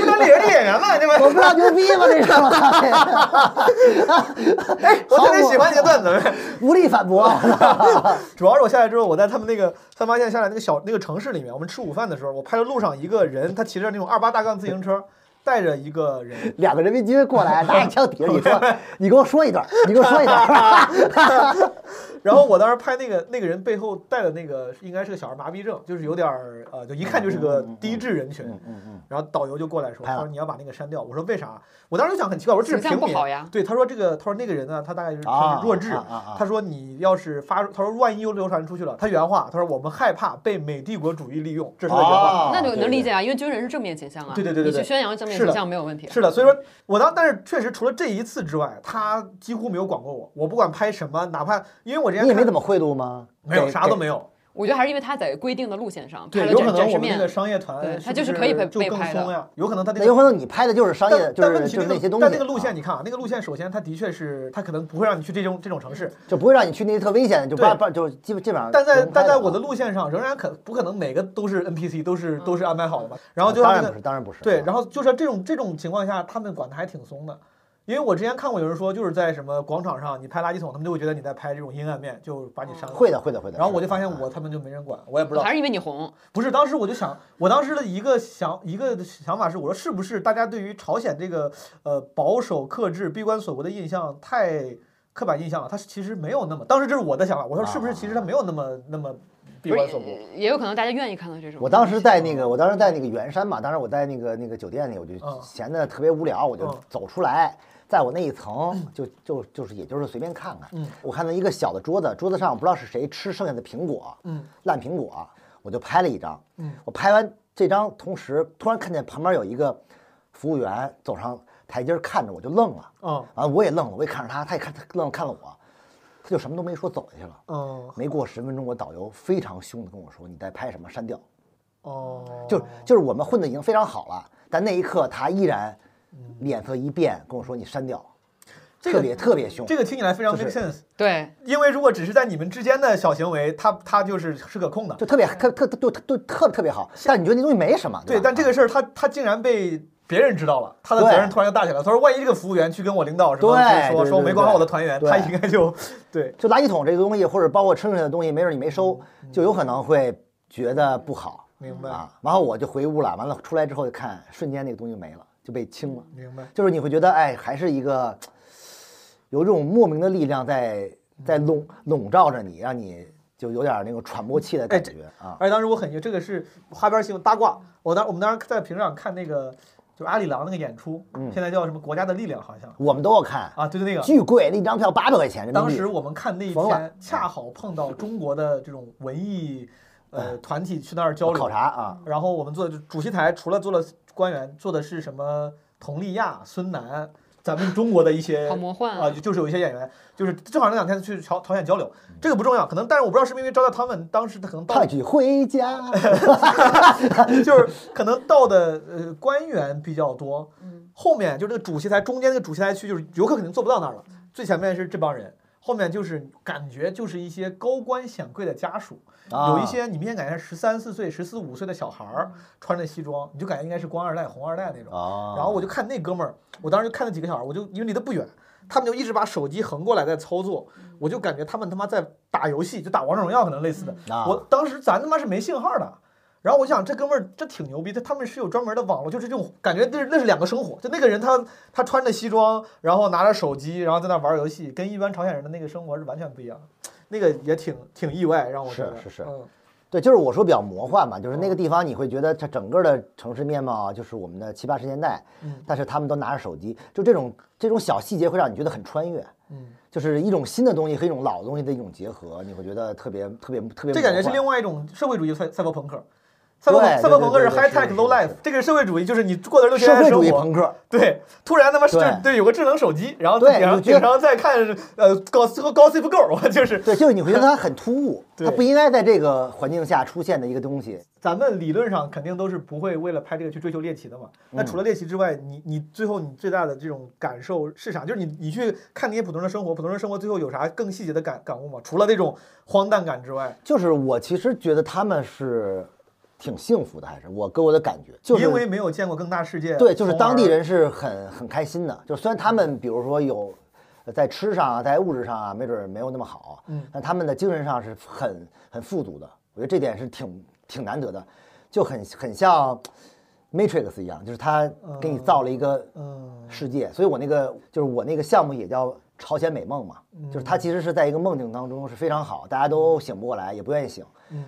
Speaker 1: 不当演员演员吗？对吧？
Speaker 2: 我不知道牛逼吗？这是我操，
Speaker 1: 哎，我特别喜欢你的段子。
Speaker 2: 无力反驳。
Speaker 1: 主要是我下来之后，我在他们那个三八线下来那个小那个城市里面，我们吃午饭的时候，我拍到路上一个人，他骑着那种二八大杠自行 车，带着一个人，
Speaker 2: 两个人民军过来拿一枪抵着你 说，你给我说一段，你给我说一段。
Speaker 1: 然后我当时拍那个那个人背后带的那个应该是个小儿麻痹症，就是有点儿呃，就一看就是
Speaker 2: 嗯
Speaker 1: 个低智人群。然后导游就过来说，
Speaker 2: 拍
Speaker 1: 他
Speaker 2: 了
Speaker 1: 说你要把那个删掉。我说为
Speaker 2: 嗯
Speaker 1: 啥？我当时就想很奇怪，我说这是
Speaker 3: 形
Speaker 1: 平
Speaker 3: 象不
Speaker 1: 民
Speaker 3: 好呀。
Speaker 1: 对，他说这个，他说那个人呢，他大概就是
Speaker 2: 啊
Speaker 1: 弱智。
Speaker 2: 啊啊啊
Speaker 1: 他说你要是发，他说万一又流传出去了，他原话，他说我们害怕被美帝国主义利用，这是他的原话。
Speaker 2: 哦
Speaker 3: 那就能理解啊，因为军人是正面倾向啊，
Speaker 1: 对对对对
Speaker 3: 你
Speaker 1: 对
Speaker 3: 去宣扬正面
Speaker 1: 是的
Speaker 3: 倾向没有问题。
Speaker 1: 是的，所以说我当，但是确实除了这一次之外，他几乎没有管过我。我不管拍什么，哪怕因为我之前
Speaker 2: 你也没
Speaker 1: 看
Speaker 2: 怎么贿赂吗？
Speaker 1: 没有
Speaker 2: 给
Speaker 1: 啥都。没有，
Speaker 3: 我觉得还是因为他在规定的路线上拍
Speaker 1: 对，
Speaker 3: 了
Speaker 1: 有可
Speaker 3: 展
Speaker 1: 能
Speaker 3: 展
Speaker 1: 我
Speaker 3: 示
Speaker 1: 们那
Speaker 3: 面
Speaker 1: 个，商业团
Speaker 3: 对
Speaker 1: 是
Speaker 3: 他
Speaker 1: 不
Speaker 3: 就是可以被
Speaker 1: 就
Speaker 3: 被
Speaker 1: 更
Speaker 3: 拍的
Speaker 1: 松呀，有可能他
Speaker 2: 给
Speaker 1: 那
Speaker 2: 那
Speaker 1: 个
Speaker 2: 有可能你拍的就是商业，
Speaker 1: 但
Speaker 2: 就
Speaker 1: 但问
Speaker 2: 是
Speaker 1: 题
Speaker 2: 就是那些东西。
Speaker 1: 但那个路线，你看啊，那个路线首先它的确是，它可能不会让你去这种这种城市，
Speaker 2: 就不会让你去那些特危险的，就
Speaker 1: 对
Speaker 2: 不不就基本基本上。
Speaker 1: 但在但在我
Speaker 2: 的
Speaker 1: 的路线上仍然可不可能每个都是 NPC 都
Speaker 3: 嗯
Speaker 1: 是都是安排好的吧？然
Speaker 2: 啊，
Speaker 1: 后就
Speaker 2: 当
Speaker 1: 让那
Speaker 2: 然
Speaker 1: 个
Speaker 2: 不是，当然不是。
Speaker 1: 对，
Speaker 2: 啊
Speaker 1: 然后就是这种这种情况下，他们管的还挺松的。因为我之前看过有人说，就是在什么广场上你拍垃圾桶，他们就会觉得你在拍这种阴暗面，就把你删了。
Speaker 2: 哦会的会的会的。啊
Speaker 1: 然后我就发
Speaker 2: 是哎哦
Speaker 1: 现我他们就没人管，我也不知道
Speaker 3: 还。是因为你红，
Speaker 1: 不是，当时我就想，我当时的一个想一个想法是，我说是不是大家对于朝鲜这个呃保守克制、闭关锁国的印象太刻板印象了？它其实没有那么，当时这是我的想法，我说是不是其实它没有那么那么闭
Speaker 3: 不是呃
Speaker 1: 关锁国？
Speaker 3: 也也有可能大家愿意看到这种。
Speaker 2: 我当时在那个，我当时在那个圆山嘛，当时我在那个那个酒店里，我就
Speaker 1: 嗯
Speaker 2: 闲的特别无聊，我就
Speaker 1: 嗯
Speaker 2: 走出来，在我那一层就就就是也就是随便看看，
Speaker 1: 嗯
Speaker 2: 我看到一个小的桌子，桌子上我不知道是谁吃剩下的苹果，
Speaker 1: 嗯
Speaker 2: 烂苹果，我就拍了一张，
Speaker 1: 嗯
Speaker 2: 我拍完这张，同时突然看见旁边有一个服务员走上台阶儿看着我，就愣了，
Speaker 1: 嗯
Speaker 2: 啊，我也愣了，我也看着他，他也看他愣看了我，他就什么都没说走下去了。
Speaker 1: 嗯
Speaker 2: 没过十分钟，我导游非常凶的跟我说：“你在拍什么？删掉。”
Speaker 1: 哦，
Speaker 2: 就是就是我们混的已经非常好了，但那一刻他依然脸色一变，跟我说你删掉，
Speaker 1: 这个
Speaker 2: 特别特别凶。
Speaker 1: 这个听起来非常
Speaker 2: 就
Speaker 1: make
Speaker 2: 是
Speaker 1: sense，
Speaker 3: 对，
Speaker 1: 因为如果只是在你们之间的小行为，它它就是是可控的。
Speaker 2: 就特别特特特特特特别好，但你觉得那东西没什么，
Speaker 1: 对，
Speaker 2: 吧
Speaker 1: 但这个事儿他他竟然被别人知道了，他的责
Speaker 2: 对
Speaker 1: 任突然就大起来了。他说，万一这个服务员去跟我领导什么
Speaker 2: 对
Speaker 1: 去说
Speaker 2: 对
Speaker 1: 说
Speaker 2: 对
Speaker 1: 没
Speaker 2: 对
Speaker 1: 管好我的团员，
Speaker 2: 对
Speaker 1: 他应该就对
Speaker 2: 就垃圾桶这个东西，或者包括吃剩下的东西，没准你没收，
Speaker 1: 嗯
Speaker 2: 就有可能会觉得不好
Speaker 1: 明白
Speaker 2: 啊。然后我就回屋了，完了出来之后就看，瞬间那个东西没了，就被清了。
Speaker 1: 明白。
Speaker 2: 就是你会觉得，哎，还是一个有这种莫名的力量在在笼
Speaker 1: 嗯
Speaker 2: 笼罩着你，让你就有点那种喘不过
Speaker 1: 哎
Speaker 2: 气的感觉啊。
Speaker 1: 而且当时我很这个是花边新闻八卦，我当我们当时在平壤看那个就是阿里郎那个演出，
Speaker 2: 嗯
Speaker 1: 现在叫什么《国家的力量》好像
Speaker 2: 我们都要看，
Speaker 1: 啊，对对那个。
Speaker 2: 巨贵，那张票八百块钱人民
Speaker 1: 当
Speaker 2: 币。
Speaker 1: 时我们看那一
Speaker 2: 疯了
Speaker 1: 天，恰好碰到中国的这种文艺
Speaker 2: 哎
Speaker 1: 呃团体去那儿交流
Speaker 2: 考察啊，
Speaker 1: 然后我们坐的主席台，除了坐了官员，坐的是什么佟丽娅、孙楠，咱们中国的一些
Speaker 3: 好魔幻
Speaker 1: 啊、
Speaker 3: 啊！
Speaker 1: 就就是有一些演员，就是正好那两天去朝朝鲜交流，这个不重要，可能，但是我不知道是不是因为招待他们，当时他可能到
Speaker 2: 派去回家。
Speaker 1: 就是可能到的呃官员比较多
Speaker 3: 嗯，
Speaker 1: 后面就这个主席台中间那个主席台区，就是游客肯定坐不到那儿了，
Speaker 3: 嗯
Speaker 1: 最前面是这帮人。后面就是感觉就是一些高官显贵的家属，
Speaker 2: 啊
Speaker 1: 有一些你明显感觉十三四岁、十四五岁的小孩儿穿着西装，你就感觉应该是官二代、红二代那种。
Speaker 2: 哦
Speaker 1: 然后我就看那哥们儿，我当时就看了几个小孩儿，我就因为离得不远，他们就一直把手机横过来在操作，我就感觉他们他妈在打游戏，就打王者荣耀可能类似的。
Speaker 2: 啊
Speaker 1: 我当时咱他妈是没信号的，然后我想这哥们儿这挺牛逼，他他们是有专门的网络，就是这种感觉那是那是两个生活，就那个人他他穿着西装，然后拿着手机，然后在那玩儿游戏，跟一般朝鲜人的那个生活是完全不一样的。那个也挺挺意外，让我觉
Speaker 2: 是
Speaker 1: 得
Speaker 2: 是是
Speaker 1: 嗯
Speaker 2: 对，就是我说比较魔幻嘛，就是那个地方你会觉得它整个的城市面貌啊，就是我们的七八十年代，
Speaker 1: 嗯
Speaker 2: 但是他们都拿着手机，就这种这种小细节会让你觉得很穿越，
Speaker 1: 嗯，
Speaker 2: 就是一种新的东西和一种老的东西的一种结合，你会觉得特别特别特别魔幻。
Speaker 1: 这感觉是另外一种社会主义赛赛博朋克。赛博
Speaker 2: 对
Speaker 1: 赛博朋克
Speaker 2: 对
Speaker 1: 是
Speaker 2: 对对
Speaker 1: high
Speaker 2: 是
Speaker 1: tech
Speaker 2: 是
Speaker 1: low
Speaker 2: 是
Speaker 1: life，这个是社会主义就是你过的乐
Speaker 2: 社
Speaker 1: 天
Speaker 2: 会
Speaker 1: 生
Speaker 2: 主义
Speaker 1: 活。
Speaker 2: 朋克，
Speaker 1: 对，突然他妈是
Speaker 2: 对
Speaker 1: 对有个智能手机，然后
Speaker 2: 对
Speaker 1: 顶上
Speaker 2: 你觉得
Speaker 1: 顶上再看呃高高 C 不够， 就是
Speaker 2: 对，就是你会觉得它很突兀，
Speaker 1: 对
Speaker 2: 它不应该在这个环境下出现的一个东西。
Speaker 1: 咱们理论上肯定都是不会为了拍这个去追求猎奇的嘛。
Speaker 2: 嗯
Speaker 1: 那除了猎奇之外，你你最后你最大的这种感受是啥？就是你你去看那些普通人的生活，普通人生活最后有啥更细节的感感悟吗？除了那种荒诞感之外，
Speaker 2: 就是我其实觉得他们是挺幸福的，还是我给我的感觉，就是
Speaker 1: 因为没有见过更大世界，啊
Speaker 2: 对，就
Speaker 1: 从
Speaker 2: 是
Speaker 1: 而
Speaker 2: 当地人是很很开心的。就虽然他们比如说有呃在吃上啊，在物质上啊，没准儿没有那么好，
Speaker 1: 嗯
Speaker 2: 但他们的精神上是很很富足的。我觉得这点是挺挺难得的，就很很像 Matrix 一样，就是他给你造了一个
Speaker 1: 嗯
Speaker 2: 世界。所以我那个就是我那个项目也叫朝鲜美梦嘛，就是它其实是在一个梦境当中是非常好，大家都醒不过来，也不愿意醒，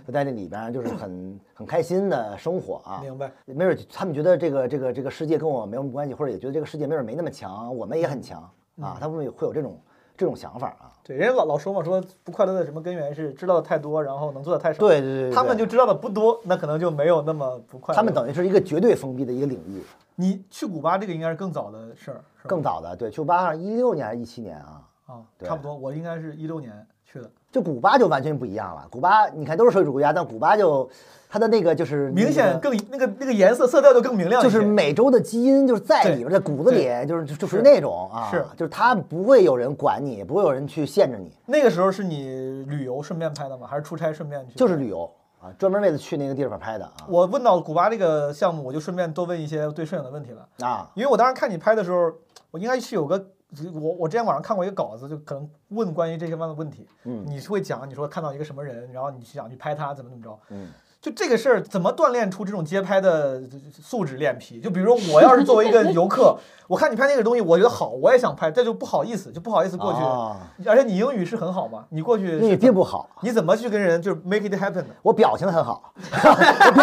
Speaker 2: 就在那里边儿就是很很开心的生活啊。
Speaker 1: 嗯明白。
Speaker 2: 没准他们觉得这个这个这个世界跟我没有什么关系，或者也觉得这个世界没准没那么强，我们也很强啊，他们也会有这种这种想法啊。
Speaker 1: 对人家老老说嘛，说不快乐的什么根源是知道的太多，然后能做的太少。
Speaker 2: 对对对对
Speaker 1: 他们就知道的不多，那可能就没有那么不快乐。
Speaker 2: 他们等于是一个绝对封闭的一个领域。
Speaker 1: 你去古巴这个应该是更早的事儿，是吧？
Speaker 2: 更早的，对，去古巴好像一六年还是一七年啊，
Speaker 1: 啊，
Speaker 2: 对
Speaker 1: 差不多，我应该是一六年去的，
Speaker 2: 就古巴就完全不一样了。古巴你看都是社会主义国家，但古巴就它的那个就是
Speaker 1: 明
Speaker 2: 那
Speaker 1: 显
Speaker 2: 个
Speaker 1: 更那个那个颜色色调就更明亮一
Speaker 2: 就
Speaker 1: 些，
Speaker 2: 是美洲的基因就是在里边，在骨子里，就是就就属于那种啊，
Speaker 1: 是
Speaker 2: 就是他不会有人管你，不会有人去限制你，
Speaker 1: 那个时候是你旅游顺便拍的吗？还是出差顺便去？
Speaker 2: 就是旅游啊，专门为了去那个地方拍的啊
Speaker 1: 我问到古巴这个项目，我就顺便多问一些对摄影的问题了，
Speaker 2: 啊，
Speaker 1: 因为我当时看你拍的时候，我应该是有个。我我之前网上看过一个稿子，就可能问关于这些方面的问题，
Speaker 2: 嗯
Speaker 1: 你是会讲，你说看到一个什么人，然后你想去拍他怎么怎么着，
Speaker 2: 嗯，
Speaker 1: 就这个事儿，怎么锻炼出这种街拍的素质脸皮？就比如我要是作为一个游客， 我看你拍那个东西，我觉得好，我也想拍，这就不好意思，就不好意思过去。
Speaker 2: 啊
Speaker 1: 而且你英语是很好嘛，你过去
Speaker 2: 英语
Speaker 1: 是
Speaker 2: 并不好，
Speaker 1: 你怎么去跟人就是 make it happen 呢？
Speaker 2: 我表情很好， 我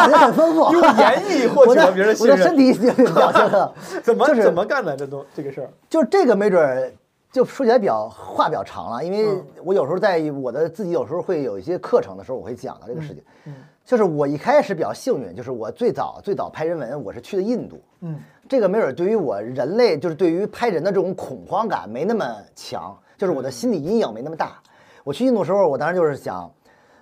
Speaker 2: 表情很丰富，
Speaker 1: 用言语获取
Speaker 2: 我的
Speaker 1: 了别人
Speaker 2: 我
Speaker 1: 信
Speaker 2: 的
Speaker 1: 任
Speaker 2: 身，体表情很好，
Speaker 1: 怎么、
Speaker 2: 就是
Speaker 1: 怎么干的？这都这个事儿，
Speaker 2: 就是这个没准儿就说起来比较话比较长了，因
Speaker 1: 嗯
Speaker 2: 为我有时候在我的自己有时候会有一些课程的时候，我会讲到这个事情。
Speaker 1: 嗯
Speaker 2: 就是我一开始比较幸运，就是我最早最早拍人文，我是去的印度。
Speaker 1: 嗯，
Speaker 2: 这个没准儿对于我人类就是对于拍人的这种恐慌感没那么强，就是我的心理阴影没那么大。我去印度的时候，我当时就是想，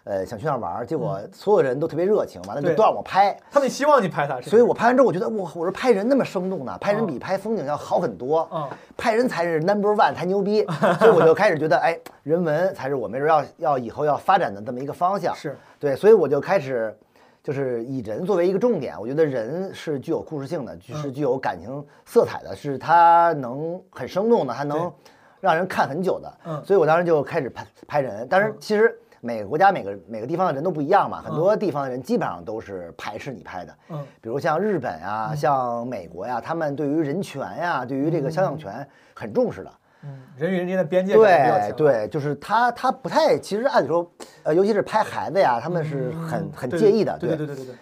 Speaker 2: 呃，想去那儿玩儿，结果所有人都特别热情，完了
Speaker 1: 嗯
Speaker 2: 就
Speaker 1: 对
Speaker 2: 都让我拍。
Speaker 1: 他们希望你拍他，是不
Speaker 2: 所以
Speaker 1: 是
Speaker 2: 我拍完之后，我觉得我我是拍人那么生动呢，拍人比拍风景要好很多，
Speaker 1: 嗯
Speaker 2: 拍人才是 number one 才 牛逼，所以我就开始觉得，哎，人文才是我没准要要以后要发展的这么一个方向，
Speaker 1: 是
Speaker 2: 对，所以我就开始就是以人作为一个重点，我觉得人是具有故事性的，
Speaker 1: 嗯
Speaker 2: 是具有感情色彩的，是它能很生动的，还能让人看很久的，
Speaker 1: 嗯
Speaker 2: 所以我当时就开始拍拍人，但是其实。每个国家、每个每个地方的人都不一样嘛，很多地方的人基本上都是排斥你拍的，
Speaker 1: 嗯
Speaker 2: 比如像日本啊、像美国呀、他们对于人权呀、对于这个肖像权很重视的。
Speaker 1: 嗯，人与人之间的边界嗯感比较
Speaker 2: 对
Speaker 1: 强，
Speaker 2: 对，就是他他不太，其实按理说，呃，尤其是拍孩子呀，他
Speaker 1: 嗯
Speaker 2: 们是很、很介意的。
Speaker 1: 对
Speaker 2: 对
Speaker 1: 对对对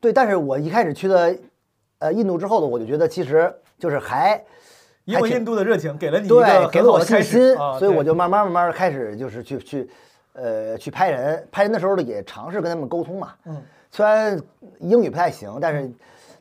Speaker 2: 对但是我一开始去的，呃，印度之后呢，我就觉得其实就是还。
Speaker 1: 因为
Speaker 2: 还挺
Speaker 1: 印度的热情给了你一个
Speaker 2: 对，给
Speaker 1: 很
Speaker 2: 了
Speaker 1: 好
Speaker 2: 我
Speaker 1: 的
Speaker 2: 信
Speaker 1: 开
Speaker 2: 心
Speaker 1: 始，，啊
Speaker 2: 所以
Speaker 1: 对
Speaker 2: 我就慢慢慢慢地开始就是去去，呃，去拍人，拍人的时候呢也尝试跟他们沟通嘛。
Speaker 1: 嗯，
Speaker 2: 虽然英语不太行，但是。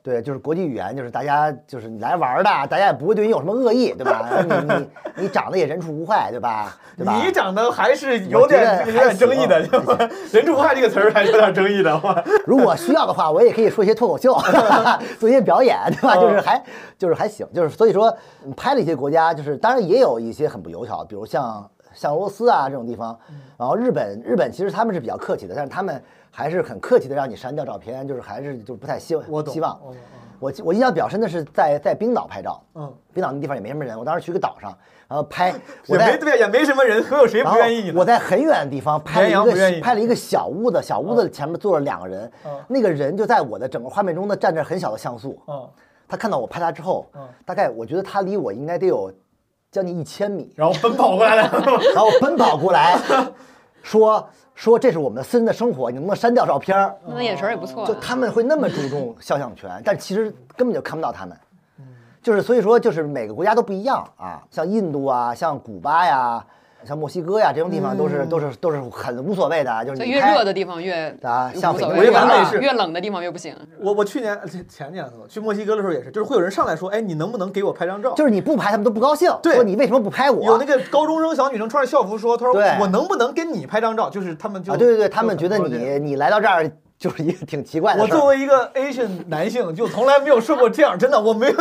Speaker 2: 对，就是国际语言，就是大家就是你来玩儿的，大家也不会对你有什么恶意，对吧？ 你你你长得也人畜无害，对吧？对吧？
Speaker 1: 你长得还是有
Speaker 2: 我觉
Speaker 1: 点
Speaker 2: 得
Speaker 1: 这个有点
Speaker 2: 还
Speaker 1: 争议的，
Speaker 2: 行啊
Speaker 1: 对 吧？人畜无害这个词儿还是有点争议的，哇
Speaker 2: 如果需要的话，我也可以说一些脱口秀， 做一些表演，对吧？
Speaker 1: 嗯
Speaker 2: 就是还就是还行，就是所以说嗯拍了一些国家，就是当然也有一些很不友好，比如像像俄罗斯啊这种地方，
Speaker 1: 嗯
Speaker 2: 然后日本日本其实他们是比较客气的，但是他们还是很客气的让你删掉照片，就是还是就不太希望
Speaker 1: 我懂
Speaker 2: 希望。
Speaker 1: 我懂
Speaker 2: 我我印象比较深的是在在冰岛拍照，
Speaker 1: 嗯，
Speaker 2: 冰岛那地方也没什么人，我当时去个岛上，然后拍我
Speaker 1: 也
Speaker 2: 在
Speaker 1: 没对，也没什么人，会有谁
Speaker 2: 然
Speaker 1: 不
Speaker 2: 后
Speaker 1: 愿意你呢
Speaker 2: 我在很远的地方拍了一
Speaker 1: 绵羊不愿意
Speaker 2: 个拍了一个小屋子，小屋子前面坐着两个人
Speaker 1: 嗯，
Speaker 2: 那个人就在我的整个画面中呢占着很小的像素。
Speaker 1: 嗯，
Speaker 2: 他看到我拍他之后
Speaker 1: 嗯，
Speaker 2: 大概我觉得他离我应该得有将近一千米，
Speaker 1: 然后奔跑过来了，
Speaker 2: 然后奔跑 过来说说这是我们的私人的生活，你能不能删掉照片儿？
Speaker 3: 那眼神儿也不错
Speaker 2: 就
Speaker 3: 啊。
Speaker 2: 他们会那么注重肖像 权，但其实根本就看不到他们。就是所以说，就是每个国家都不一样啊，像印度啊，像古巴呀，像墨西哥呀这种地方都是、都是都是很无所谓的，就是
Speaker 3: 所以
Speaker 2: 你
Speaker 3: 嗯越
Speaker 2: 拍
Speaker 3: 热的地方越
Speaker 2: 啊
Speaker 3: 无
Speaker 2: 像
Speaker 3: 所
Speaker 1: 北
Speaker 3: 谓，
Speaker 1: 京
Speaker 3: 越
Speaker 1: 完美
Speaker 3: 冷
Speaker 1: 是
Speaker 3: 越冷的地方越不行。
Speaker 1: 我我去年呃前前年了，去墨西哥的时候也是，就是会有人上来说，哎，你能不能给我拍张照？
Speaker 2: 就是你不拍他们都不高兴，
Speaker 1: 对
Speaker 2: 说你为什么不拍我？
Speaker 1: 有那个高中生小女生穿着校服说，她说
Speaker 2: 对
Speaker 1: 我能不能跟你拍张照？就是他们就
Speaker 2: 啊，对对对，他们
Speaker 1: 就
Speaker 2: 觉得
Speaker 1: 很多这
Speaker 2: 你
Speaker 1: 样
Speaker 2: 你来到这儿就是一个挺奇怪的
Speaker 1: 我
Speaker 2: 事儿。
Speaker 1: 作为一个 Asian 男性，就从来没有受过这样，真的，我没有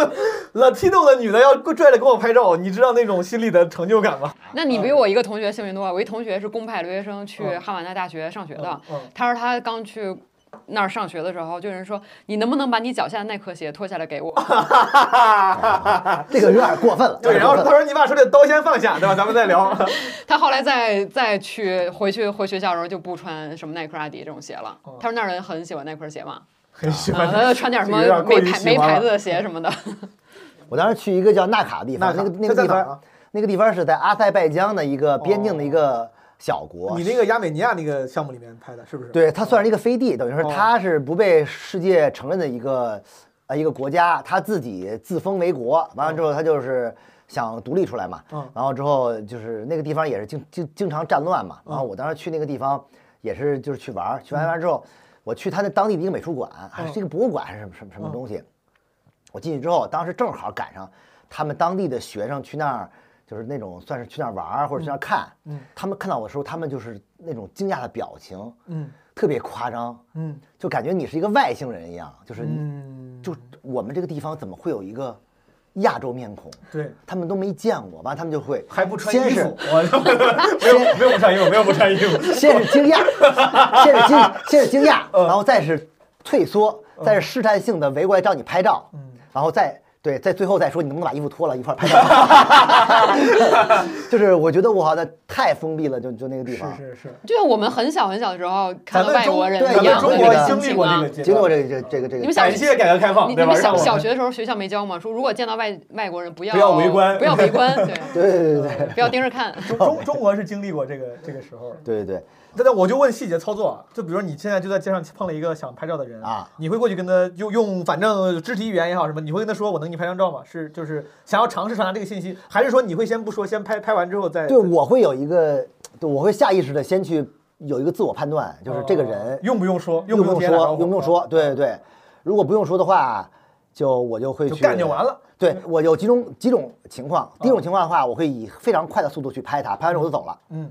Speaker 1: Latino 的女的要拽着给我拍照，你知道那种心里的成就感吗？
Speaker 3: 那你
Speaker 1: 啊
Speaker 3: 比我一个同学幸运多了。我一同学是公派留学生去哈瓦那大学上学的，
Speaker 1: 嗯嗯
Speaker 3: 他说他刚去那儿上学的时候，就有人说你能不能把你脚下的耐克鞋脱下来给我？
Speaker 2: 这个有点过分了。
Speaker 1: 对，
Speaker 2: 有点
Speaker 1: 然后
Speaker 2: 过
Speaker 1: 他
Speaker 2: 分
Speaker 1: 说你把手里的刀先放下，对吧？咱们再 聊。
Speaker 3: 他后来再再去回去回学校的时候就不穿什么耐克、阿迪这种鞋了。
Speaker 1: 啊
Speaker 3: 他说那儿人很喜欢耐克鞋嘛，
Speaker 1: 很喜
Speaker 3: 啊，
Speaker 1: 欢
Speaker 3: 他就穿点什么
Speaker 1: 这个有点过
Speaker 3: 没
Speaker 1: 于
Speaker 3: 牌
Speaker 1: 喜
Speaker 3: 没
Speaker 1: 欢
Speaker 3: 牌
Speaker 1: 了
Speaker 3: 子的鞋什么的。
Speaker 2: 我当时去一个叫纳卡的地方，
Speaker 1: 纳
Speaker 2: 那
Speaker 1: 卡
Speaker 2: 个
Speaker 1: 这
Speaker 2: 那个
Speaker 1: 在
Speaker 2: 地
Speaker 1: 哪儿
Speaker 2: 方
Speaker 1: 啊，
Speaker 2: 那个地方是在阿塞拜疆的一个边境的一个小国
Speaker 1: 你。那个亚美尼亚那个项目里面拍的，是不是？，
Speaker 2: 对，它算是一个飞地，等于是
Speaker 1: 哦
Speaker 2: 它是不被世界承认的一个呃一个国家，它自己自封为国。完了之后，它就是想独立出来嘛。
Speaker 1: 嗯
Speaker 2: 然后之后就是那个地方也是经经经常战乱嘛。
Speaker 1: 嗯
Speaker 2: 然后我当时去那个地方也是就是去玩儿，去玩完之后，我去它那当地的一个美术馆，
Speaker 1: 嗯
Speaker 2: 还是一个博物馆还是什么什么什么东西。我进去之后，当时正好赶上他们当地的学生去那儿，就是那种算是去那儿玩儿或者去那儿看。
Speaker 1: 嗯
Speaker 2: 他们看到我的时候，他们就是那种惊讶的表情，
Speaker 1: 嗯
Speaker 2: 特别夸张，
Speaker 1: 嗯
Speaker 2: 就感觉你是一个外星人一样，就是你、
Speaker 1: 嗯，
Speaker 2: 就我们这个地方怎么会有一个亚洲面孔？
Speaker 1: 对，
Speaker 2: 他们都没见过，完了他们就会
Speaker 1: 还不穿
Speaker 2: 先
Speaker 1: 衣
Speaker 2: 是
Speaker 1: 服，我没有没有不穿衣服，没有不穿衣服。
Speaker 2: 先是惊 讶，先是惊，先是惊讶，
Speaker 1: 嗯
Speaker 2: 然后再是退缩，再是试探性的围过来找你拍照，
Speaker 1: 嗯
Speaker 2: 然后再对，在最后再说你能不能把衣服脱了，一块儿拍照。 就是我觉得我好像太封闭了，就就那个地方。
Speaker 1: 是是是，
Speaker 3: 就像我们很小很小的时候看
Speaker 1: 咱
Speaker 3: 到
Speaker 1: 们
Speaker 3: 外
Speaker 1: 中
Speaker 3: 国人
Speaker 2: 对
Speaker 1: 咱
Speaker 3: 一
Speaker 1: 们
Speaker 3: 样
Speaker 1: 中
Speaker 3: 的
Speaker 1: 国
Speaker 3: 那
Speaker 1: 经
Speaker 3: 个心
Speaker 1: 历
Speaker 3: 情
Speaker 1: 过这个
Speaker 3: 啊。
Speaker 1: 阶
Speaker 2: 经过
Speaker 1: 段。
Speaker 2: 这个这个这个，
Speaker 3: 你们
Speaker 1: 感谢改革开放，
Speaker 3: 你
Speaker 1: 对
Speaker 3: 你
Speaker 1: 吧？
Speaker 3: 们
Speaker 1: 让
Speaker 3: 小
Speaker 1: 我
Speaker 3: 小
Speaker 1: 们
Speaker 3: 学的时候学校没教吗？说如果见到外外国人不要
Speaker 1: 不要围观
Speaker 3: 不要围观，
Speaker 2: 对
Speaker 3: 对，
Speaker 2: 对对对
Speaker 3: 不要盯着看。
Speaker 1: 中中中国是经历过这个这个时候的。
Speaker 2: 对对对，
Speaker 1: 那那我就问细节操作啊，就比如说你现在就在街上碰了一个想拍照的人
Speaker 2: 啊，
Speaker 1: 你会过去跟他用用反正肢体语言也好什么，你会跟他说我能给你拍张照吗？是就是想要尝试传达这个信息，还是说你会先不说，先拍拍完之后再
Speaker 2: 对我会有一个，对我会下意识的先去有一个自我判断，就是这个人
Speaker 1: 哦用不用说，
Speaker 2: 用
Speaker 1: 不
Speaker 2: 不用
Speaker 1: 贴打招
Speaker 2: 说，
Speaker 1: 呼
Speaker 2: 用不用说？对对对，如果不用说的话，就我就会
Speaker 1: 就
Speaker 2: 去
Speaker 1: 干就完了。哦
Speaker 2: 对我有几种几种情况，第一种情况的话，我会以非常快的速度去拍他，拍完之后我就走了。
Speaker 1: 嗯，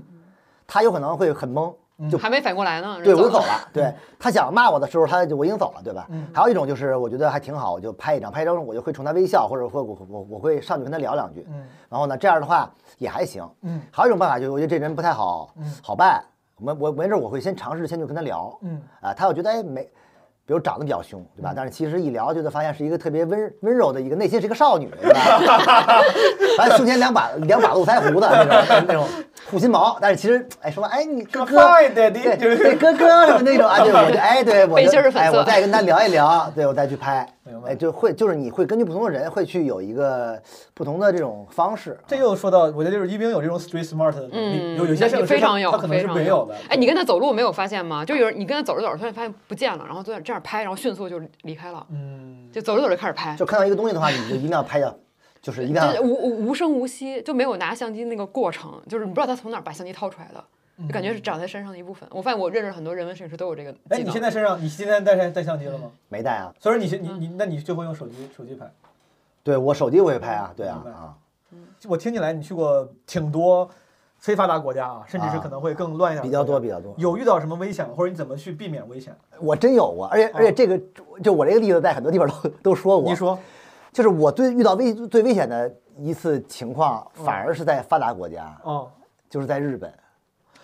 Speaker 2: 他有可能会很懵，就
Speaker 3: 还没反过来呢，
Speaker 2: 对我就
Speaker 3: 人
Speaker 2: 走
Speaker 3: 走
Speaker 2: 了。 对他想骂我的时候，他就我已经走了，对吧？
Speaker 1: 嗯
Speaker 2: 还有一种就是我觉得还挺好，我就拍一张，拍一张我就会冲他微笑，或者会我我我会上去跟他聊两句。然后呢，这样的话也还行。
Speaker 1: 嗯，
Speaker 2: 还有一种办法就是我觉得这人不太好好办，我我没准我会先尝试先去跟他聊。
Speaker 1: 嗯，
Speaker 2: 啊，他又觉得哎没。比如长得比较凶，对吧？但是其实一聊就能发现是一个特别温温柔的一个，内心是一个少女，对吧？完胸前两把两把络腮胡子那种那种护心毛，但是其实哎说哎你哥
Speaker 1: 这个
Speaker 2: 哥
Speaker 1: fine daddy，
Speaker 2: 对
Speaker 1: 就是
Speaker 2: 对哥哥什么那种啊，对我就哎对我
Speaker 3: 背心
Speaker 2: 就
Speaker 3: 儿粉
Speaker 2: 哎
Speaker 3: 色
Speaker 2: 我再跟他聊一聊，对我再去拍
Speaker 1: 明，白
Speaker 2: 哎就会就是你会根据不同的人会去有一个不同的这种方式，啊
Speaker 1: 这又说到，我觉得就是一冰有这种 street smart 的能力，
Speaker 3: 嗯，
Speaker 1: 有有些事
Speaker 3: 你
Speaker 1: 儿
Speaker 3: 非常有，
Speaker 1: 他可能
Speaker 3: 非
Speaker 1: 是
Speaker 3: 常
Speaker 1: 没有的。
Speaker 3: 哎，你跟他走路没有发现吗？就有人你跟他走着走着，突然发现不见了，然后就在这样拍，然后迅速就离开了，
Speaker 1: 嗯，
Speaker 3: 就走着走着开始拍，
Speaker 2: 就看到一个东西的话，你就一定要拍掉，就是一定
Speaker 3: 就
Speaker 2: 要
Speaker 3: 是无无无声无息，就没有拿相机那个过程，就是你不知道他从哪儿把相机掏出来的，
Speaker 1: 嗯
Speaker 3: 就感觉是长在身上的一部分。我发现我认识很多人文摄影师都有这个技
Speaker 1: 哎，
Speaker 3: 能。
Speaker 1: 你现在身上，你今天带带带相机了吗？
Speaker 3: 嗯
Speaker 2: 没带啊，
Speaker 1: 所以说你现你你，那你就会用手机手机拍。
Speaker 2: 对我手机我也拍啊，对啊
Speaker 1: 明白
Speaker 2: 啊，
Speaker 1: 我听起来你去过挺多非发达国家啊，甚至是可能会更乱一点、
Speaker 2: 比较多。比较多。
Speaker 1: 有遇到什么危险，或者你怎么去避免危险？
Speaker 2: 我真有过，而且而且这个就我这个例子在很多地方都都说过。
Speaker 1: 嗯你说，
Speaker 2: 就是我最遇到危最危险的一次情况，
Speaker 1: 嗯
Speaker 2: 反而是在发达国家，
Speaker 1: 哦
Speaker 2: 就是在日本，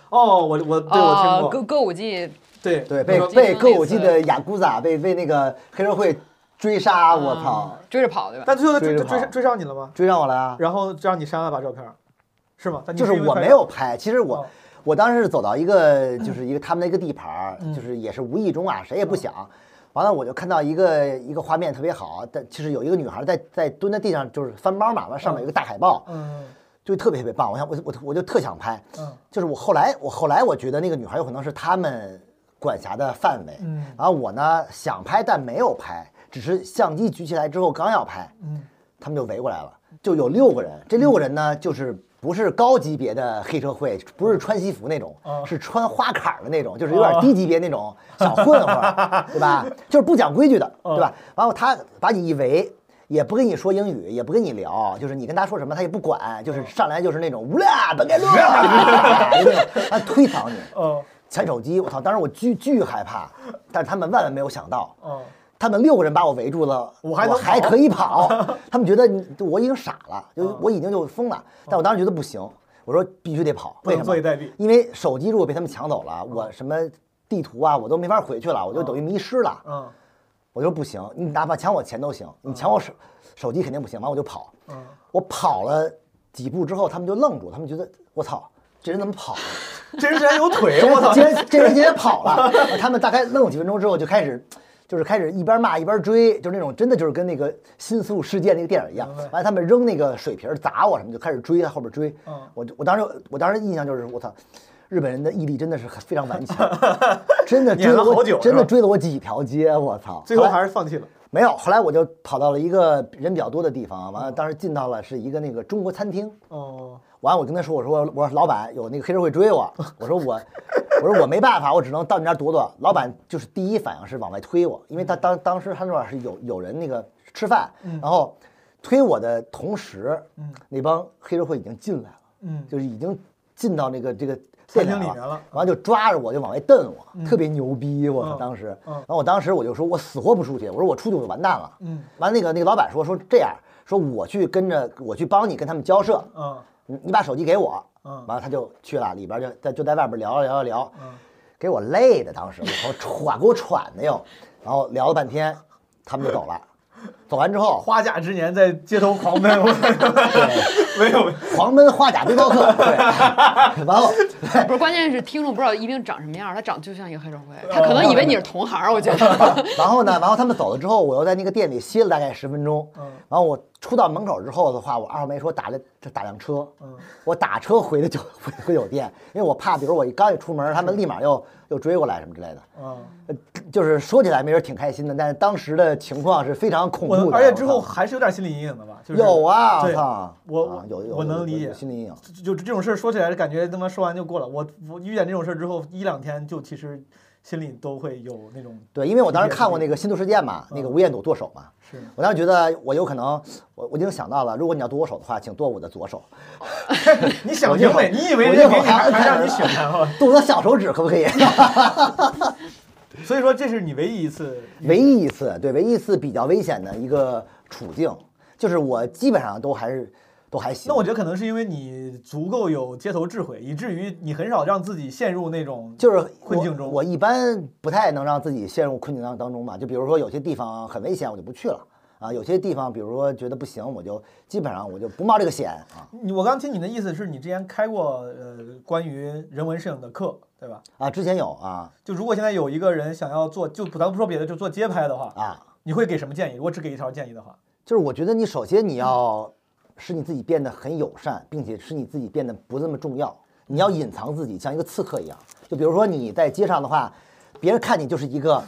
Speaker 1: 哦，我我对我听
Speaker 3: 啊，
Speaker 1: 过，
Speaker 3: 歌歌舞伎
Speaker 1: 对
Speaker 2: 对，
Speaker 1: 那
Speaker 2: 被
Speaker 1: 个
Speaker 2: 被歌舞伎的雅姑仔被被那个黑社会追杀，我操，
Speaker 3: 追着跑对吧？
Speaker 1: 但最后他追
Speaker 2: 追着
Speaker 1: 追
Speaker 2: 跑
Speaker 1: 上追上你了吗？
Speaker 2: 追上我来啊！
Speaker 1: 然后让你删了把照片儿，是吗？啊但你
Speaker 2: 就是
Speaker 1: 因为
Speaker 2: 我
Speaker 1: 拍
Speaker 2: 没
Speaker 1: 照
Speaker 2: 有拍，其实我
Speaker 1: 哦
Speaker 2: 我当时是走到一个就是一个他们的一个地盘儿，
Speaker 1: 嗯
Speaker 2: 就是也是无意中啊，谁也不想。完了，我就看到一个一个画面特别好，但其实有一个女孩在在蹲在地上，就是翻包嘛，完了上面有一个大海报，
Speaker 1: 嗯
Speaker 2: 就特别特别棒。我想我我我就特想拍，
Speaker 1: 嗯
Speaker 2: 就是我后来我后来我觉得那个女孩有可能是他们管辖的范围，
Speaker 1: 嗯
Speaker 2: 然后我呢想拍但没有拍，只是相机举起来之后刚要拍，
Speaker 1: 嗯
Speaker 2: 他们就围过来了，就有六个人，这六个人呢就是不是高级别的黑社会，不是穿西服那种，
Speaker 1: 嗯
Speaker 2: 是穿花坎儿的那种，就是有点低级别那种小混混儿，对吧？就是不讲规矩的，对吧？完后他把你一围。也不跟你说英语，也不跟你聊，就是你跟他说什么，他也不管，就是上来就是那种无啦，本该路，就那种他推搡你，
Speaker 1: 哦
Speaker 2: 抢手机，我操！当时我巨巨害怕，但是他们万万没有想到，
Speaker 1: 哦，
Speaker 2: 他们六个人把我围住了，
Speaker 1: 我
Speaker 2: 我
Speaker 1: 还能
Speaker 2: 还
Speaker 1: 跑嗯
Speaker 2: 可 以跑。他们觉得你我已经傻了，就我已经就疯了。但我当时觉得不行，我说必须得跑。
Speaker 1: 不
Speaker 2: 为
Speaker 1: 能
Speaker 2: 什
Speaker 1: 坐以
Speaker 2: 么？
Speaker 1: 待毙。嗯
Speaker 2: 因为手机如果被他们抢走了，我什么地图啊，我都没法回去了，我就等于迷失了。
Speaker 1: 嗯
Speaker 2: 我说不行，你哪怕抢我钱都行，你抢我手手机肯定不行。完我就跑，
Speaker 1: 嗯，
Speaker 2: 我跑了几步之后，他们就愣住，他们觉得我操，这人怎么跑了？
Speaker 1: 这人竟然有腿，
Speaker 2: 这
Speaker 1: 哎我操！
Speaker 2: 这人这人竟然跑了。他们大概愣几分钟之后就开始，就是开始一边骂一边追，就是那种真的就是跟那个《新宿事件》那个电影一样
Speaker 1: 明白。
Speaker 2: 完了，他们扔那个水瓶儿砸我什么，就开始追，在后边追
Speaker 1: 嗯。
Speaker 2: 我就我当时我当时印象就是我操。日本人的毅力真的是很非常 顽强，真的追
Speaker 1: 撵了
Speaker 2: 了
Speaker 1: 好
Speaker 2: 我
Speaker 1: 久是吧
Speaker 2: 真的追了我几条街，我操！
Speaker 1: 最后
Speaker 2: 后来
Speaker 1: 还是放弃了。
Speaker 2: 没有，后来我就跑到了一个人比较多的地方，完了当时进到了是一个那个中国餐厅，
Speaker 1: 哦，
Speaker 2: 完，我跟他说，我说我说老板有那个黑社会追我，我说我，我说我没办法，我只能到你那儿躲躲。老板就是第一反应是往外推我，因为他当当时他那儿是有有人那个吃饭，
Speaker 1: 嗯
Speaker 2: 然后推我的同时，那帮黑社会已经进来了，
Speaker 1: 嗯，
Speaker 2: 就是已经进到那个这个
Speaker 1: 餐
Speaker 2: 店
Speaker 1: 厅里
Speaker 2: 来
Speaker 1: 面了
Speaker 2: 完就抓着我就往外瞪我，特别牛逼，我操！
Speaker 1: 嗯
Speaker 2: 当时，
Speaker 1: 嗯
Speaker 2: 然后我当时我就说，我死活不出去，我说我出去我就完蛋了。
Speaker 1: 嗯，
Speaker 2: 完那个那个老板说说这样，说我去跟着我去帮你跟他们交涉，
Speaker 1: 嗯
Speaker 2: 你你把手机给我。
Speaker 1: 嗯
Speaker 2: 完了他就去了，里边就在就在外边聊聊聊聊
Speaker 1: 嗯，
Speaker 2: 给我累的，当时我头喘，给我喘的哟。然后聊了半天，他们就走了。走完之后，
Speaker 1: 花甲之年在街头狂奔，我没有，没有
Speaker 2: 狂奔花甲背包客，对，然后
Speaker 3: 不是，关键是听众不知道一冰长什么样儿，他长就像一个黑社
Speaker 2: 哦
Speaker 3: 会，他可能以为你是同行儿，我觉得。
Speaker 2: 然后呢，然后他们走了之后，我又在那个店里歇了大概十分钟。
Speaker 1: 嗯
Speaker 2: 然后我出到门口之后的话，我二话没说打了打辆车。
Speaker 1: 嗯
Speaker 2: 我打车回的酒回回酒店，因为我怕，比如我一刚一出门，他们立马又又追过来什么之类的。
Speaker 1: 嗯，
Speaker 2: 呃就是说起来没人挺开心的，但是当时的情况是非常恐怖
Speaker 1: 我
Speaker 2: 的。
Speaker 1: 而且之后
Speaker 2: 我操
Speaker 1: 还是有点心理阴影的吧？就是
Speaker 2: 有啊，我
Speaker 1: 对
Speaker 2: 操！
Speaker 1: 我
Speaker 2: 啊有有
Speaker 1: 我能
Speaker 2: 有
Speaker 1: 理
Speaker 2: 有
Speaker 1: 解
Speaker 2: 心理阴影。
Speaker 1: 就这种事儿说起来，感觉他妈说完就过了。我我遇见这种事儿之后，一两天就其实心里都会有那种
Speaker 2: 对，因为我当时
Speaker 1: 理解嗯
Speaker 2: 看过那个《新宿事件》嘛，那个吴彦祖剁手嘛，
Speaker 1: 是
Speaker 2: 我当时觉得我有可能，我我已经想到了，如果你要剁我手的话，请剁我的 左手，
Speaker 1: 你想
Speaker 2: 我一
Speaker 1: 明
Speaker 2: 会儿
Speaker 1: 白，你以为
Speaker 2: 我
Speaker 1: 这
Speaker 2: 一
Speaker 1: 给
Speaker 2: 会儿
Speaker 1: 你还
Speaker 2: 还
Speaker 1: 还让你选啊？
Speaker 2: 剁我的小手指可不可以？
Speaker 1: 所以说这是你唯一一次
Speaker 2: 唯一一次，对，唯一一次比较危险的一个处境，就是我基本上都还是都还行。
Speaker 1: 那我觉得可能是因为你足够有街头智慧，以至于你很少让自己陷入那种
Speaker 2: 就是我
Speaker 1: 困境中
Speaker 2: 我一般不太能让自己陷入困境当当中吧。就比如说有些地方很危险，我就不去了啊。有些地方，比如说觉得不行，我就基本上我就不冒这个险啊
Speaker 1: 你我刚听你的意思是你之前开过呃关于人文摄影的课，对吧？
Speaker 2: 啊。之前有啊
Speaker 1: 就如果现在有一个人想要做，就不咱不说别的，就做街拍的话，
Speaker 2: 啊，
Speaker 1: 你会给什么建议？如果只给一条建议的话，
Speaker 2: 就是我觉得你首先你要使你自己变得很友善，并且使你自己变得不那么重要。你要隐藏自己，像一个刺客一样。就比如说你在街上的话，别人看你就是一个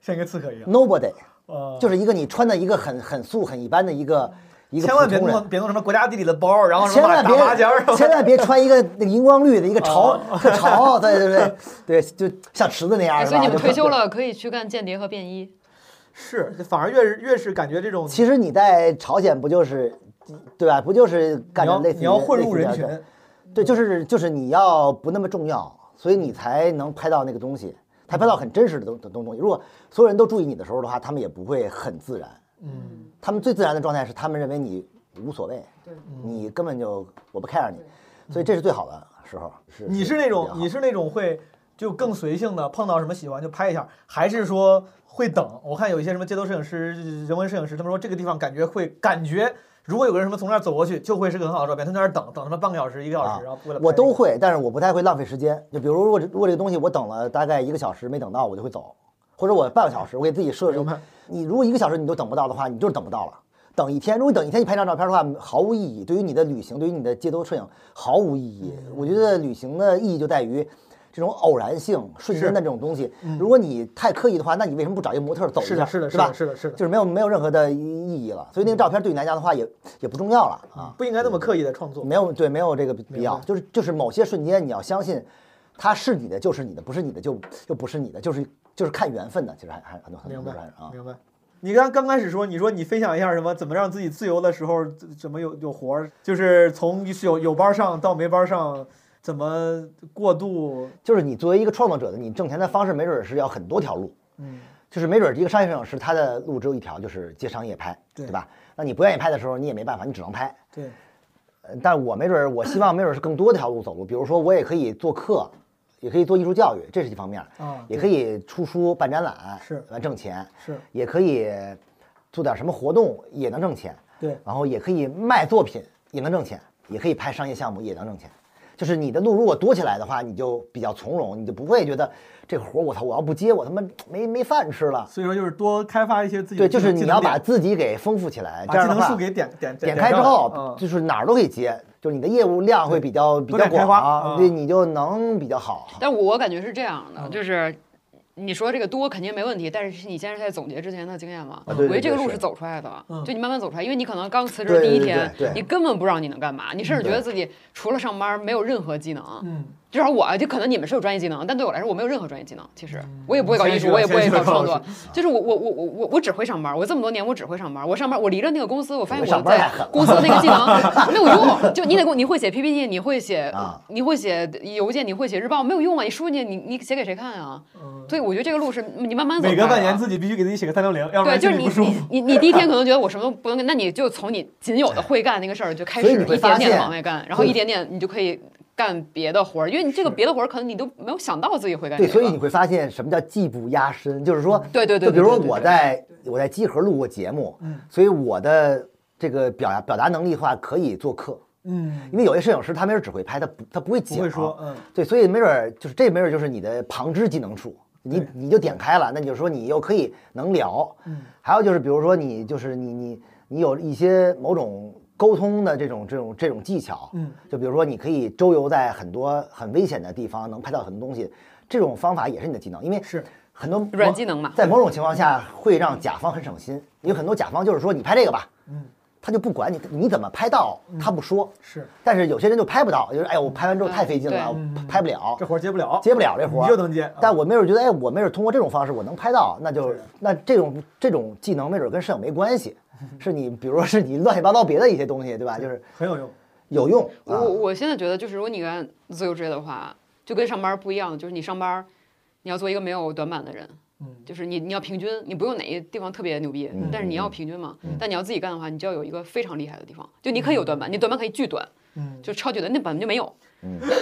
Speaker 1: 像一个刺客一样，
Speaker 2: nobody，
Speaker 1: 呃，
Speaker 2: 就是一个你穿的一个很很素很一般的一个一个
Speaker 1: 千万
Speaker 2: 普
Speaker 1: 别
Speaker 2: 通人
Speaker 1: 弄。别弄什么国家地理的包，然后什
Speaker 2: 千
Speaker 1: 么
Speaker 2: 万
Speaker 1: 打麻将什
Speaker 2: 别
Speaker 1: 么，
Speaker 2: 千万别穿一个那个荧光绿的一个潮
Speaker 1: 啊
Speaker 2: 特潮，对对对对，就像池子那样
Speaker 3: 哎
Speaker 2: 哦是
Speaker 3: 所以
Speaker 2: 吧？
Speaker 3: 你们
Speaker 2: 就
Speaker 3: 退休了，可以去干间谍和便衣。
Speaker 1: 是反而越是越是感觉这种
Speaker 2: 其实你在朝鲜不就是，对吧？不就是干
Speaker 1: 你
Speaker 2: 着
Speaker 1: 要
Speaker 2: 类似于
Speaker 1: 你要混入人，
Speaker 2: 类似于
Speaker 1: 群
Speaker 2: 这，样的对，就是就是你要不那么重要，所以你才能拍到那个东西，才拍到很真实的东东东西。如果所有人都注意你的时候的话，他们也不会很自然。
Speaker 1: 嗯，
Speaker 2: 他们最自然的状态是他们认为你无所谓，
Speaker 3: 对
Speaker 2: 你根本就我不 care 你，所以这是最好的时候。是
Speaker 1: 嗯你是那
Speaker 2: 比较
Speaker 1: 种
Speaker 2: 好嗯
Speaker 1: 你是那种会就更随性的，碰到什么喜欢就拍一下，还是说会等？我看有一些什么街头摄影师、人文摄影师，他们说这个地方感觉会感觉，如果有个人什么从那儿走过去，就会是个很好的照片。他在那儿等等他妈半个小时、一个小
Speaker 2: 啊
Speaker 1: 时，然后为了拍
Speaker 2: 我
Speaker 1: 这
Speaker 2: 都
Speaker 1: 个
Speaker 2: 会，但是我不太会浪费时间。就比如如果这如果这个东西我等了大概一个小时没等到，我就会走，或者我半个小时，我给自己设置
Speaker 1: 明白。
Speaker 2: 你如果一个小时你都等不到的话，你就是等不到了。等一天，如果等一天你拍张照片的话，毫无意义。
Speaker 1: 嗯
Speaker 2: 对于你的旅行，对于你的街头摄影毫无意义。我觉得旅行的意义就在于，这这种偶然性、瞬间的这种东西。如果你太刻意的话，那你为什么不找一个模特走一
Speaker 1: 嗯是
Speaker 2: 下？
Speaker 1: 的，是的，
Speaker 2: 对
Speaker 1: 是
Speaker 2: 吧
Speaker 1: 的，？是的，是的，
Speaker 2: 就是没有没有任何的意义了。所以那个照片对你来讲的话也，也不重要了啊。嗯
Speaker 1: 不应该那么刻意的创作。
Speaker 2: 没有对，没有这个必要
Speaker 1: 明，白
Speaker 2: 就是就是某些瞬间你要相信，它是你的就是你的，不是你的就就不是你的，就是就是看缘分的，其实还还很多很多
Speaker 1: 明
Speaker 2: 很
Speaker 1: 白
Speaker 2: 多人啊，
Speaker 1: 明白。你刚刚开始说，你说你分享一下什么，怎么让自己自由的时候，怎怎么有有活儿，就是从有有班上到没班上，怎么过渡？
Speaker 2: 就是你作为一个创作者的，你挣钱的方式没准儿是要很多条路，
Speaker 1: 嗯，
Speaker 2: 就是没准儿一个商业摄影师他的路只有一条，就是接商业拍，
Speaker 1: 对
Speaker 2: 对吧？那你不愿意拍的时候，你也没办法，你只能拍。
Speaker 1: 对，
Speaker 2: 呃但我没准儿，我希望没准儿是更多条路走路，比如说我也可以做课，也可以做艺术教育，这是一方面儿，
Speaker 1: 啊，
Speaker 2: 也可以出书办展览，
Speaker 1: 是
Speaker 2: 完挣钱，
Speaker 1: 是，
Speaker 2: 也可以做点什么活动也能挣钱，
Speaker 1: 对，
Speaker 2: 然后也可以卖作品也能挣钱，也可以拍商业项目也能挣钱。就是你的路如果多起来的话，你就比较从容，你就不会觉得这个活儿我操我要不接我他妈没没饭吃了。
Speaker 1: 所以说就是多开发一些自己的
Speaker 2: 对，就是
Speaker 1: 技
Speaker 2: 你
Speaker 1: 能
Speaker 2: 要把
Speaker 1: 点
Speaker 2: 自己给丰富起来，
Speaker 1: 把
Speaker 2: 这样
Speaker 1: 技
Speaker 2: 的
Speaker 1: 能
Speaker 2: 话
Speaker 1: 树给点点
Speaker 2: 点开之后，
Speaker 1: 嗯
Speaker 2: 就是哪儿都可以接，就是你的业务量会比较比
Speaker 1: 多
Speaker 2: 较
Speaker 1: 点开
Speaker 2: 广
Speaker 1: 花
Speaker 2: 啊，
Speaker 1: 嗯
Speaker 2: 对，你就能比较好。
Speaker 3: 但我我感觉是这样的，
Speaker 1: 嗯
Speaker 3: 就是你说这个多肯定没问题，但是你先是在总结之前的经验嘛。
Speaker 2: 啊对对
Speaker 3: 嗯我觉得这个
Speaker 2: 对
Speaker 3: 路
Speaker 2: 是
Speaker 3: 是走出来的，
Speaker 1: 嗯
Speaker 3: 就你慢慢走出来，因为你可能刚辞职
Speaker 2: 对
Speaker 3: 第一
Speaker 2: 对
Speaker 3: 天，
Speaker 2: 对对
Speaker 3: 你根本不知道你能干嘛，你甚至觉得
Speaker 2: 对
Speaker 3: 自己除了上班没有任何技能。
Speaker 1: 嗯，
Speaker 3: 至少我啊，就可能你们是有专业技能，但对我来说我没有任何专业技能。其实
Speaker 2: 嗯
Speaker 3: 我也不会搞艺术，
Speaker 1: 谦虚了
Speaker 3: 我也不会
Speaker 1: 谦虚
Speaker 3: 搞
Speaker 1: 了老
Speaker 3: 创作，就是我我我我我我只会上班。我这么多年我只会上班，我上班我离了那个公司，我发现
Speaker 2: 上
Speaker 3: 我
Speaker 2: 班
Speaker 3: 在
Speaker 2: 太狠了
Speaker 3: 公司那个技 能没有用。就你得给我，你会写 PPT，你会写
Speaker 2: 啊
Speaker 3: 你会写邮件，你会写日报，没有用啊！你输进去，你你写给谁看啊？
Speaker 2: 嗯
Speaker 3: 所以我觉得这个路是你慢慢走。
Speaker 1: 每隔半年。自己必须给自己写个三六零，要不
Speaker 3: 对，
Speaker 1: 然
Speaker 3: 就
Speaker 1: 心里
Speaker 3: 是你
Speaker 1: 不舒服。
Speaker 3: 你你你第一天可能觉得我什么都不能干，那你就从你仅有的会干那个事儿就开始
Speaker 2: 所以你会
Speaker 3: 一点
Speaker 2: 发
Speaker 3: 点
Speaker 2: 现
Speaker 3: 往外干，然后一点点你就可以干别的活儿，因为你这个别的活儿可能你都没有想到自己会干这
Speaker 2: 对，
Speaker 3: 个。
Speaker 2: 所以你会发现什么叫技不压身，就是说，
Speaker 3: 嗯对对对
Speaker 2: 就比如
Speaker 3: 对
Speaker 2: 说
Speaker 3: 对对
Speaker 2: 我
Speaker 3: 对
Speaker 2: 在我在集合录过节目，
Speaker 1: 嗯
Speaker 2: 所以我的这个表达表达能力的话可以做客，
Speaker 1: 嗯，
Speaker 2: 因为有些摄影师他没准只会拍，他不他不会啊
Speaker 1: 不
Speaker 2: 讲，
Speaker 1: 会说，嗯，
Speaker 2: 对，所以没准儿就是这没准儿就是你的旁支技能树，你
Speaker 1: 对
Speaker 2: 你就点开了，那你就说你又可以能聊，
Speaker 1: 嗯，
Speaker 2: 还有就是比如说你就是你你你有一些某种沟通的这种这种这种技巧，
Speaker 1: 嗯，
Speaker 2: 就比如说你可以周游在很多很危险的地方，能拍到很多东西，这种方法也是你的技能，因为
Speaker 1: 是
Speaker 2: 很多
Speaker 3: 软
Speaker 2: 某
Speaker 3: 技能嘛
Speaker 2: 在某种情况下会让甲方很省心，因为很多甲方就是说你拍这个吧，
Speaker 1: 嗯，
Speaker 2: 他就不管你你怎么拍到，他不说。
Speaker 1: 是，
Speaker 2: 但是有些人就拍不到，就是哎呀，我拍完之后太费劲了，
Speaker 3: 对
Speaker 2: 我
Speaker 1: 嗯
Speaker 2: 拍拍不了，
Speaker 1: 这活儿接不了，
Speaker 2: 接不了这活
Speaker 1: 你
Speaker 2: 儿
Speaker 1: 就能接。啊
Speaker 2: 但我没准觉得，哎，我没准通过这种方式我能拍到，那就是那这种这种技能没准跟摄影没 关系，是你比如说是你乱七八糟别的一些东西，对吧？就是
Speaker 1: 很有用，
Speaker 2: 有用
Speaker 3: 我
Speaker 2: 啊
Speaker 3: 我，我现在觉得，就是如果你干自由职业的话，就跟上班不一样，就是你上班，你要做一个没有短板的人，
Speaker 1: 嗯
Speaker 3: 就是你你要平均，你不用哪一地方特别牛逼，
Speaker 2: 嗯
Speaker 3: 但是你要平均嘛。但你要自己干的话，你就要有一个非常厉害的地方，就你可
Speaker 2: 嗯
Speaker 3: 以有短板，你短板可以巨短，
Speaker 1: 嗯，
Speaker 3: 就超巨短，那板就没有，
Speaker 2: 嗯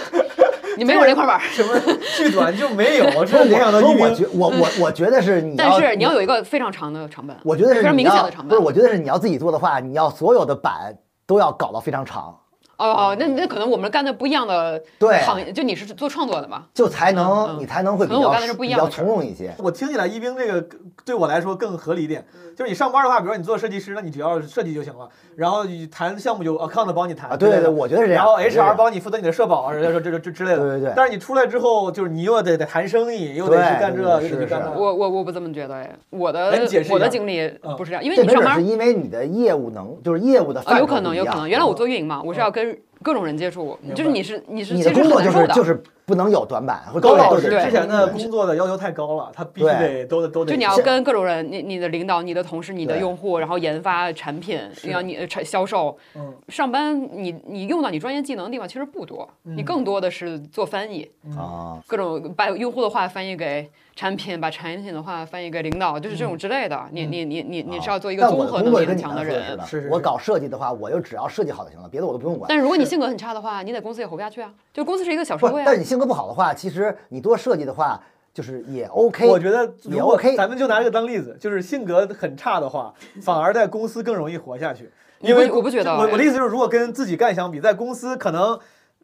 Speaker 3: 你没有那块板儿。
Speaker 1: 什么剧短就没有，
Speaker 2: 所
Speaker 1: 这
Speaker 2: 以
Speaker 1: 联想
Speaker 2: 我
Speaker 1: 到
Speaker 2: 所
Speaker 1: 一
Speaker 2: 以我
Speaker 1: 鸣，
Speaker 2: 觉我我我觉得是你
Speaker 3: 但
Speaker 2: 要，
Speaker 3: 是你要有一个非常长的长板，
Speaker 2: 我觉得
Speaker 3: 非
Speaker 2: 是
Speaker 3: 常
Speaker 2: 你
Speaker 3: 明显
Speaker 2: 要
Speaker 3: 的长
Speaker 2: 不
Speaker 3: 板。
Speaker 2: 是，我觉得是你要自己做的话，你要所有的板都要搞到非常长，
Speaker 3: 哦哦，那那可能我们干的不一样的
Speaker 2: 对
Speaker 3: 行业，就你是做创作的嘛，
Speaker 2: 就才能、
Speaker 3: 嗯嗯
Speaker 2: 你才能会比
Speaker 3: 可能我
Speaker 2: 较
Speaker 3: 干的是不一
Speaker 2: 比
Speaker 3: 样的
Speaker 2: 较从容一些。
Speaker 1: 我听起来一冰这个对我来说更合理一点，
Speaker 2: 嗯
Speaker 1: 就是你上班的话，比如说你做设计师，那你只要设计就行了，然后你谈项目就 account 帮你谈
Speaker 2: 啊，对
Speaker 1: 之类
Speaker 2: 对对，
Speaker 1: 的
Speaker 2: 我觉得是这样。
Speaker 1: 然后
Speaker 2: 我觉得是这
Speaker 1: HR
Speaker 2: 样
Speaker 1: 帮你负责你的社保，啊人家说这这这之类的。
Speaker 2: 对对对
Speaker 1: 但是你出来之后，就是你又得得谈生意，又得去干这，又得
Speaker 2: 对对对
Speaker 1: 去
Speaker 2: 是
Speaker 1: 干
Speaker 2: 是
Speaker 1: 那。
Speaker 3: 我我我不这么觉得哎，我
Speaker 1: 来
Speaker 3: 的
Speaker 1: 你解释一
Speaker 3: 我的
Speaker 1: 下
Speaker 3: 经历不是这样，因为
Speaker 2: 这嗯
Speaker 3: 你
Speaker 2: 没
Speaker 3: 上
Speaker 2: 准
Speaker 3: 班
Speaker 2: 是因为你的业务能，就是业务的范
Speaker 3: 啊，
Speaker 2: 畴
Speaker 3: 有可能，
Speaker 2: 不一
Speaker 3: 有可
Speaker 2: 样嗯
Speaker 3: 能。原来我做运营嘛，我是要跟各种人接触
Speaker 1: 明，白
Speaker 3: 就是你是你是
Speaker 2: 你
Speaker 3: 其
Speaker 2: 的
Speaker 3: 实
Speaker 2: 工作
Speaker 3: 很
Speaker 2: 就
Speaker 3: 难受
Speaker 2: 是
Speaker 3: 的，
Speaker 2: 就是不能有短板，会
Speaker 1: 高
Speaker 2: 都得
Speaker 1: 老
Speaker 2: 都
Speaker 1: 师
Speaker 2: 得
Speaker 3: 对嗯
Speaker 1: 之前的
Speaker 2: 对
Speaker 1: 工作的要求太高了，他必须
Speaker 2: 对
Speaker 1: 得都得都得。
Speaker 3: 就你要
Speaker 2: 是
Speaker 3: 跟各种人，你你的领导、你的同事、你的
Speaker 2: 对
Speaker 3: 用户，然后研发产品，
Speaker 1: 是
Speaker 3: 然后你呃产销售，
Speaker 1: 嗯
Speaker 3: 上班你你用到你专业技能的地方其实不多，
Speaker 2: 嗯
Speaker 3: 你更多的是做翻译，
Speaker 2: 啊，
Speaker 3: 各种把用户的话翻译给产品，把产品的话翻译给领导，就是这种之类的。你你你你你是要做一个
Speaker 2: 嗯但我
Speaker 3: 综
Speaker 2: 的
Speaker 3: 合
Speaker 2: 工
Speaker 3: 能
Speaker 2: 作
Speaker 3: 力
Speaker 2: 就跟
Speaker 3: 很
Speaker 2: 你
Speaker 3: 强
Speaker 2: 刚才说
Speaker 3: 人嗯
Speaker 2: 似。
Speaker 1: 是是
Speaker 2: 我搞设计的话，我就只要设计好就行了，别的我都不用管。
Speaker 3: 但如果你性格很差的话，你在公司也活不下去啊。就公司是一个小社
Speaker 2: 不
Speaker 3: 会，啊
Speaker 2: 但。是你性格不好的话，其实你多设计的话，就是也 OK。
Speaker 1: 我觉得
Speaker 2: 也
Speaker 1: 如果
Speaker 2: OK
Speaker 1: 咱们就拿这个当例子，就是性格很差的话，反而在公司更容易活下去。
Speaker 3: 我
Speaker 1: 因为
Speaker 3: 不我不觉得
Speaker 1: 我
Speaker 3: 哎
Speaker 1: 我的意思就是，如果跟自己干相比，在公司可能。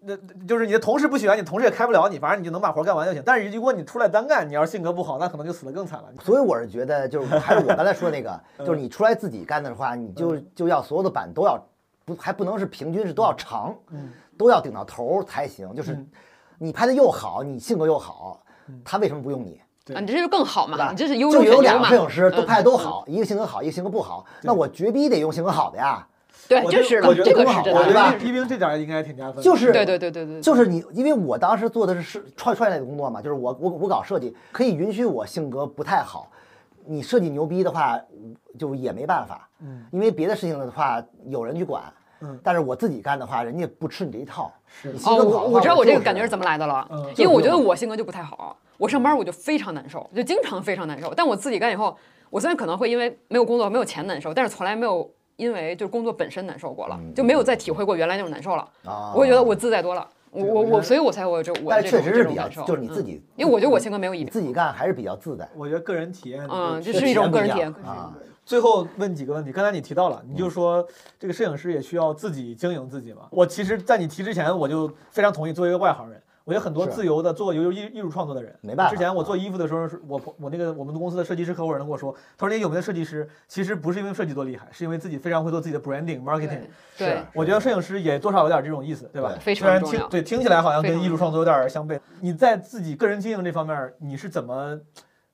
Speaker 1: 那就是你的同事不喜欢你，同事也开不了你，反正你就能把活干完就行。但是如果你出来单干，你要是性格不好，那可能就死得更惨了。
Speaker 2: 所以我是觉得，就是还是我刚才说那 个，
Speaker 3: 嗯
Speaker 2: 就是你出来自己干的话，你就就要所有的板
Speaker 3: 嗯
Speaker 2: 都要不还不能是平均，是都要长，都要顶到头儿才行。就是你拍的又好，你性格又好，
Speaker 3: 嗯
Speaker 2: 他为什么不用你？
Speaker 1: 对
Speaker 3: 啊，你这就更好
Speaker 2: 对
Speaker 3: 嘛，
Speaker 2: 吧？
Speaker 3: 你这是优
Speaker 2: 就
Speaker 3: 柔选
Speaker 2: 有
Speaker 3: 优
Speaker 2: 两个
Speaker 3: 嘛
Speaker 2: 摄影师都拍的都，好，
Speaker 3: 嗯
Speaker 2: 一个性格好，一个性格不好，那我绝逼得用性格好的呀。
Speaker 3: 嗯对，
Speaker 1: 我
Speaker 3: 这
Speaker 1: 觉
Speaker 3: 是
Speaker 1: 得我
Speaker 3: 了，
Speaker 1: 觉得
Speaker 3: 这个
Speaker 2: 更
Speaker 3: 是
Speaker 2: 好
Speaker 3: 真
Speaker 1: 我
Speaker 3: 的，
Speaker 1: 觉
Speaker 2: 对吧
Speaker 1: 得一冰这点儿应该挺加分的，
Speaker 2: 就是
Speaker 3: 对对对对对，
Speaker 2: 就是你，因为我当时做的是是创创业的工作嘛，就是我我我搞设计，可以允许我性格不太好。你设计牛逼的话，就也没办法，
Speaker 1: 嗯，
Speaker 2: 因为别的事情的话有人去管，
Speaker 1: 嗯
Speaker 2: 但是我自己干的话，人家不吃你这一套。
Speaker 1: 是
Speaker 2: 你性
Speaker 3: 哦，
Speaker 2: 格不好
Speaker 3: 我
Speaker 2: 的话
Speaker 3: 我知道我这个感觉
Speaker 2: 就是
Speaker 3: 怎么来的了
Speaker 1: 嗯，
Speaker 3: 因为我觉得我性格就不太好，我上班我就非常难受，就经常非常难受。但我自己干以后，我虽然可能会因为没有工作、没有钱难受，但是从来没有因为就是工作本身难受过了，就没有再体会过原来那种难受了。
Speaker 2: 嗯啊，
Speaker 3: 我会觉得我自在多了，我我我，所以我才我这我
Speaker 2: 但
Speaker 3: 这
Speaker 2: 是确实
Speaker 3: 种这
Speaker 2: 是
Speaker 3: 种
Speaker 2: 比较
Speaker 3: 感，受，
Speaker 2: 就是你自
Speaker 3: 嗯，
Speaker 2: 己，
Speaker 3: 因为我觉得我性格没有一
Speaker 2: 你
Speaker 3: 点，
Speaker 2: 自己干还是比较自在。
Speaker 1: 我觉得个人体验，
Speaker 3: 嗯，这
Speaker 2: 这
Speaker 3: 是一种个人
Speaker 2: 体
Speaker 3: 体
Speaker 2: 验
Speaker 3: 验
Speaker 2: 不一。样啊。
Speaker 1: 最后问几个问题，刚才你提到了，你
Speaker 3: 嗯
Speaker 1: 就说这个摄影师也需要自己经营自己嘛。我其实，在你提之前，我就非常同意，作为一个外行人，我有很多
Speaker 2: 是
Speaker 1: 自由的做由艺艺术创作的人，
Speaker 2: 没办法嗯
Speaker 1: 之前我做衣服的时候，是我朋我那个我们公司的设计师合伙人跟我说，他说那些有名的设计师其实不是因为设计多厉害，是因为自己非常会做自己的 branding marketing。
Speaker 3: 对，
Speaker 2: 啊
Speaker 1: 我觉得摄影师也多少有点这种意思，对吧？
Speaker 2: 对
Speaker 3: 非
Speaker 1: 虽然
Speaker 3: 常重
Speaker 1: 听
Speaker 3: 要。
Speaker 1: 对听起来好像
Speaker 3: 非
Speaker 1: 跟
Speaker 3: 常
Speaker 1: 艺术
Speaker 3: 重
Speaker 1: 创作有点相悖。你在自己个人经营这方面，你是怎么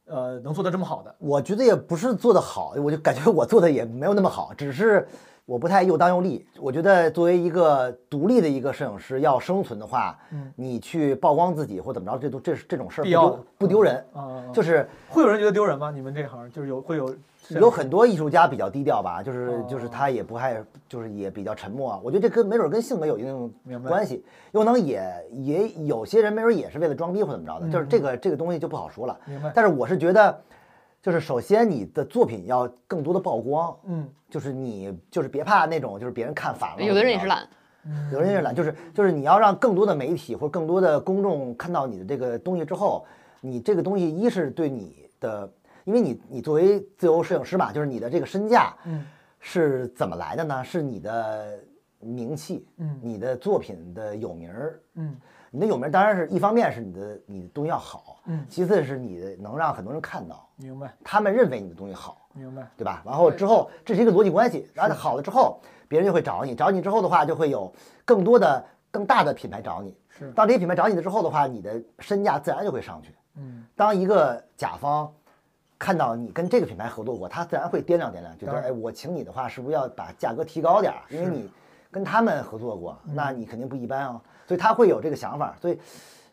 Speaker 1: 呃能做得这么好的？
Speaker 2: 我觉得也不是做得好，我就感觉我做的也没有那么好，只是我不太又当又立。我觉得作为一个独立的一个摄影师，要生存的话，
Speaker 1: 嗯
Speaker 2: 你去曝光自己或怎么着，这都这这种事儿不
Speaker 1: 必要
Speaker 2: 丢不丢人，
Speaker 1: 啊、
Speaker 2: 就是
Speaker 1: 会有人觉得丢人吗？你们这行就是有会有
Speaker 2: 有很多艺术家比较低调吧，就是就是
Speaker 1: 嗯哦
Speaker 2: 他也不太，就是也比较沉默啊。我觉得这跟没准跟性格有一定
Speaker 1: 明白
Speaker 2: 关系，有可能也也有些人没准也是为了装逼或怎么着的，就是
Speaker 1: 嗯
Speaker 2: 这个这个东西就不好说了。
Speaker 1: 明白，
Speaker 2: 但是我是觉得，就是首先你的作品要更多的曝光，
Speaker 1: 嗯
Speaker 2: 就是你就是别怕那种就是别人看反了，
Speaker 3: 有的人也是
Speaker 2: 懒。
Speaker 3: 懒，
Speaker 1: 嗯，
Speaker 2: 有人也是懒，就是就是你要让更多的媒体或者更多的公众看到你的这个东西之后，你这个东西一是对你的，因为你你作为自由摄影师嘛，就是你的这个身价
Speaker 1: 嗯
Speaker 2: 是怎么来的呢？是你的名气，
Speaker 1: 嗯
Speaker 2: 你的作品的有名儿，
Speaker 1: 嗯
Speaker 2: 你的有名儿当然是一方面是你的你的东西要好，
Speaker 1: 嗯，
Speaker 2: 其次是你的能让很多人看到，
Speaker 1: 明白
Speaker 2: 他们认为你的东西好，
Speaker 1: 明白，
Speaker 2: 对吧？然后之后，这是一个逻辑关系。然后好了之后，别人就会找你，找你之后的话，就会有更多的、更大的品牌找你。
Speaker 1: 是
Speaker 2: 当这些品牌找你了之后的话，你的身价自然就会上去。
Speaker 1: 嗯，
Speaker 2: 当一个甲方看到你跟这个品牌合作过，他自然会掂量掂量，觉得
Speaker 1: 当然
Speaker 2: 哎，我请你的话，是不是要把价格提高点儿？因为
Speaker 1: 是嗯
Speaker 2: 你跟他们合作过，那你肯定不一般啊。所以他会有这个想法，所以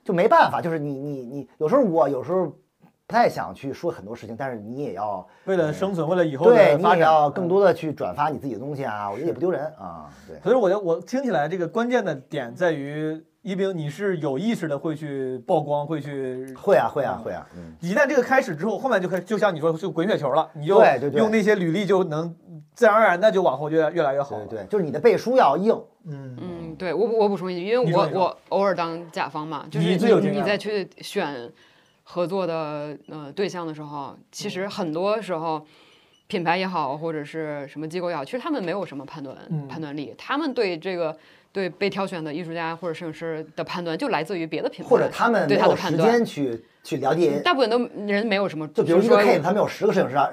Speaker 2: 就没办法，就是你你你，有时候我有时候不太想去说很多事情，但是你也要。
Speaker 1: 为了生存，为了以后
Speaker 2: 对
Speaker 1: 的
Speaker 2: 你
Speaker 1: 发
Speaker 2: 也要
Speaker 1: 展，
Speaker 2: 更
Speaker 1: 嗯。
Speaker 2: 多的去转发你自己的东西啊，我觉得也不丢人啊。对，
Speaker 1: 所以我觉得我听起来这个关键的点在于，一冰你是有意识的会去曝光，会去
Speaker 2: 会啊，会啊，会啊，嗯，
Speaker 1: 一旦这个开始之后，后面就开始就像你说就滚雪球了，你就
Speaker 2: 对对对
Speaker 1: 用那些履历就能自然而然的就往后越来越来越好
Speaker 2: 对
Speaker 1: 了。
Speaker 2: 对，就是你的背书要硬，
Speaker 1: 嗯，
Speaker 3: 嗯，对我我补充一句，因
Speaker 1: 你
Speaker 3: 为
Speaker 1: 说
Speaker 3: 我
Speaker 1: 你说
Speaker 3: 我偶尔当甲方嘛，就是
Speaker 1: 你
Speaker 3: 你
Speaker 1: 最有经
Speaker 3: 你
Speaker 1: 验
Speaker 3: 再去选合作的呃对象的时候，其
Speaker 1: 嗯
Speaker 3: 实很多时候。品牌也好，或者是什么机构也好，其实他们没有什么判断、
Speaker 1: 嗯
Speaker 3: 判断力，他们对这个对被挑选的艺术家或者摄影师的判断就来自于别的品牌，
Speaker 2: 或者他们没
Speaker 3: 对他的
Speaker 2: 有
Speaker 3: 判
Speaker 2: 时
Speaker 3: 断
Speaker 2: 间。去去了解，
Speaker 3: 大部分都人没有什么，
Speaker 2: 就比如一个
Speaker 3: 说
Speaker 2: case，他们有十个摄影师啊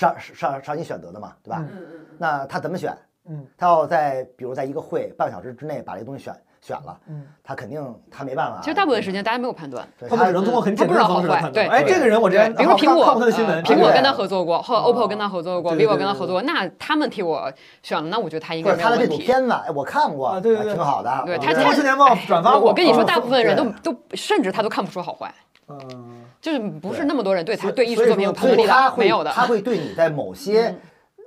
Speaker 2: 让让让让你选择的嘛，对吧？
Speaker 3: 嗯
Speaker 2: 那他怎么选？
Speaker 1: 嗯，
Speaker 2: 他要在比如在一个会半个小时之内把这东西选选了，
Speaker 1: 嗯，
Speaker 2: 他肯定他没
Speaker 1: 啊
Speaker 2: 办法。
Speaker 3: 其实大部分时间大家没有判断。
Speaker 2: 对
Speaker 1: 他们只能通过很简单的方式来判断。
Speaker 3: 他
Speaker 1: 哎，
Speaker 3: 不
Speaker 2: 知道好坏对
Speaker 1: 这个人我之
Speaker 3: 对
Speaker 1: 前，
Speaker 3: 比如说
Speaker 1: 啊
Speaker 3: 苹
Speaker 1: 看
Speaker 3: 果，
Speaker 1: 过他的新
Speaker 3: 呃
Speaker 1: 闻，
Speaker 3: 苹果
Speaker 2: 对
Speaker 3: 跟他合作过，后来
Speaker 1: 哦
Speaker 3: OPPO 跟他合作过
Speaker 1: 对对对
Speaker 3: ，vivo 跟他合作过，那他们替我选了，那我觉得他应
Speaker 2: 或
Speaker 3: 该
Speaker 2: 者
Speaker 3: 没
Speaker 2: 他
Speaker 3: 有
Speaker 2: 的这
Speaker 3: 问
Speaker 2: 组
Speaker 3: 题。
Speaker 2: 片子，哎，我看过，哎
Speaker 1: 啊对对对
Speaker 2: 挺好的。
Speaker 3: 对
Speaker 2: 我
Speaker 3: 他
Speaker 2: 觉
Speaker 1: 中
Speaker 2: 得
Speaker 3: 他哎
Speaker 1: 国新年报转发
Speaker 3: 我
Speaker 1: 过。
Speaker 3: 我跟你说，
Speaker 1: 嗯
Speaker 3: 大部分人
Speaker 2: 对
Speaker 3: 都都甚至他都看不出好坏，
Speaker 1: 嗯，
Speaker 3: 就是不
Speaker 2: 对
Speaker 3: 是那么多人对他
Speaker 1: 所以
Speaker 3: 对艺
Speaker 1: 所
Speaker 3: 术
Speaker 1: 以
Speaker 3: 作
Speaker 1: 说
Speaker 3: 品有
Speaker 1: 他
Speaker 3: 判
Speaker 2: 所
Speaker 3: 断
Speaker 2: 以
Speaker 3: 力
Speaker 2: 他
Speaker 3: 的，没
Speaker 2: 会
Speaker 3: 有的。嗯
Speaker 2: 他会对你在某些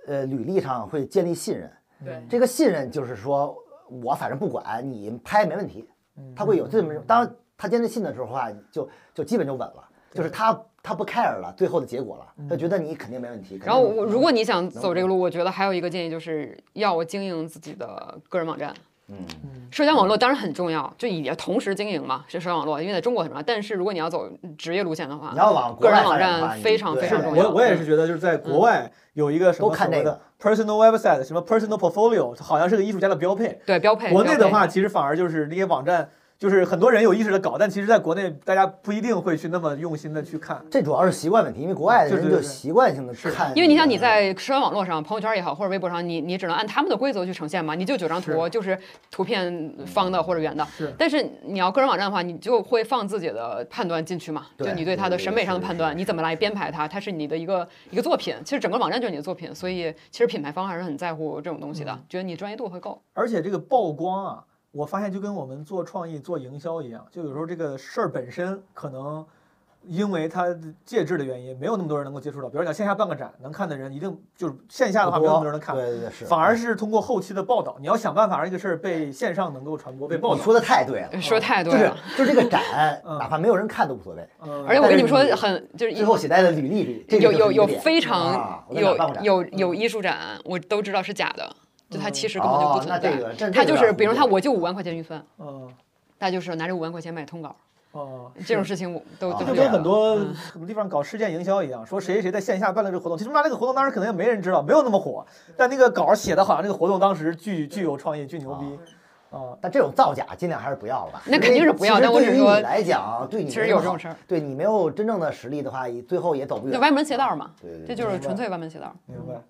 Speaker 2: 呃履历上会建立信任。
Speaker 3: 对
Speaker 2: 这个信任就是说我反正不管你拍没问题，
Speaker 1: 嗯
Speaker 2: 他
Speaker 3: 嗯
Speaker 2: 会有这么当然他坚持信的时候啊，就就基本就稳了，就是他他不 care 了最后的结果了，他觉得你肯定没问题。
Speaker 3: 嗯然后
Speaker 2: 肯定
Speaker 3: 我如果你
Speaker 1: 嗯
Speaker 3: 想走这个路，我觉得还有一个建议就是要经营自己的个人网站。
Speaker 2: 嗯
Speaker 3: 社交网络当然很重要，就也同时经营嘛，是社交网络，因为在中国很重要。但是如果你要走职业路线的话
Speaker 2: 你，要往国
Speaker 3: 个人
Speaker 2: 外
Speaker 3: 网
Speaker 2: 发展的
Speaker 3: 站
Speaker 2: 话，你
Speaker 3: 非常
Speaker 2: 对
Speaker 3: 非
Speaker 1: 是
Speaker 3: 常
Speaker 1: 的
Speaker 3: 重
Speaker 1: 我
Speaker 3: 要嗯
Speaker 1: 我也是觉得，就是在国外有一个什么
Speaker 2: 都看
Speaker 1: 所谓
Speaker 2: 这
Speaker 1: 的 personal website，什么 personal portfolio，好像是个艺术家的标配。
Speaker 3: 对标配。
Speaker 1: 国内
Speaker 3: 标
Speaker 1: 的
Speaker 3: 配
Speaker 1: 话，其实反而就是那些网站就是很多人有意识的搞，但其实在国内大家不一定会去那么用心的去看。
Speaker 2: 这主要是习惯问题，因为国外的
Speaker 1: 对对
Speaker 2: 人
Speaker 1: 对
Speaker 2: 就习惯性的看，
Speaker 3: 因为你想你。在社交网络上、朋友圈也好，或者微博上，你你只能按他们的规则去呈现嘛，你就九张图，
Speaker 1: 是
Speaker 3: 就是图片方的或者圆的。
Speaker 1: 是
Speaker 3: 但是你要个人网站的话，你就会放自己的判断进去嘛，
Speaker 2: 对
Speaker 3: 就你对它的
Speaker 2: 对
Speaker 3: 审美上的
Speaker 2: 是
Speaker 3: 判断，你怎么来编排它，它是你的一个一个作品。其实整个网站就是你的作品，所以其实品牌方还是很在乎这种东西的，
Speaker 2: 嗯
Speaker 3: 觉得你专业度会够。
Speaker 1: 而且这个曝光啊，我发现就跟我们做创意、做营销一样，就有时候这个事儿本身可能因为它介质的原因，没有那么多人能够接触到。比如讲线下办个展，能看的人一定就是线下的话，
Speaker 2: 不
Speaker 1: 没有那么
Speaker 2: 多
Speaker 1: 多人能看。
Speaker 2: 对对对是，
Speaker 1: 反而是通嗯过后期的报道，你要想办法让这个事儿被线上能够传播、被报
Speaker 2: 你
Speaker 1: 道。
Speaker 2: 说的太对了，
Speaker 3: 说太对
Speaker 2: 就是
Speaker 3: 了。
Speaker 2: 就是这个展，
Speaker 1: 嗯
Speaker 2: 哪怕没有人看都无所谓。
Speaker 1: 嗯
Speaker 3: 而且我跟你们说
Speaker 2: 但是，
Speaker 3: 很就是一
Speaker 2: 最后写在了履历里，这个
Speaker 3: 有
Speaker 2: 就是
Speaker 3: 有
Speaker 2: 一个
Speaker 3: 有
Speaker 2: 点
Speaker 3: 非
Speaker 2: 啊
Speaker 3: 常
Speaker 2: 我在哪
Speaker 3: 有
Speaker 2: 办嗯过展
Speaker 3: 有有艺术展，我都知道是假的，就它其实根本就不
Speaker 2: 哦，那
Speaker 3: 存
Speaker 2: 这
Speaker 3: 在。
Speaker 2: 个这
Speaker 3: 它
Speaker 2: 这
Speaker 3: 就
Speaker 2: 个
Speaker 3: 是，
Speaker 2: 要嗯
Speaker 3: 比如
Speaker 2: 理
Speaker 3: 他
Speaker 2: 解
Speaker 3: 我就五万块钱预算，
Speaker 1: 嗯
Speaker 3: 他就是拿着五万块钱买通稿，
Speaker 1: 哦，哎
Speaker 3: 这种事情我都
Speaker 2: 啊
Speaker 3: 都
Speaker 2: 这
Speaker 1: 就
Speaker 3: 会
Speaker 2: 对
Speaker 1: 跟
Speaker 3: 有
Speaker 1: 很多
Speaker 3: 嗯
Speaker 1: 很多地方搞事件营销一样，说谁谁谁在线下办了这个活动，其实嘛那个活动当时可能也没人知道，没有那么火，但那个稿儿写的好像这个活动当时巨巨有创意，巨牛逼啊！
Speaker 2: 但这种造假尽量还是不要吧。
Speaker 3: 那肯定是不要
Speaker 2: 因为
Speaker 3: 但我只
Speaker 2: 对于
Speaker 3: 说
Speaker 2: 你来讲，对你
Speaker 3: 其实
Speaker 2: 没
Speaker 3: 有
Speaker 2: 那么好
Speaker 3: 这种事儿，
Speaker 2: 对你没有真正的实力的话，也最后也走不
Speaker 3: 就
Speaker 2: 远。
Speaker 3: 歪门邪道嘛，
Speaker 2: 对对
Speaker 3: 这
Speaker 2: 对，
Speaker 3: 就是纯粹歪门邪道。
Speaker 2: 嗯
Speaker 1: 明白。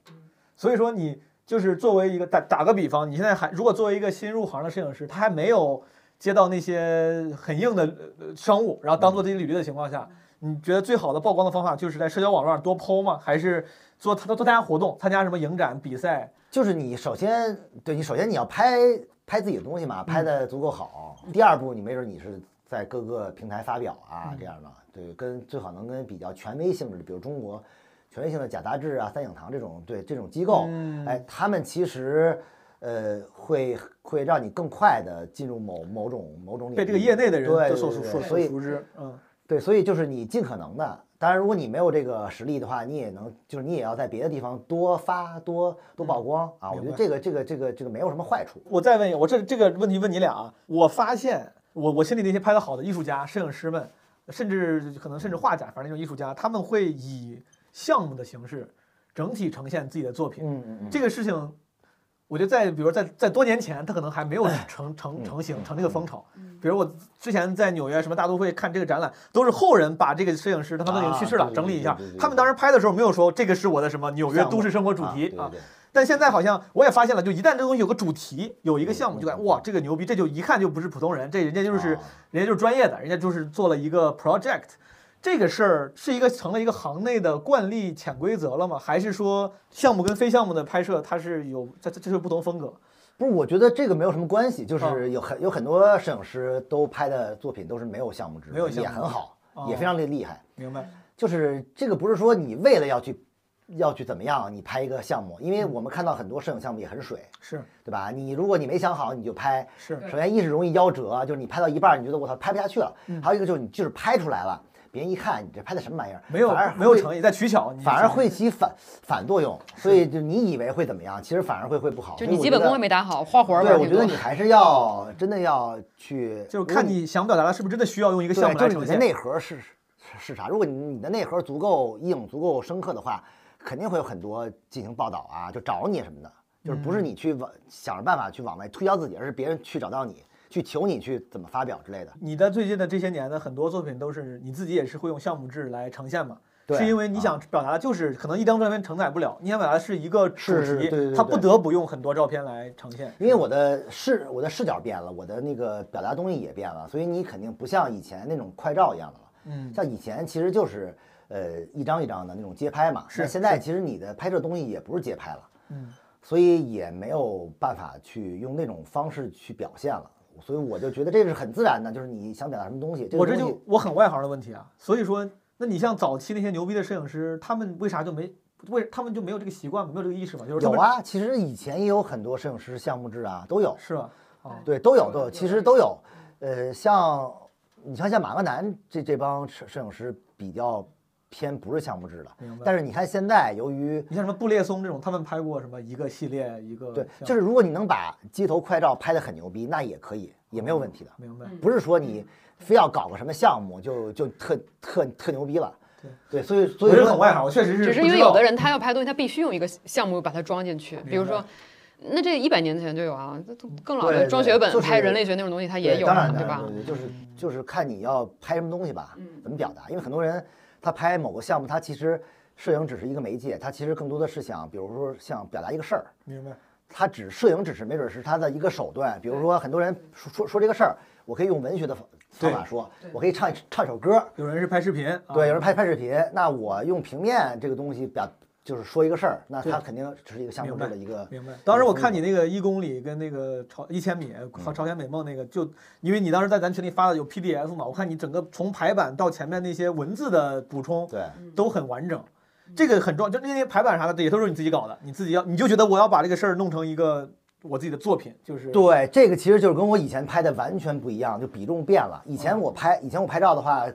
Speaker 1: 所以说你就是作为一个打打个比方，你现在还如果作为一个新入行的摄影师，他还没有接到那些很硬的呃商务，然后当做
Speaker 2: 嗯
Speaker 1: 自己履历的情况下，你觉得最好的曝光的方法就是在社交网络上多抛吗？还是做多多参加活动，参加什么影展比赛？
Speaker 2: 就是你首先对你首先你要拍拍自己的东西嘛，
Speaker 1: 嗯
Speaker 2: 拍的足够好。第二步，你没准你是在各个平台发表
Speaker 1: 嗯
Speaker 2: 啊，这样的，对，跟最好能跟比较权威性质的，比如中国权威性的假杂志啊、三影堂这种，对这种机构，
Speaker 1: 嗯
Speaker 2: 哎，他们其实。呃，会会让你更快的进入某某种某种领域
Speaker 1: 被这个业内的人
Speaker 2: 对
Speaker 1: 就所
Speaker 2: 对对
Speaker 1: 所
Speaker 2: 所
Speaker 1: 所
Speaker 2: 以
Speaker 1: 熟知，嗯。
Speaker 2: 对，所以就是你尽可能的，当然如果你没有这个实力的话，你也能，就是你也要在别的地方多发多多曝光啊。我觉
Speaker 1: 明
Speaker 2: 得
Speaker 1: 白
Speaker 2: 这个这个这个这个没有什么坏处。
Speaker 1: 我再问一个，我这这个问题问你俩啊，我发现我我心里那些拍的好的艺术家、摄影师们，甚至可能甚至画家，反正那种艺术家，他们会以项目的形式整体呈现自己的作品。
Speaker 2: 嗯嗯嗯，
Speaker 1: 这个事情，我觉得在比如在在多年前，他可能还 没有成
Speaker 2: 嗯
Speaker 1: 成成型成这个风潮。比如我之前在纽约什么大都会看这个展览，都是后人把这个摄影师他们已经去世
Speaker 2: 啊
Speaker 1: 了
Speaker 2: 对
Speaker 1: 整理一下
Speaker 2: 对对对，对
Speaker 1: 他们当时拍的时候没有说这个是我的什么纽约都市生活主题啊
Speaker 2: 对，对
Speaker 1: 但现在好像我也发现了，就一旦这东西有个主题，有一个项目，就感觉哇，这个牛逼，这就一看就不是普通人，这人家
Speaker 2: 对
Speaker 1: 就是
Speaker 2: 啊
Speaker 1: 人家就是专业的，人家就是做了一个 project。这个事儿是一个成了一个行内的惯例潜规则了吗？还是说项目跟非项目的拍摄它是有这这这是不同风格？
Speaker 2: 不是，我觉得这个没有什么关系，就
Speaker 1: 啊
Speaker 2: 是有很有很多摄影师都拍的作品都是没有项目制的，
Speaker 1: 没有
Speaker 2: 也
Speaker 1: 项目
Speaker 2: 很
Speaker 1: 制
Speaker 2: 好，
Speaker 1: 哦
Speaker 2: 也非常的厉害。
Speaker 1: 明白？
Speaker 2: 就是这个不是说你为了要去要去怎么样，你拍一个项目，因为
Speaker 1: 嗯
Speaker 2: 我们看到很多摄影项目也很水，
Speaker 1: 是
Speaker 2: 对吧？你如果你没想好，你就拍，
Speaker 1: 是
Speaker 2: 首先一是容易夭折，啊就是你拍到一半儿，你觉得我操拍不下去了；
Speaker 1: 嗯
Speaker 2: 还有一个就是你就是拍出来了，别人一看你这拍的什么玩意儿，
Speaker 1: 没有
Speaker 2: 反而
Speaker 1: 没有
Speaker 2: 会
Speaker 1: 诚意，在取巧，你
Speaker 2: 反而会起反反作用，所以就你以为会怎么样，其实反而会会不好。所
Speaker 3: 就
Speaker 2: 以
Speaker 3: 你
Speaker 2: 我
Speaker 3: 基
Speaker 2: 觉
Speaker 3: 本
Speaker 2: 得
Speaker 3: 功也没打好，花活儿
Speaker 2: 对，
Speaker 3: 玩
Speaker 2: 我
Speaker 3: 挺
Speaker 2: 觉得
Speaker 3: 多
Speaker 2: 你。还是要真的要去，
Speaker 1: 就是
Speaker 2: 如果
Speaker 1: 看你想表达的是不是真的需要用一个
Speaker 2: 对
Speaker 1: 项目来
Speaker 2: 就是
Speaker 1: 呈
Speaker 2: 你的
Speaker 1: 现。
Speaker 2: 内核是是是啥？如果你你的内核足够硬、足够深刻的话，肯定会有很多进行报道啊，就找你什么的。就是不是
Speaker 1: 嗯
Speaker 2: 你去往想着办法去往外推销自己，而是别人去找到你，去求你去怎么发表之类的。
Speaker 1: 你的最近的这些年的很多作品都是你自己也是会用项目制来呈现嘛？
Speaker 2: 对啊
Speaker 1: 是因为你想表达的就是可能一张照片承载不了，你想表达的是一个主
Speaker 2: 是是对对
Speaker 1: 题
Speaker 2: 对，
Speaker 1: 它不得不用很多照片来呈现。
Speaker 2: 因为我的视我的视角变了，我的那个表达东西也变了，所以你肯定不像以前那种快照一样的了。
Speaker 1: 嗯，
Speaker 2: 像以前其实就是呃一张一张的那种街拍嘛，
Speaker 1: 是
Speaker 2: 那现在其实你的拍摄东西也不是街拍了，
Speaker 1: 嗯，
Speaker 2: 所以也没有办法去用那种方式去表现了。所以我就觉得这个是很自然的，就是你想表达什么东西，个
Speaker 1: 我这
Speaker 2: 东西
Speaker 1: 就我很外行的问题啊，所以说，那你像早期那些牛逼的摄影师，他们为啥就没为他们就没有这个习惯吗，没有这个意识嘛？就是他
Speaker 2: 有
Speaker 1: 们，
Speaker 2: 啊。其实以前也有很多摄影师项目制啊，都有，
Speaker 1: 是吧？啊，
Speaker 2: 对，都有都有，其实都有。呃，像你像像马格南这这帮摄摄影师比较偏不是项目制的，
Speaker 1: 明白。
Speaker 2: 但是你看现在由于
Speaker 1: 你像什么布列松这种，他们拍过什么一个系列一个
Speaker 2: 对，
Speaker 1: 项
Speaker 2: 就是如果你能把街头快照拍得很牛逼，那也可以，也没有问题的。
Speaker 1: 明白。
Speaker 3: 嗯
Speaker 2: 不是说你非要搞个什么项目就就特特特牛逼了。
Speaker 1: 对
Speaker 2: 所以所
Speaker 1: 我
Speaker 2: 以
Speaker 1: 这
Speaker 2: 说
Speaker 1: 很外行，我确实是
Speaker 3: 只是
Speaker 1: 不
Speaker 3: 因为
Speaker 1: 知道
Speaker 3: 有的人他要拍东西，他必须用一个项目把它装进去，比如
Speaker 1: 明白
Speaker 3: 说。那这一百年前就有啊，这都更老
Speaker 2: 对
Speaker 3: 的
Speaker 2: 对
Speaker 3: 庄学本
Speaker 2: 就是
Speaker 3: 拍人类学那种东西，它也
Speaker 2: 对
Speaker 3: 有
Speaker 2: 当
Speaker 3: 啊，
Speaker 2: 然
Speaker 3: 对
Speaker 2: 当然
Speaker 3: 吧？
Speaker 2: 对，就是就是看你要拍什么东西吧，
Speaker 3: 嗯
Speaker 2: 怎么表达。因为很多人他拍某个项目，他其实摄影只是一个媒介，他其实更多的是想，比如说想表达一个事儿。
Speaker 1: 明白。
Speaker 2: 他只摄影只是没准是他的一个手段，比如说很多人说说说这个事儿，我可以用文学的方方法说，我可以唱一唱首歌，
Speaker 1: 有人是拍视频，啊
Speaker 2: 对，有人拍拍视频，那我用平面这个东西表就是说一个事儿，那他肯定是一个相互
Speaker 1: 明
Speaker 2: 制
Speaker 1: 白
Speaker 2: 的一嗯个
Speaker 1: 明白。当时我看你那个一公里跟那个朝一千米
Speaker 2: 嗯
Speaker 1: 朝朝鲜美梦那个，就因为你当时在咱群里发的有 PDF 嘛，我看你整个从排版到前面那些文字的补充
Speaker 2: 对。嗯
Speaker 1: 都很完整，这个很重要。就那些排版啥的，也都是你自己搞的，你自己要你就觉得我要把这个事儿弄成一个我自己的作品，就是
Speaker 2: 对，这个其实就是跟我以前拍的完全不一样，就比重变了。以前我拍，以前我拍照的话，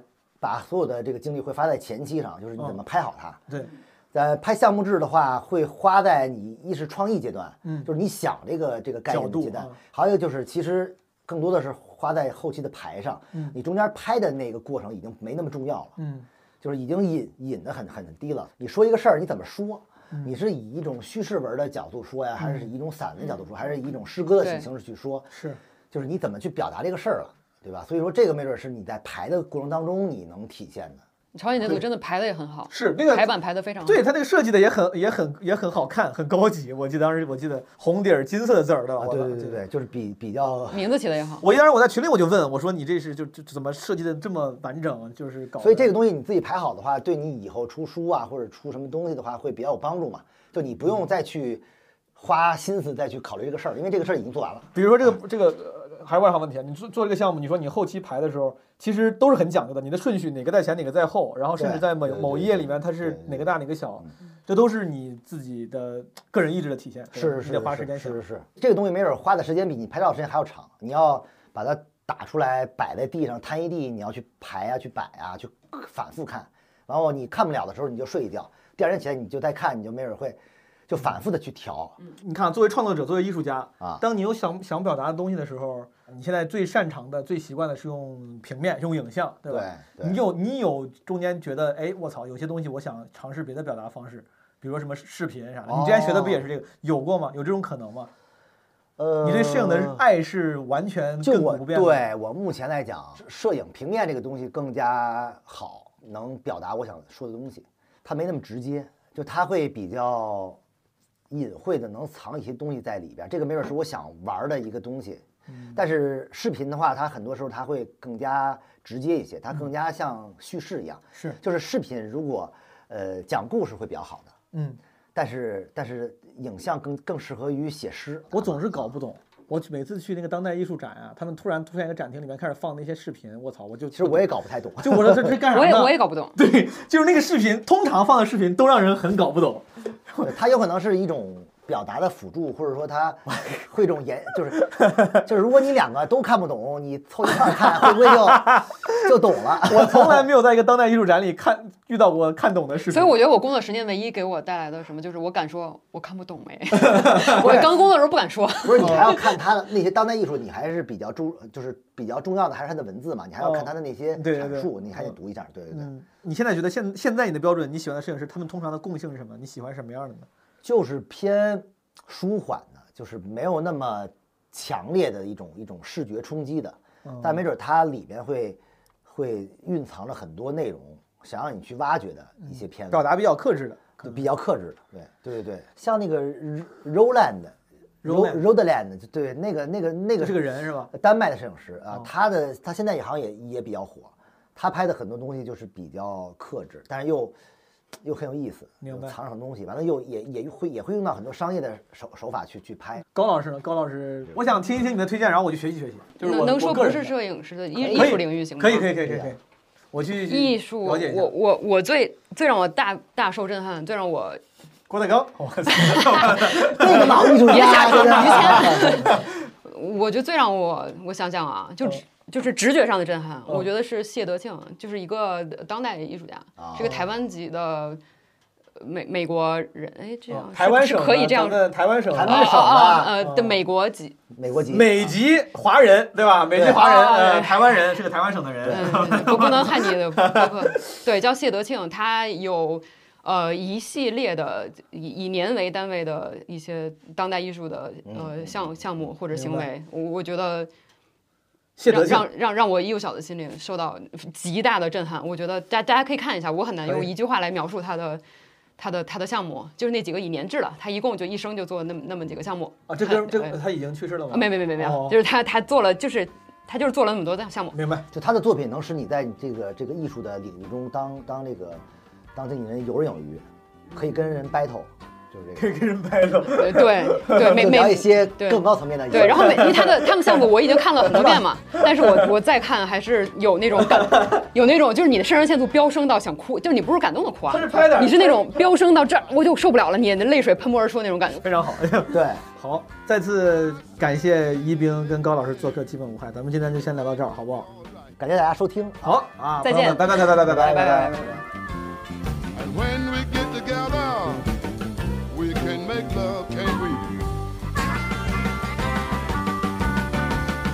Speaker 2: 把所有的这个精力会花在前期上，就是你
Speaker 1: 嗯
Speaker 2: 怎么拍好它。
Speaker 1: 对，
Speaker 2: 呃，拍项目制的话，会花在你一是创意阶段，
Speaker 1: 嗯
Speaker 2: 就是你想这个这个概念
Speaker 1: 角
Speaker 2: 的
Speaker 1: 度
Speaker 2: 阶段
Speaker 1: 啊，
Speaker 2: 还有一个就是其实更多的是花在后期的排上，
Speaker 1: 嗯
Speaker 2: 你中间拍的那个过程已经没那么重要了，
Speaker 1: 嗯，
Speaker 2: 就是已经引引的很很低了。你说一个事儿，你怎么说？你是以一种叙事文的角度说呀，还是以一种散文的角度说，还是以一种诗歌的
Speaker 3: 对
Speaker 2: 形式去说？
Speaker 1: 是
Speaker 2: 就是你怎么去表达这个事儿了，对吧？所以说这个没准是你在排的过程当中你能体现的。
Speaker 3: 朝鲜那组真的排的也很好，
Speaker 1: 是那个
Speaker 3: 排版排的非常好。
Speaker 1: 对，它那个设计的也很也很也很好看，很高级。我记得当时我记得红底儿金色的字儿，对吧？
Speaker 2: 啊，
Speaker 1: 我
Speaker 2: 对对
Speaker 1: 记
Speaker 2: 对
Speaker 1: 得
Speaker 2: 对，就是比比较，
Speaker 3: 名字起的也好，
Speaker 1: 我当时我在群里我就问我说你这是就就怎么设计的这么完整，就是搞得。
Speaker 2: 所以这个东西你自己排好的话，对你以后出书啊或者出什么东西的话会比较有帮助嘛。就你不用再去花心思再去考虑这个事儿，因为这个事儿已经做完了。
Speaker 1: 比如说这
Speaker 2: 嗯
Speaker 1: 个这个呃还是外行问题啊，你做做这个项目，你说你后期排的时候，其实都是很讲究的，你的顺序哪个在前哪个在后，然后甚至
Speaker 2: 对
Speaker 1: 在某
Speaker 2: 对对
Speaker 1: 某一
Speaker 2: 对
Speaker 1: 页里面它是
Speaker 2: 对嗯
Speaker 1: 哪个大哪个小，这都是你自己的个人意志的体现。对吧
Speaker 2: 是是
Speaker 1: 你
Speaker 2: 是
Speaker 1: 得花时间
Speaker 2: 是
Speaker 1: 想
Speaker 2: 是。是，这个东西没准花的时间比你拍照时间还要长。你要把它打出来，摆在地上摊一地，你要去排啊，去摆啊，去反复看。然后你看不了的时候你就睡一觉，第二天起来你就再看，你就没准会就反复的去调。
Speaker 1: 你看啊，作为创作者，作为艺术家
Speaker 2: 啊
Speaker 1: 当你有想想表达的东西的时候，你现在最擅长的、最习惯的是用平面、用影像，对吧？
Speaker 2: 对对
Speaker 1: 你有你有中间觉得，哎，我操，有些东西我想尝试别的表达方式，比如说什么视频啥的。你之前学的不也
Speaker 2: 哦
Speaker 1: 是这个？有过吗？有这种可能吗？
Speaker 2: 呃，
Speaker 1: 你对摄影的爱是完全
Speaker 2: 就
Speaker 1: 亘
Speaker 2: 我
Speaker 1: 古不变的。
Speaker 2: 对我目前来讲，摄影平面这个东西更加好，能表达我想说的东西。它没那么直接，就它会比较隐晦的能藏一些东西在里边儿。这个没准是我想玩儿的一个东西。
Speaker 1: 嗯
Speaker 2: 但是视频的话，它很多时候它会更加直接一些，它更加像叙事一样。
Speaker 1: 是
Speaker 2: 就是视频如果呃讲故事会比较好的，
Speaker 1: 嗯，
Speaker 2: 但是但是影像更更适合于写诗。
Speaker 1: 我总是搞不懂。我每次去那个当代艺术展啊，他们突然出现一个展厅里面开始放那些视频，我操，我就
Speaker 2: 其实我也搞不太懂。
Speaker 1: 就我说这这干啥
Speaker 3: 我也
Speaker 1: 呢？
Speaker 3: 我也搞不懂。
Speaker 1: 对，就是那个视频，通常放的视频都让人很搞不懂。
Speaker 2: 对它有可能是一种表达的辅助，或者说它会一种延， 就是就是如果你两个都看不懂，你凑一块儿看，会不会就就懂了？
Speaker 1: 我从来没有在一个当代艺术展里看遇到过看懂的视频。
Speaker 3: 所以我觉得我工作十年唯一给我带来的什么，就是我敢说我看不懂 没。我刚工作的时候不敢说，
Speaker 2: 不是，你还要看它的那些当代艺术，你还是比较注，就是比较重要的还是它的文字嘛，你还要看它的那些
Speaker 1: 哦对对对
Speaker 2: 阐述，你还得
Speaker 1: 嗯
Speaker 2: 读一下。对对对，
Speaker 1: 嗯，你现在觉得现现在你的标准，你喜欢的摄影师，他们通常的共性是什么？你喜欢什么样的呢？
Speaker 2: 就是偏舒缓的，就是没有那么强烈的一种一种视觉冲击的，
Speaker 1: 哦
Speaker 2: 但没准它里面会会蕴藏着很多内容，想让你去挖掘的一些片子。
Speaker 1: 表达比较克制的，
Speaker 2: 就比较克制的，对对对对，像那个 Ro- Roland
Speaker 1: Roland
Speaker 2: Roland，就对那个那个那
Speaker 1: 这
Speaker 2: 个
Speaker 1: 是个人是吧？
Speaker 2: 丹麦的摄影师啊
Speaker 1: 哦，
Speaker 2: 他的他现在也好像也也比较火，他拍的很多东西就是比较克制，但是又又很有意思，
Speaker 1: 明白
Speaker 2: 有藏什东西，完了又也也会也会用到很多商业的手手法去去拍。
Speaker 1: 高老师呢？高老师，我想听一听你的推荐，然后我去学习学习。就是
Speaker 3: 能
Speaker 1: 我
Speaker 3: 能说
Speaker 1: 我个
Speaker 3: 不
Speaker 1: 人
Speaker 3: 是
Speaker 1: 的
Speaker 3: 摄影师的艺艺
Speaker 1: 可以
Speaker 3: 术领域行吗？
Speaker 1: 可以可以可以可以
Speaker 2: 可
Speaker 1: 可
Speaker 2: 以
Speaker 1: 以，我去
Speaker 3: 艺术，
Speaker 1: 了解一下
Speaker 3: 我。我我最最让我大大受震撼，最让我
Speaker 1: 郭德纲，我操，
Speaker 2: 这个老艺术
Speaker 3: 别
Speaker 2: 家，
Speaker 3: 瞎
Speaker 2: 对
Speaker 3: 说，
Speaker 2: 吧？
Speaker 3: 于谦，我觉得最让我我想想啊，就直就是直觉上的震撼，
Speaker 1: 嗯
Speaker 3: 我觉得是谢德庆，就是一个当代艺术家，
Speaker 1: 啊
Speaker 3: 是个台湾籍的美美国人，哎，这样
Speaker 1: 哦台湾
Speaker 3: 是
Speaker 1: 省
Speaker 3: 可以
Speaker 1: 的
Speaker 3: 这样
Speaker 1: 咱。们台湾省
Speaker 2: 台
Speaker 1: 的
Speaker 2: 湾省
Speaker 3: 哦哦
Speaker 2: 吧
Speaker 3: 呃
Speaker 1: 嗯
Speaker 3: 的美国籍，
Speaker 2: 美国籍
Speaker 1: 美籍华人对吧？美籍华人，
Speaker 3: 哦
Speaker 1: 呃，
Speaker 3: 对
Speaker 1: 台湾人是个台湾省的
Speaker 3: 嗯
Speaker 1: 人，
Speaker 3: 对对对不不能害你的播客。对，叫谢德庆，他有呃一系列的以以年为单位的一些当代艺术的呃项项目或者行
Speaker 1: 明白
Speaker 3: 为，我我觉得
Speaker 1: 谢
Speaker 3: 让
Speaker 1: 德庆
Speaker 3: 让让让我幼小的心灵受到极大的震撼。我觉得大大家可以看一下，我很难
Speaker 1: 可以
Speaker 3: 用一句话来描述他的他的他的项目，就是那几个以年制了，他一共就一生就做那么那么几个项目
Speaker 1: 啊，这哥们
Speaker 3: 很
Speaker 1: 这
Speaker 3: 哎
Speaker 1: 他已经去世了吗？
Speaker 3: 啊没没没没没
Speaker 1: 哦
Speaker 3: 有，就是他他做了就是他就是做了那么多的 项目，
Speaker 1: 明白，
Speaker 2: 啊就他的作品能使你在你这个这个艺术的领域中当当这个当经纪人游刃有余，可以跟人 battle，就是这
Speaker 1: 可
Speaker 2: 个，
Speaker 1: 以跟人掰了。
Speaker 3: 呃对对每
Speaker 2: 就聊
Speaker 3: 每
Speaker 2: 一些
Speaker 3: 对
Speaker 2: 更高层面的艺术。
Speaker 3: 对，然后每因为他的他们项目我已经看了很多 遍嘛，但是我我再看还是有那种感，有那种就是你的肾上腺素飙升到想哭，就是你不是感动的哭啊
Speaker 1: 他是拍的，
Speaker 3: 你是那种飙升到这儿我就受不了了，你的泪水喷薄而出那种感觉。
Speaker 1: 非常好。
Speaker 2: 对，
Speaker 1: 好，再次感谢一冰跟高老师做客，基本无害。咱们今天就先聊到这儿，好不好？
Speaker 2: 感谢大家收听。
Speaker 1: 好啊，
Speaker 3: 再见
Speaker 1: 朋友们拜拜拜拜拜拜
Speaker 3: 拜拜拜
Speaker 1: 拜。
Speaker 4: And when we get together, we can make love, can't we?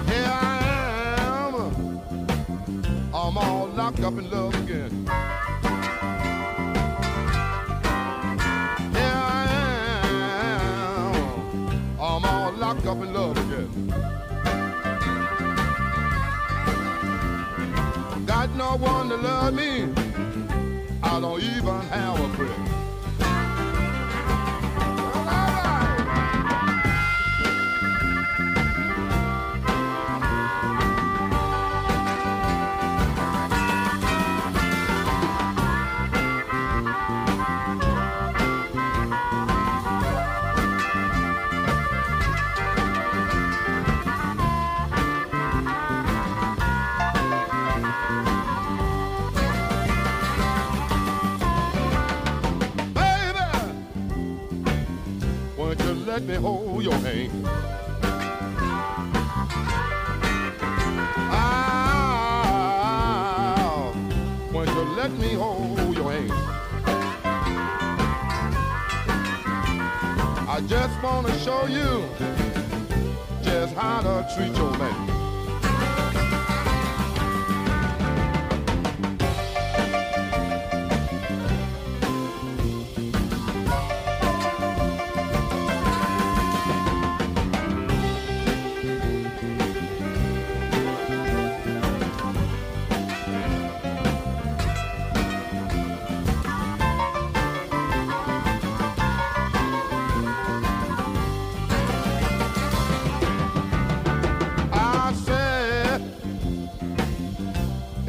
Speaker 4: Here I am. I'm all locked up in love again. Here I am. I'm all locked up in love again. Got no one to love me. I don't even have a friend. Baby, won't you let me hold your hand? Ah, won't you let me hold your hand? I just wanna show you just how to treat your man. I said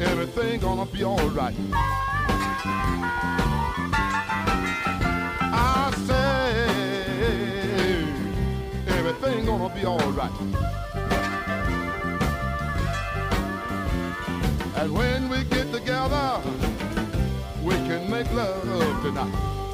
Speaker 4: everything gonna be alright. I said everything gonna be alright. And when we get together, we can make love tonight.